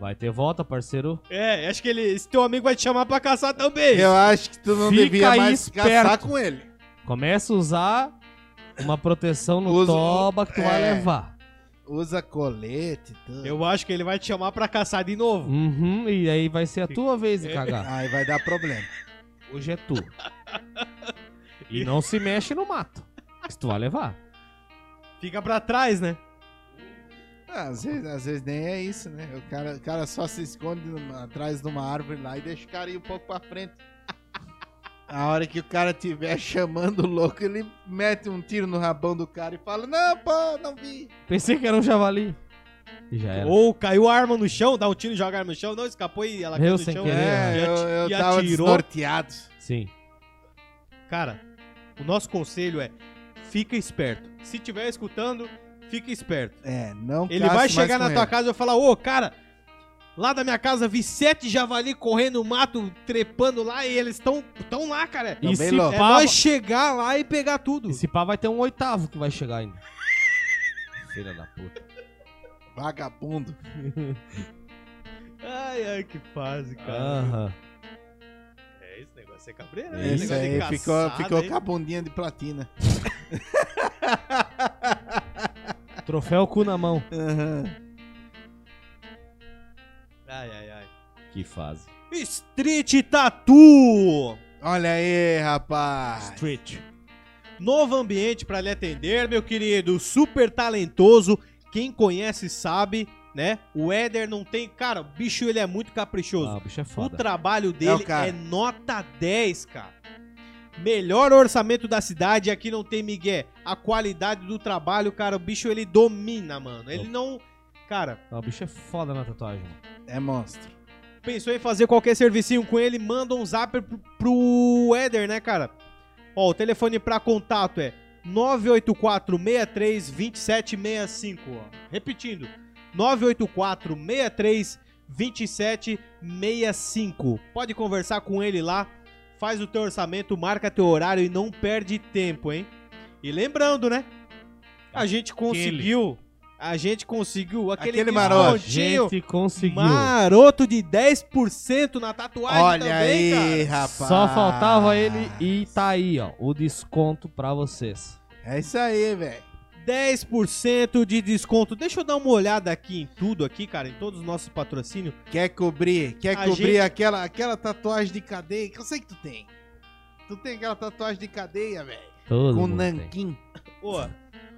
[SPEAKER 1] Vai ter volta, parceiro.
[SPEAKER 2] É, acho que ele. Esse teu amigo vai te chamar pra caçar também.
[SPEAKER 3] Eu acho que tu não
[SPEAKER 1] Fica
[SPEAKER 3] devia
[SPEAKER 1] aí
[SPEAKER 3] mais caçar
[SPEAKER 1] esperto.
[SPEAKER 3] com ele.
[SPEAKER 1] Começa a usar uma proteção no
[SPEAKER 3] Usa-
[SPEAKER 1] toba que tu vai
[SPEAKER 3] é.
[SPEAKER 1] levar.
[SPEAKER 3] Usa colete e tudo.
[SPEAKER 2] Eu acho que ele vai te chamar pra caçar de novo.
[SPEAKER 1] Uhum, e aí vai ser a tua vez de cagar.
[SPEAKER 3] Aí vai dar problema.
[SPEAKER 1] Hoje é tu. E não se mexe no mato. Se tu vai levar.
[SPEAKER 2] Fica pra trás, né?
[SPEAKER 3] Ah, Às vezes, às vezes nem é isso, né? O cara, o cara só se esconde numa- atrás de uma árvore lá e deixa o cara ir um pouco pra frente. A hora que o cara estiver chamando o louco, ele mete um tiro no rabão do cara e fala: Não, pô, não vi.
[SPEAKER 1] Pensei que era um javali. E já era.
[SPEAKER 2] Ou caiu a arma no chão, dá um tiro, joga a arma no chão, não escapou e ela
[SPEAKER 1] Eu
[SPEAKER 2] caiu no
[SPEAKER 1] sem
[SPEAKER 2] chão.
[SPEAKER 1] querer,
[SPEAKER 2] e
[SPEAKER 1] né?
[SPEAKER 3] É, eu,
[SPEAKER 2] ati-
[SPEAKER 3] eu
[SPEAKER 2] e
[SPEAKER 3] tava
[SPEAKER 2] atirou.
[SPEAKER 3] desnorteado.
[SPEAKER 1] Sim.
[SPEAKER 2] Cara, o nosso conselho é: fica esperto. Se tiver escutando, fica esperto.
[SPEAKER 3] É, não
[SPEAKER 2] Ele
[SPEAKER 3] caça
[SPEAKER 2] vai
[SPEAKER 3] mais
[SPEAKER 2] chegar
[SPEAKER 3] com
[SPEAKER 2] na tua
[SPEAKER 3] ele.
[SPEAKER 2] casa e vai falar: Ô, cara, Lá da minha casa vi sete javali correndo no mato, trepando lá e eles estão tão lá, cara.
[SPEAKER 1] E
[SPEAKER 3] Também
[SPEAKER 1] se
[SPEAKER 3] louco.
[SPEAKER 2] É
[SPEAKER 1] pá,
[SPEAKER 2] nós chegar lá e pegar tudo.
[SPEAKER 1] e se pá, vai ter um oitavo que vai chegar ainda. Filha da puta.
[SPEAKER 3] Vagabundo.
[SPEAKER 2] Ai, ai, que fase,
[SPEAKER 1] Aham.
[SPEAKER 2] É, esse negócio é cabreiro, né? Esse
[SPEAKER 3] Isso
[SPEAKER 2] negócio
[SPEAKER 3] aí,
[SPEAKER 2] de
[SPEAKER 3] ficou,
[SPEAKER 2] caçada
[SPEAKER 3] ficou
[SPEAKER 2] aí.
[SPEAKER 3] com a bundinha de platina.
[SPEAKER 1] Troféu cu na mão.
[SPEAKER 2] Ai, ai, ai.
[SPEAKER 1] Que fase.
[SPEAKER 2] Street Tattoo!
[SPEAKER 3] Olha aí, rapaz.
[SPEAKER 1] Street.
[SPEAKER 2] Novo ambiente pra lhe atender, meu querido. Super talentoso. Quem conhece sabe, né? O Éder não tem. Cara, o bicho ele é muito caprichoso.
[SPEAKER 1] Ah, o bicho é
[SPEAKER 2] o
[SPEAKER 1] foda.
[SPEAKER 2] trabalho dele
[SPEAKER 3] cara.
[SPEAKER 2] é, nota 10, cara. Melhor orçamento da cidade, aqui não tem Miguel. A qualidade do trabalho, cara, o bicho ele domina, mano. Ele não. Cara,
[SPEAKER 1] Ah, o bicho é foda na tatuagem. mano.
[SPEAKER 3] É monstro.
[SPEAKER 2] pensou em fazer qualquer servicinho com ele, manda um zap pro, pro Éder, né, cara? Ó, o telefone pra contato é 984-63-2765, ó. Repetindo, 984-63-2765. Pode conversar com ele lá, faz o teu orçamento, marca teu horário e não perde tempo, hein? E lembrando, né? A gente conseguiu... A gente conseguiu aquele,
[SPEAKER 3] Aquele
[SPEAKER 1] A
[SPEAKER 3] maroto.
[SPEAKER 2] descontinho
[SPEAKER 1] gente conseguiu.
[SPEAKER 2] Maroto de 10% na tatuagem
[SPEAKER 3] Olha
[SPEAKER 2] também,
[SPEAKER 3] aí,
[SPEAKER 2] cara.
[SPEAKER 3] rapaz.
[SPEAKER 1] Só faltava ele e tá aí, ó. O desconto pra vocês.
[SPEAKER 3] É isso aí, velho.
[SPEAKER 2] 10% de desconto. Deixa eu dar uma olhada aqui em tudo aqui, cara, em todos os nossos patrocínios.
[SPEAKER 3] Quer cobrir, quer
[SPEAKER 2] A
[SPEAKER 3] cobrir
[SPEAKER 2] gente-
[SPEAKER 3] aquela, aquela tatuagem de cadeia que eu sei que tu tem. Tu tem aquela tatuagem de cadeia, velho.
[SPEAKER 1] Todo
[SPEAKER 3] Com
[SPEAKER 1] mundo tem.
[SPEAKER 3] nanquim.
[SPEAKER 2] Ó,
[SPEAKER 1] É.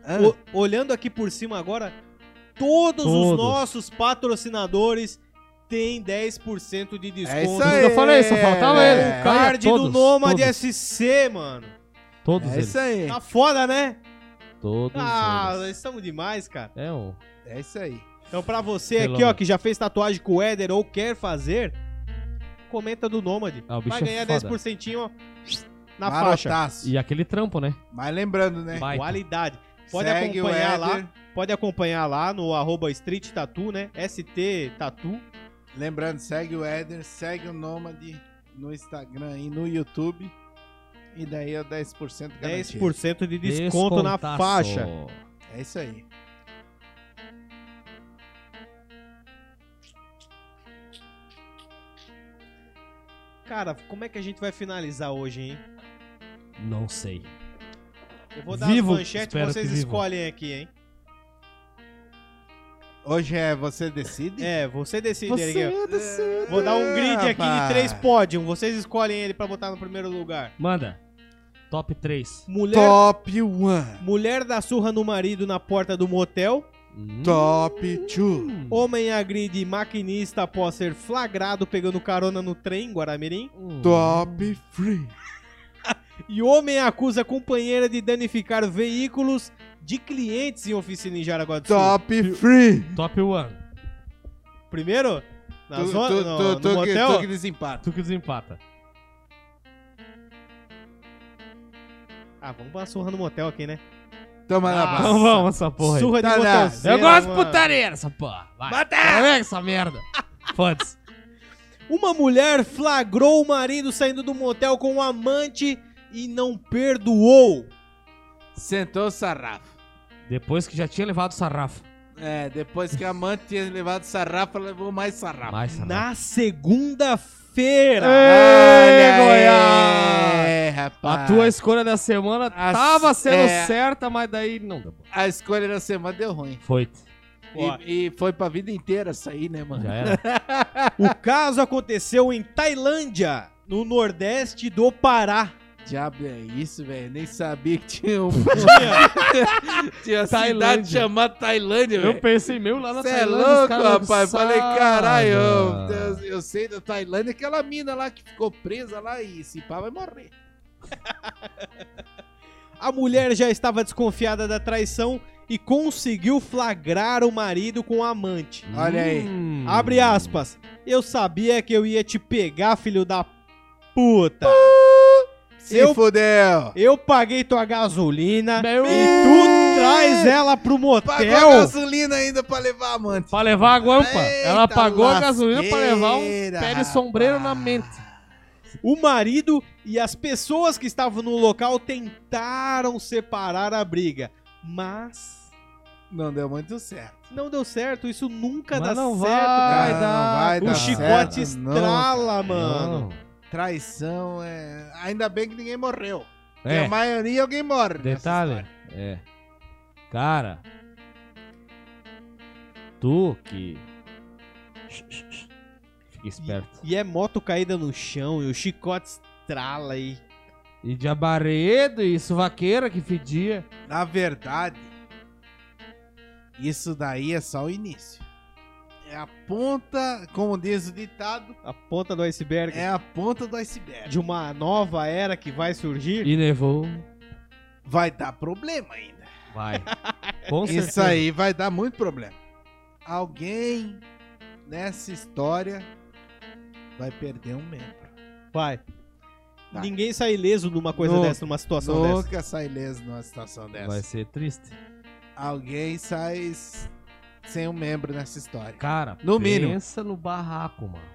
[SPEAKER 3] Hã?
[SPEAKER 2] o- olhando aqui por cima agora, todos, os
[SPEAKER 1] Todos.
[SPEAKER 2] nossos patrocinadores têm 10% de desconto.
[SPEAKER 3] isso
[SPEAKER 1] Por É isso que
[SPEAKER 3] aí.
[SPEAKER 1] eu falei, só faltava
[SPEAKER 3] É,
[SPEAKER 1] ele.
[SPEAKER 2] O
[SPEAKER 3] é.
[SPEAKER 1] Tá aí, ó,
[SPEAKER 2] card do
[SPEAKER 1] todos,
[SPEAKER 2] Nomad
[SPEAKER 1] todos,
[SPEAKER 2] SC, mano.
[SPEAKER 1] Todos
[SPEAKER 3] É
[SPEAKER 1] eles.
[SPEAKER 3] isso aí.
[SPEAKER 2] Tá foda, né?
[SPEAKER 1] Todos
[SPEAKER 2] Ah,
[SPEAKER 1] eles.
[SPEAKER 2] nós estamos demais, cara.
[SPEAKER 1] É um.
[SPEAKER 3] É isso aí.
[SPEAKER 2] Então, pra você
[SPEAKER 1] Pelo
[SPEAKER 2] aqui, ó,
[SPEAKER 1] amor.
[SPEAKER 2] que já fez tatuagem com o Éder ou quer fazer, comenta do Nômade.
[SPEAKER 1] Ah, o bicho
[SPEAKER 2] Vai
[SPEAKER 1] é
[SPEAKER 2] ganhar
[SPEAKER 1] foda.
[SPEAKER 2] 10% ó, na faixa.
[SPEAKER 3] Marotaço.
[SPEAKER 1] E aquele trampo, né?
[SPEAKER 3] Mas lembrando,
[SPEAKER 2] É,
[SPEAKER 3] né?
[SPEAKER 1] Baita.
[SPEAKER 2] Qualidade. Pode
[SPEAKER 3] Segue o
[SPEAKER 2] acompanhar
[SPEAKER 3] Éder.
[SPEAKER 2] lá. Pode acompanhar lá no arroba Street Tatu, né? ST Tatu. né?
[SPEAKER 3] Lembrando, segue o Éder, segue o Nômade no Instagram e no YouTube. E daí é 10% garantido.
[SPEAKER 2] 10% de desconto na
[SPEAKER 1] tá Descontaço.
[SPEAKER 2] faixa.
[SPEAKER 3] É isso aí.
[SPEAKER 2] Cara, como é que a gente vai finalizar hoje, hein?
[SPEAKER 1] Não sei.
[SPEAKER 2] Eu vou dar
[SPEAKER 1] Vivo,
[SPEAKER 2] as manchetes
[SPEAKER 1] espero
[SPEAKER 2] vocês
[SPEAKER 1] que vivo.
[SPEAKER 2] escolhem aqui, hein?
[SPEAKER 3] Hoje é você decide?
[SPEAKER 2] É, você decide, Erguel.
[SPEAKER 1] é decide.
[SPEAKER 2] Vou dar um grid aqui de
[SPEAKER 3] É, rapaz.
[SPEAKER 2] três pódios. Vocês escolhem ele pra botar no primeiro lugar.
[SPEAKER 1] Manda. Top 3.
[SPEAKER 2] Mulher
[SPEAKER 3] Top 1.
[SPEAKER 2] Mulher dá surra no marido na porta do motel.
[SPEAKER 3] Top 2.
[SPEAKER 1] Hum.
[SPEAKER 2] Homem agride maquinista após ser flagrado pegando carona no trem em Guaramirim.
[SPEAKER 3] Top 3.
[SPEAKER 2] E homem acusa companheira de danificar veículos de clientes em oficina em Jaraguá do Sul.
[SPEAKER 3] Top 3.
[SPEAKER 1] Top 1.
[SPEAKER 2] Primeiro? Na
[SPEAKER 3] Tu,
[SPEAKER 2] zona,
[SPEAKER 3] tu,
[SPEAKER 2] no,
[SPEAKER 3] tu,
[SPEAKER 2] no
[SPEAKER 3] tu que,
[SPEAKER 2] motel?
[SPEAKER 3] tu que desempata.
[SPEAKER 1] Tu que desempata.
[SPEAKER 2] Ah, vamos dar surra no motel aqui, né?
[SPEAKER 3] Toma
[SPEAKER 2] Ah,
[SPEAKER 3] na
[SPEAKER 2] Nossa.
[SPEAKER 1] Então vamos essa porra aí.
[SPEAKER 2] surra de
[SPEAKER 3] Tá lá.
[SPEAKER 2] motelzinho.
[SPEAKER 1] Eu gosto de
[SPEAKER 2] mano.
[SPEAKER 1] putaria nessa porra. Vai. Pega essa merda. Foda-se.
[SPEAKER 2] Uma mulher flagrou o marido saindo do motel com um amante e não perdoou.
[SPEAKER 3] Sentou o sarrafo.
[SPEAKER 1] Depois que já tinha levado o sarrafo.
[SPEAKER 3] É, depois que a amante tinha levado sarrafo, ela levou mais sarrafo.
[SPEAKER 1] Mais sarrafo.
[SPEAKER 2] Na segunda-feira.
[SPEAKER 3] É,
[SPEAKER 1] Ei,
[SPEAKER 3] Olha aí,
[SPEAKER 1] A
[SPEAKER 3] rapaz.
[SPEAKER 1] tua escolha da semana
[SPEAKER 3] As-
[SPEAKER 1] tava sendo
[SPEAKER 3] é.
[SPEAKER 1] certa, mas daí não deu. bom.
[SPEAKER 3] A escolha da semana deu ruim.
[SPEAKER 1] Foi.
[SPEAKER 2] Ó.
[SPEAKER 3] E, e foi pra vida inteira isso aí, né, mano?
[SPEAKER 1] Já é. era.
[SPEAKER 2] O caso aconteceu em Tailândia, no nordeste do Pará.
[SPEAKER 3] Diabo é isso, velho. Nem sabia que tinha um... tinha
[SPEAKER 1] Tailândia.
[SPEAKER 3] cidade chamada Tailândia,
[SPEAKER 1] Eu
[SPEAKER 3] velho.
[SPEAKER 1] pensei, meu, lá na
[SPEAKER 3] Você é
[SPEAKER 1] Tailândia, os
[SPEAKER 3] louco,
[SPEAKER 1] caras
[SPEAKER 3] rapaz. Falei,
[SPEAKER 1] dançavam.
[SPEAKER 3] caralho, eu, eu- eu sei da Tailândia, aquela mina lá que ficou presa lá e se pá vai morrer.
[SPEAKER 2] A mulher já estava desconfiada da traição e conseguiu flagrar o marido com a amante.
[SPEAKER 3] Olha aí.
[SPEAKER 1] Hum.
[SPEAKER 2] Abre aspas. Eu sabia que eu ia te pegar, filho da puta.
[SPEAKER 3] Se
[SPEAKER 2] Eu-
[SPEAKER 3] fudeu.
[SPEAKER 2] Eu paguei tua gasolina
[SPEAKER 1] Meu-
[SPEAKER 2] e tu traz ela pro
[SPEAKER 3] Pagou
[SPEAKER 2] motel.
[SPEAKER 3] a gasolina ainda pra levar, mano.
[SPEAKER 1] Pra levar a guampa. Ela
[SPEAKER 3] Eita
[SPEAKER 1] pagou a gasolina pra levar um
[SPEAKER 3] lasqueira,
[SPEAKER 1] pé de sombreiro na
[SPEAKER 3] rapaz.
[SPEAKER 1] mente.
[SPEAKER 2] O marido e as pessoas que estavam no local tentaram separar a briga, mas
[SPEAKER 3] Não deu muito certo.
[SPEAKER 2] não deu certo. Isso nunca
[SPEAKER 1] Mas
[SPEAKER 2] dá
[SPEAKER 1] não
[SPEAKER 2] certo.
[SPEAKER 1] vai
[SPEAKER 2] cara.
[SPEAKER 1] dar,
[SPEAKER 3] vai
[SPEAKER 1] o
[SPEAKER 2] o
[SPEAKER 3] dar
[SPEAKER 2] chicote
[SPEAKER 3] certo, não,
[SPEAKER 2] estrala, mano.
[SPEAKER 3] Traição é. Ainda bem que ninguém morreu.
[SPEAKER 1] Não.
[SPEAKER 3] Porque
[SPEAKER 1] É.
[SPEAKER 3] a maioria alguém morre. nessa
[SPEAKER 1] Detalhe,
[SPEAKER 3] história.
[SPEAKER 1] é. Cara, tu que. Fica esperto.
[SPEAKER 2] E é moto caída no chão e o chicote estrala aí.
[SPEAKER 1] E de abaredo e suvaqueira que fedia.
[SPEAKER 3] Na verdade, isso daí é só o início. É a ponta, como diz o ditado,
[SPEAKER 2] A ponta do iceberg
[SPEAKER 3] é a ponta do iceberg.
[SPEAKER 2] de uma nova era que vai surgir.
[SPEAKER 1] E nevou.
[SPEAKER 3] Vai dar problema ainda.
[SPEAKER 1] Vai. Com
[SPEAKER 3] Isso
[SPEAKER 1] certeza.
[SPEAKER 3] aí vai dar muito problema. Alguém nessa história vai perder um membro.
[SPEAKER 2] Vai.
[SPEAKER 3] Vai.
[SPEAKER 2] Ninguém sai ileso numa coisa
[SPEAKER 1] No-
[SPEAKER 2] dessa, numa situação dessa.
[SPEAKER 3] Nunca sai ileso numa situação dessa.
[SPEAKER 1] Vai ser triste.
[SPEAKER 3] Alguém sai s- sem um membro nessa história.
[SPEAKER 1] Cara,
[SPEAKER 3] No mínimo.
[SPEAKER 1] pensa no barraco, mano.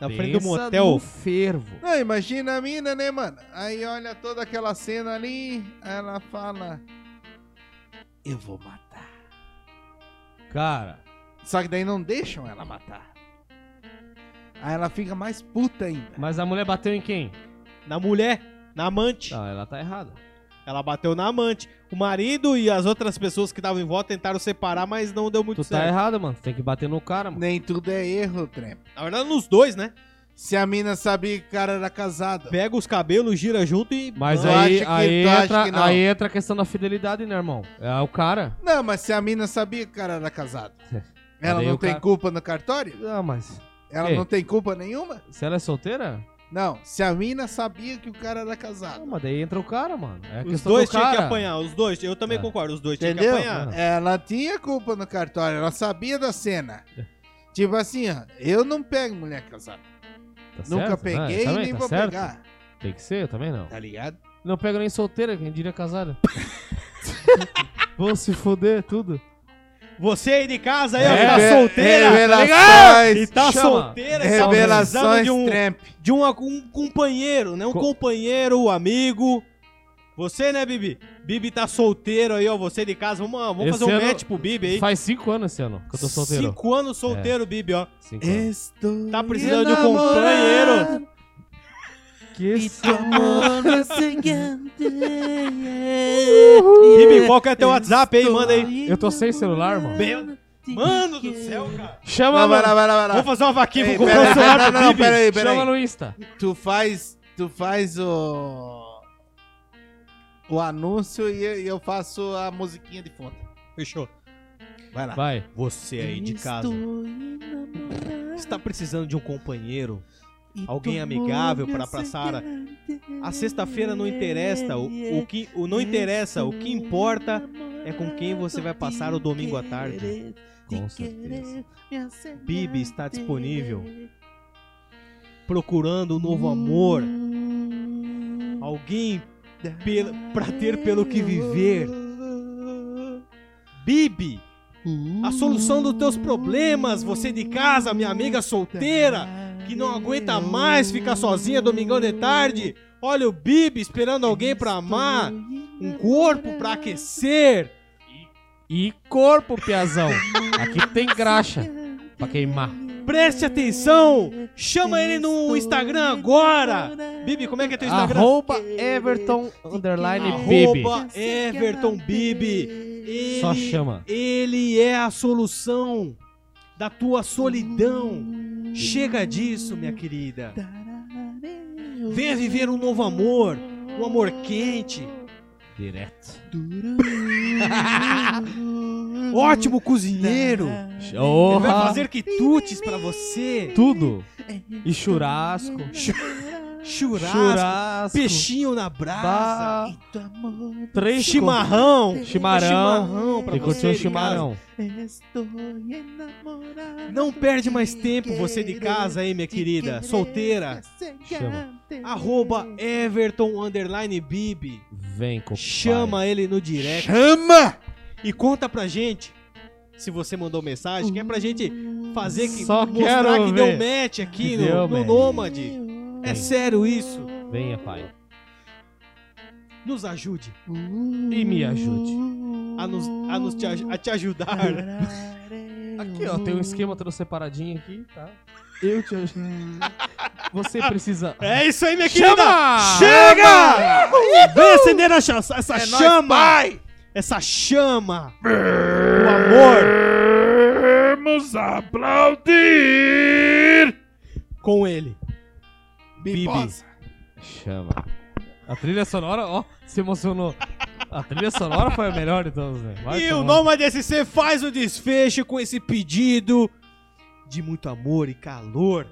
[SPEAKER 2] Na frente do
[SPEAKER 1] Pensa
[SPEAKER 2] motel.
[SPEAKER 1] No fervo.
[SPEAKER 3] Não, imagina a mina, né, mano? Aí olha toda aquela cena ali, ela fala: Eu vou matar.
[SPEAKER 1] Cara,
[SPEAKER 3] Só que daí não deixam ela matar. Aí ela fica mais puta ainda.
[SPEAKER 1] mas a mulher bateu em quem?
[SPEAKER 2] Na mulher, na amante.
[SPEAKER 1] Não, ela tá errada.
[SPEAKER 2] Ela bateu na amante. O marido e as outras pessoas que estavam em volta tentaram separar, mas não deu muito
[SPEAKER 1] Tu tá
[SPEAKER 2] certo.
[SPEAKER 1] errada, mano. Tem que bater no cara, mano.
[SPEAKER 3] Nem tudo é erro, trem.
[SPEAKER 2] Na verdade, nos dois, né?
[SPEAKER 3] Se a mina sabia que o cara era casado.
[SPEAKER 2] Pega os cabelos, gira junto e.
[SPEAKER 1] Mas
[SPEAKER 3] Tu
[SPEAKER 1] aí,
[SPEAKER 3] acha que-
[SPEAKER 1] aí,
[SPEAKER 3] tu acha que não?
[SPEAKER 1] entra, aí entra a questão da fidelidade, né, irmão? É o cara.
[SPEAKER 3] Não, mas se a mina sabia que o cara era casado. Ela
[SPEAKER 1] daí
[SPEAKER 3] não
[SPEAKER 1] o
[SPEAKER 3] tem
[SPEAKER 1] cara-
[SPEAKER 3] culpa no cartório?
[SPEAKER 1] Ah, mas.
[SPEAKER 3] Ela
[SPEAKER 1] Ei.
[SPEAKER 3] não tem culpa nenhuma?
[SPEAKER 1] Se ela é solteira?
[SPEAKER 3] Não, se a mina sabia que o cara era casado.
[SPEAKER 1] Ah, mas daí entra o cara, mano. É a
[SPEAKER 2] Os
[SPEAKER 1] questão
[SPEAKER 2] dois
[SPEAKER 1] do
[SPEAKER 2] tinham
[SPEAKER 1] cara.
[SPEAKER 2] que apanhar, os dois. Eu também
[SPEAKER 1] É.
[SPEAKER 2] concordo, os dois tinham que
[SPEAKER 3] Entendeu?
[SPEAKER 2] apanhar.
[SPEAKER 3] Ela tinha culpa no cartório, ela sabia da cena. Tipo assim, ó, eu não pego mulher casada.
[SPEAKER 1] É. Tá
[SPEAKER 3] Nunca
[SPEAKER 1] certo, né?
[SPEAKER 3] peguei e
[SPEAKER 1] Também
[SPEAKER 3] nem
[SPEAKER 1] tá
[SPEAKER 3] vou
[SPEAKER 1] certo.
[SPEAKER 3] pegar.
[SPEAKER 1] Tem que ser, eu também não.
[SPEAKER 3] Tá ligado?
[SPEAKER 1] Não pego nem solteira, quem diria casada. Vão se foder tudo.
[SPEAKER 2] Você aí de casa aí, ó,
[SPEAKER 1] É,
[SPEAKER 2] que tá
[SPEAKER 3] Reve-
[SPEAKER 2] solteira. E
[SPEAKER 3] Revelações.
[SPEAKER 2] tá
[SPEAKER 1] Chama.
[SPEAKER 2] solteira, que tá precisando
[SPEAKER 3] Revelações
[SPEAKER 2] de um,
[SPEAKER 3] Tramp.
[SPEAKER 1] Tá
[SPEAKER 2] de um, um companheiro, né? Um
[SPEAKER 1] Co-
[SPEAKER 2] companheiro, um amigo. Você, né, Bibi? Bibi tá solteiro aí, ó. Você de casa. Vamos, vamos
[SPEAKER 1] Esse
[SPEAKER 2] fazer um
[SPEAKER 1] ano-
[SPEAKER 2] match pro Bibi aí.
[SPEAKER 1] Faz cinco anos esse ano que eu tô solteiro.
[SPEAKER 2] Cinco anos solteiro, Bibi, ó.
[SPEAKER 1] Cinco anos.
[SPEAKER 3] Estou
[SPEAKER 2] Tá precisando de um companheiro.
[SPEAKER 3] É
[SPEAKER 1] Que esse...
[SPEAKER 2] Bibi, qual que é teu WhatsApp aí? Manda aí.
[SPEAKER 1] Eu tô sem celular, mano.
[SPEAKER 2] Meu- Mano do céu, cara.
[SPEAKER 1] Chama,
[SPEAKER 3] Não, vai
[SPEAKER 1] no...
[SPEAKER 3] lá, vai lá, vai lá.
[SPEAKER 2] Vou fazer uma vaquinha,
[SPEAKER 3] Ei,
[SPEAKER 2] vou comprar
[SPEAKER 3] pera
[SPEAKER 2] um
[SPEAKER 3] aí,
[SPEAKER 2] celular
[SPEAKER 3] pera-
[SPEAKER 2] pro
[SPEAKER 3] não,
[SPEAKER 2] Bibi.
[SPEAKER 3] pera aí, pera
[SPEAKER 1] Chama
[SPEAKER 3] aí.
[SPEAKER 1] no Insta.
[SPEAKER 3] Tu faz, tu faz o... O anúncio e e eu faço a musiquinha de fundo.
[SPEAKER 2] Fechou.
[SPEAKER 3] Vai lá.
[SPEAKER 1] Vai.
[SPEAKER 2] Você aí de casa está precisando de um companheiro. Alguém amigável para passar. A sexta-feira não interessa, o, o que o não interessa, o que importa é com quem você vai passar o domingo à tarde.
[SPEAKER 1] Com certeza.
[SPEAKER 2] Bibi está disponível. Procurando um novo amor, alguém pela- pra ter pelo que viver. Bibi, a solução dos teus problemas, você de casa, minha amiga solteira, que não aguenta mais ficar sozinha domingão de tarde. Olha o Bibi esperando alguém pra amar, um corpo pra aquecer.
[SPEAKER 1] E corpo, piazão. Aqui tem graxa pra queimar.
[SPEAKER 2] Preste atenção! Chama ele no Instagram agora! Bibi, como é que é teu Instagram?
[SPEAKER 1] Arroba Everton underline Bibi.
[SPEAKER 2] Arroba Everton Bibi. Ele,
[SPEAKER 1] Só chama.
[SPEAKER 2] ele é a solução da tua solidão. Chega disso, minha querida. Venha viver um novo amor, um amor quente.
[SPEAKER 1] Direto.
[SPEAKER 2] Ótimo cozinheiro. Ele vai
[SPEAKER 1] Orra.
[SPEAKER 2] fazer quitutes pra você.
[SPEAKER 1] tudo. E churrasco.
[SPEAKER 2] churrasco,
[SPEAKER 1] Churrasco.
[SPEAKER 2] peixinho na
[SPEAKER 1] Bah.
[SPEAKER 2] brasa,
[SPEAKER 3] Eita, mano.
[SPEAKER 1] Três
[SPEAKER 2] chimarrão.
[SPEAKER 1] Chimarrão.
[SPEAKER 2] Chimarrão pra
[SPEAKER 1] Tem que curtir
[SPEAKER 2] você
[SPEAKER 1] um
[SPEAKER 2] de
[SPEAKER 1] chimarrão.
[SPEAKER 3] Estou enamorado.
[SPEAKER 2] Não perde mais tempo você de casa aí, minha querida, solteira.
[SPEAKER 3] é
[SPEAKER 1] Chama.
[SPEAKER 2] Arroba Everton underline Bibi.
[SPEAKER 1] Vem, compadre.
[SPEAKER 2] Chama ele no direct
[SPEAKER 3] Chama!
[SPEAKER 2] e conta pra gente se você mandou mensagem, que é pra gente fazer que
[SPEAKER 1] Só
[SPEAKER 2] mostrar
[SPEAKER 1] quero
[SPEAKER 2] que
[SPEAKER 1] ver.
[SPEAKER 2] deu match aqui
[SPEAKER 1] Que
[SPEAKER 2] no,
[SPEAKER 1] deu
[SPEAKER 2] no
[SPEAKER 1] match.
[SPEAKER 2] Nômade. É sério isso?
[SPEAKER 1] Venha, pai.
[SPEAKER 2] Nos ajude
[SPEAKER 1] E me ajude.
[SPEAKER 2] a nos, a nos te,
[SPEAKER 3] Hum.
[SPEAKER 2] aj- a te ajudar. né?
[SPEAKER 1] Aqui, ó, tem um esquema todo separadinho aqui, tá? Eu te ajudo. Você precisa.
[SPEAKER 2] É isso aí, minha querida!
[SPEAKER 1] Chama!
[SPEAKER 2] Chega! Vem acender a cha- essa
[SPEAKER 3] É nóis,
[SPEAKER 2] chama!
[SPEAKER 3] pai!
[SPEAKER 2] Essa chama! O amor
[SPEAKER 3] Vamos aplaudir!
[SPEAKER 2] com ele. Bibi.
[SPEAKER 3] Bibosa.
[SPEAKER 1] Chama. A trilha sonora, ó, se emocionou. A trilha sonora foi a melhor de todas, né? Vai
[SPEAKER 2] e
[SPEAKER 1] tomar
[SPEAKER 2] o Nômade SC faz o desfecho com esse pedido de muito amor e calor.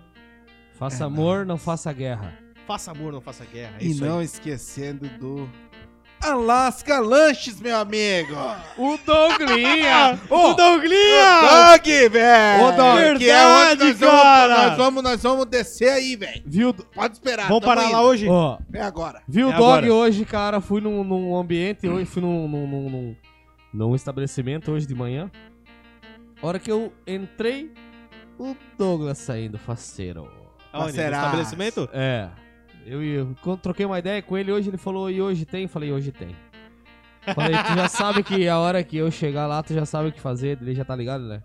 [SPEAKER 1] Faça amor, não faça guerra.
[SPEAKER 2] Faça amor, não faça guerra. É
[SPEAKER 3] E
[SPEAKER 2] isso
[SPEAKER 3] não
[SPEAKER 2] aí.
[SPEAKER 3] esquecendo do Alaska Lanches, meu amigo!
[SPEAKER 1] O Doglinha!
[SPEAKER 2] O Douglinha!
[SPEAKER 3] Dog, velho!
[SPEAKER 2] Ô, Dog.
[SPEAKER 3] Que é onde nós
[SPEAKER 2] Verdade,
[SPEAKER 3] vamos,
[SPEAKER 2] cara.
[SPEAKER 3] nós vamos, nós vamos descer aí, velho.
[SPEAKER 1] Viu, do-
[SPEAKER 3] Pode esperar.
[SPEAKER 2] Vamos
[SPEAKER 3] tamo
[SPEAKER 2] parar lá
[SPEAKER 3] indo.
[SPEAKER 2] hoje?
[SPEAKER 1] ó,
[SPEAKER 3] É agora.
[SPEAKER 1] viu o
[SPEAKER 2] É
[SPEAKER 1] Dog
[SPEAKER 2] agora.
[SPEAKER 1] hoje, cara? Fui num, num ambiente, hoje fui num, num, num, num- num estabelecimento hoje de manhã. A hora que eu entrei, o Douglas saindo, faceiro.
[SPEAKER 2] Aonde? No
[SPEAKER 3] Parceiraço.
[SPEAKER 2] estabelecimento?
[SPEAKER 1] É. Eu, eu quando troquei uma ideia com ele hoje, ele falou, e hoje tem? Falei, hoje tem. Falei, tu já sabe que a hora que eu chegar lá, tu já sabe o que fazer, ele já tá ligado, né?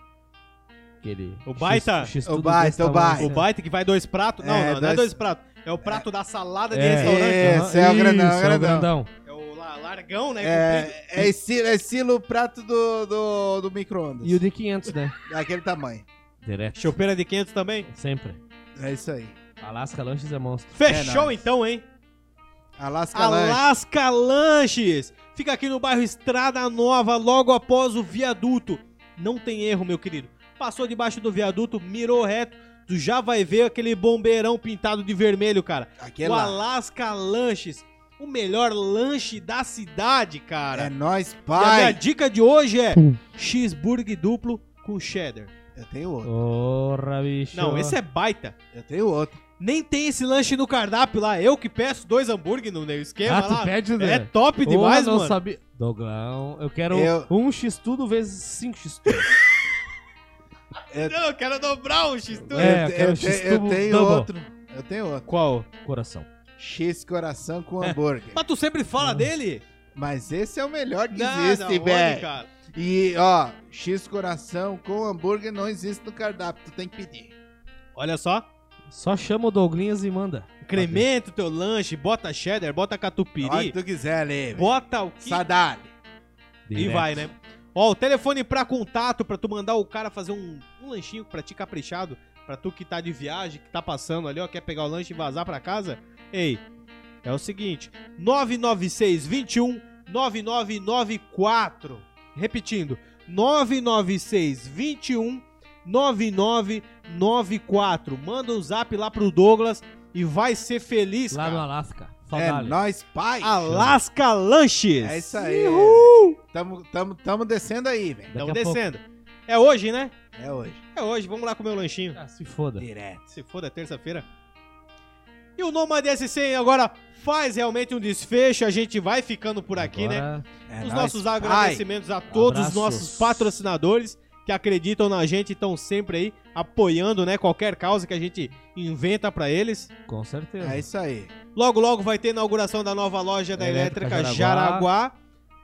[SPEAKER 1] Aquele
[SPEAKER 2] O baita.
[SPEAKER 1] X- X
[SPEAKER 3] O
[SPEAKER 1] tudo
[SPEAKER 3] baita,
[SPEAKER 1] desse
[SPEAKER 3] o
[SPEAKER 1] tamanho,
[SPEAKER 3] baita.
[SPEAKER 1] assim.
[SPEAKER 2] O baita que vai dois pratos? Não,
[SPEAKER 3] É,
[SPEAKER 2] não, não é
[SPEAKER 3] dois-
[SPEAKER 2] dois pratos. É o prato da salada de
[SPEAKER 1] É.
[SPEAKER 2] restaurante.
[SPEAKER 1] Aham,
[SPEAKER 3] Esse é o grandão,
[SPEAKER 1] isso,
[SPEAKER 3] é o grandão.
[SPEAKER 2] É o la- largão, né? comprido.
[SPEAKER 3] É, é, estilo, é estilo o prato do, do, do micro-ondas.
[SPEAKER 1] E o de 500, né?
[SPEAKER 3] Daquele tamanho.
[SPEAKER 1] Direto.
[SPEAKER 2] Chopeira de 500 também?
[SPEAKER 1] Sempre.
[SPEAKER 3] É isso aí.
[SPEAKER 1] Alaska Lanches é monstro.
[SPEAKER 2] Fechou
[SPEAKER 3] nóis.
[SPEAKER 2] então, hein?
[SPEAKER 3] Alaska Lanches.
[SPEAKER 2] Alasca Lanches. Fica aqui no bairro Estrada Nova, logo após o viaduto. Não tem erro, meu querido. Passou debaixo do viaduto, mirou reto. Tu já vai ver aquele bombeirão pintado de vermelho, cara.
[SPEAKER 3] Aquele
[SPEAKER 2] o
[SPEAKER 3] é lá.
[SPEAKER 2] Alasca Lanches. O melhor lanche da cidade, cara.
[SPEAKER 3] É nóis,
[SPEAKER 2] E a minha
[SPEAKER 3] pai.
[SPEAKER 2] dica de hoje é
[SPEAKER 1] Pum.
[SPEAKER 2] cheeseburger duplo com cheddar.
[SPEAKER 3] Eu tenho outro.
[SPEAKER 1] Porra, bicho.
[SPEAKER 2] Não, esse é baita.
[SPEAKER 3] Eu tenho outro.
[SPEAKER 2] Nem tem esse lanche no cardápio lá. Eu que peço dois hambúrguer no meu esquema
[SPEAKER 1] Ah, tu
[SPEAKER 2] lá.
[SPEAKER 1] pede, né?
[SPEAKER 2] É top
[SPEAKER 1] Porra,
[SPEAKER 2] demais,
[SPEAKER 1] não
[SPEAKER 2] mano.
[SPEAKER 1] Sabia... Doglão, eu quero
[SPEAKER 3] Eu-
[SPEAKER 1] 1x tudo vezes 5x tudo.
[SPEAKER 2] Não, eu quero dobrar um x
[SPEAKER 1] É,
[SPEAKER 3] eu,
[SPEAKER 1] eu
[SPEAKER 3] te-
[SPEAKER 1] quero
[SPEAKER 3] eu te-
[SPEAKER 1] X
[SPEAKER 3] eu
[SPEAKER 1] tubo
[SPEAKER 3] tenho
[SPEAKER 1] double.
[SPEAKER 3] outro. Eu tenho outro.
[SPEAKER 2] Qual?
[SPEAKER 1] Coração.
[SPEAKER 3] X coração com
[SPEAKER 1] É.
[SPEAKER 3] hambúrguer.
[SPEAKER 2] Mas tu sempre fala dele?
[SPEAKER 3] Mas esse é o melhor que
[SPEAKER 2] Não,
[SPEAKER 3] existe,
[SPEAKER 2] não, olha,
[SPEAKER 3] velho.
[SPEAKER 2] cara.
[SPEAKER 3] E, ó, X coração com hambúrguer não existe no cardápio. Tu tem que pedir.
[SPEAKER 2] Olha só.
[SPEAKER 1] Só chama o Douglinhas e manda.
[SPEAKER 2] Incrementa o teu lanche, bota cheddar, bota
[SPEAKER 3] Na hora
[SPEAKER 2] catupiry,
[SPEAKER 3] que tu quiser, ali. velho.
[SPEAKER 2] bota o que
[SPEAKER 3] Sadale.
[SPEAKER 2] E
[SPEAKER 1] Direto.
[SPEAKER 2] vai, né? Ó, o telefone pra contato, pra tu mandar o cara fazer um, um lanchinho pra ti caprichado, pra tu que tá de viagem, que tá passando ali, ó, quer pegar o lanche e vazar pra casa. Ei, é o seguinte, 99621 9994. Repetindo, 99621 9994. Manda o zap lá pro Douglas e vai ser feliz,
[SPEAKER 1] Lá no
[SPEAKER 2] cara.
[SPEAKER 1] Alasca.
[SPEAKER 3] É
[SPEAKER 1] Saudade.
[SPEAKER 3] nóis, pai.
[SPEAKER 2] Alasca Lanches.
[SPEAKER 3] É isso aí. Tamo, tamo, tamo descendo aí, velho.
[SPEAKER 1] Daqui
[SPEAKER 2] Tamo
[SPEAKER 1] a pouco.
[SPEAKER 2] descendo. É hoje, né?
[SPEAKER 3] É hoje.
[SPEAKER 2] É hoje, vamos lá comer o lanchinho.
[SPEAKER 1] Ah, se
[SPEAKER 2] É,
[SPEAKER 1] foda.
[SPEAKER 3] Direto.
[SPEAKER 2] Se for da terça-feira. E o Nomad SC agora faz realmente um desfecho. A gente vai ficando por aqui, né?
[SPEAKER 1] Agora,
[SPEAKER 3] É
[SPEAKER 2] Os
[SPEAKER 3] nóis,
[SPEAKER 2] nossos
[SPEAKER 3] pai.
[SPEAKER 2] agradecimentos a todos os
[SPEAKER 1] Abraços.
[SPEAKER 2] nossos patrocinadores que acreditam na gente e estão sempre aí apoiando, né? Qualquer causa que a gente inventa pra eles.
[SPEAKER 1] Com certeza.
[SPEAKER 3] É isso aí.
[SPEAKER 2] Logo, logo vai ter a inauguração da nova loja da
[SPEAKER 1] Elétrica
[SPEAKER 2] Elétrica Jaraguá.
[SPEAKER 1] Jaraguá.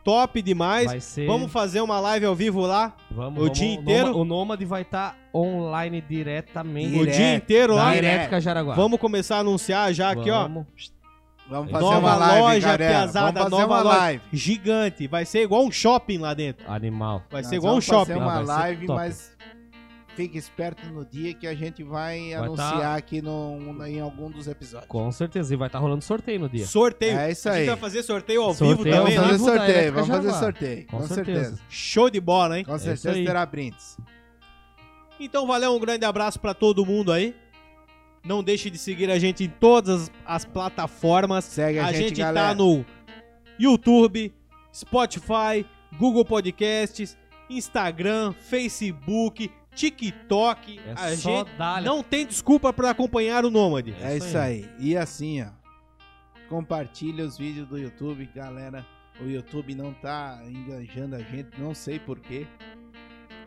[SPEAKER 2] Top demais.
[SPEAKER 1] Vai ser...
[SPEAKER 2] Vamos fazer uma live ao vivo lá
[SPEAKER 1] Vamos,
[SPEAKER 2] O
[SPEAKER 1] vamos,
[SPEAKER 2] dia
[SPEAKER 1] Nôma-
[SPEAKER 2] inteiro?
[SPEAKER 1] O Nômade vai estar online diretamente.
[SPEAKER 2] o
[SPEAKER 3] Direto.
[SPEAKER 2] dia inteiro lá.
[SPEAKER 1] Da
[SPEAKER 3] Direto.
[SPEAKER 1] Elétrica Jaraguá.
[SPEAKER 2] Vamos começar a anunciar já aqui, ó.
[SPEAKER 1] Vamos.
[SPEAKER 3] Vamos
[SPEAKER 1] É
[SPEAKER 3] fazer
[SPEAKER 1] nova
[SPEAKER 3] uma live,
[SPEAKER 2] loja,
[SPEAKER 3] galera.
[SPEAKER 2] piazada,
[SPEAKER 3] Vamos fazer
[SPEAKER 2] nova
[SPEAKER 3] uma
[SPEAKER 2] loja.
[SPEAKER 3] live.
[SPEAKER 2] gigante. Vai ser igual um shopping lá dentro.
[SPEAKER 1] Animal.
[SPEAKER 2] Vai
[SPEAKER 3] Nós
[SPEAKER 2] ser igual um
[SPEAKER 3] vamos fazer
[SPEAKER 2] shopping.
[SPEAKER 3] uma
[SPEAKER 1] Não, vai ser
[SPEAKER 3] live,
[SPEAKER 1] top.
[SPEAKER 3] mas fique esperto no dia que a gente vai,
[SPEAKER 1] tá-
[SPEAKER 3] anunciar aqui no, em algum dos episódios.
[SPEAKER 1] Com certeza. E vai estar rolando sorteio no dia.
[SPEAKER 2] Sorteio.
[SPEAKER 3] É isso
[SPEAKER 2] A gente
[SPEAKER 3] aí.
[SPEAKER 2] vai fazer sorteio ao
[SPEAKER 1] Sorteio
[SPEAKER 2] vivo
[SPEAKER 1] ao
[SPEAKER 2] também
[SPEAKER 3] Vamos
[SPEAKER 1] vivo.
[SPEAKER 2] lá.
[SPEAKER 3] fazer
[SPEAKER 1] Vivo da
[SPEAKER 3] sorteio,
[SPEAKER 1] Elétrica
[SPEAKER 3] vamos fazer
[SPEAKER 1] Java.
[SPEAKER 3] sorteio. Com, certeza.
[SPEAKER 2] Show de bola, hein?
[SPEAKER 3] Com
[SPEAKER 1] isso
[SPEAKER 3] certeza
[SPEAKER 1] aí.
[SPEAKER 3] terá brindes.
[SPEAKER 2] Então valeu, um grande abraço pra todo mundo aí. Não deixe de seguir a gente em todas as- as plataformas.
[SPEAKER 3] Segue a,
[SPEAKER 2] a gente,
[SPEAKER 3] galera.
[SPEAKER 2] tá no YouTube, Spotify, Google Podcasts, Instagram, Facebook, TikTok.
[SPEAKER 1] É
[SPEAKER 2] a
[SPEAKER 1] só
[SPEAKER 2] gente
[SPEAKER 1] dar
[SPEAKER 2] não tem desculpa pra acompanhar o Nômade.
[SPEAKER 1] É
[SPEAKER 3] É
[SPEAKER 1] isso
[SPEAKER 3] isso aí. E assim, ó. Compartilha os vídeos do YouTube, galera. O YouTube não tá enganjando a gente, não sei porquê.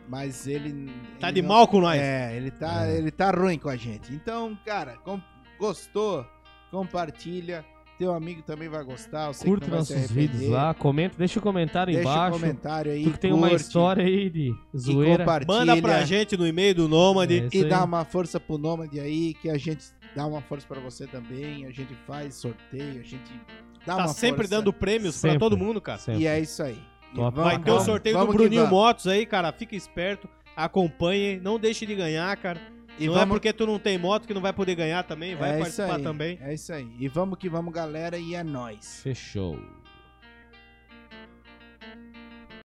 [SPEAKER 3] Mas ele.
[SPEAKER 2] Tá
[SPEAKER 3] ele
[SPEAKER 2] de
[SPEAKER 3] não-
[SPEAKER 2] mal com nós.
[SPEAKER 3] É, ele tá,
[SPEAKER 1] É.
[SPEAKER 3] ele tá ruim com a gente. Então, cara, com- gostou? Compartilha. Teu amigo também vai gostar. Eu sei que
[SPEAKER 1] Curte
[SPEAKER 3] não vai se
[SPEAKER 1] nossos vídeos
[SPEAKER 3] arrepender.
[SPEAKER 1] lá, comenta, deixa o comentário
[SPEAKER 3] Deixa
[SPEAKER 1] embaixo.
[SPEAKER 3] um comentário aí.
[SPEAKER 1] tu que tem uma
[SPEAKER 3] curte
[SPEAKER 1] história aí de
[SPEAKER 3] e
[SPEAKER 1] zoeira.
[SPEAKER 3] compartilha.
[SPEAKER 2] Manda pra gente no e-mail do Nômade.
[SPEAKER 1] É isso
[SPEAKER 3] E
[SPEAKER 1] aí.
[SPEAKER 3] dá uma força pro Nômade aí, que a gente dá uma força pra você também. A gente faz sorteio, a gente dá
[SPEAKER 2] Tá
[SPEAKER 3] uma
[SPEAKER 2] sempre
[SPEAKER 3] força.
[SPEAKER 2] dando prêmios
[SPEAKER 1] Sempre.
[SPEAKER 2] pra todo mundo, cara.
[SPEAKER 1] Sempre.
[SPEAKER 3] E é isso aí. E vamos-
[SPEAKER 1] Top.
[SPEAKER 2] Vai ter o
[SPEAKER 1] Vamos,
[SPEAKER 2] sorteio
[SPEAKER 3] vamos
[SPEAKER 2] do
[SPEAKER 3] que
[SPEAKER 2] Bruninho
[SPEAKER 3] vamos.
[SPEAKER 2] Motos aí, cara. Fica esperto, acompanhe, não deixe de ganhar, cara.
[SPEAKER 3] E
[SPEAKER 2] não é
[SPEAKER 3] vamos-
[SPEAKER 2] porque tu não tem moto que não vai poder ganhar também, vai
[SPEAKER 3] é isso
[SPEAKER 2] participar
[SPEAKER 3] aí,
[SPEAKER 2] também.
[SPEAKER 3] É isso aí. E vamos que vamos, galera, e é nóis.
[SPEAKER 1] Fechou.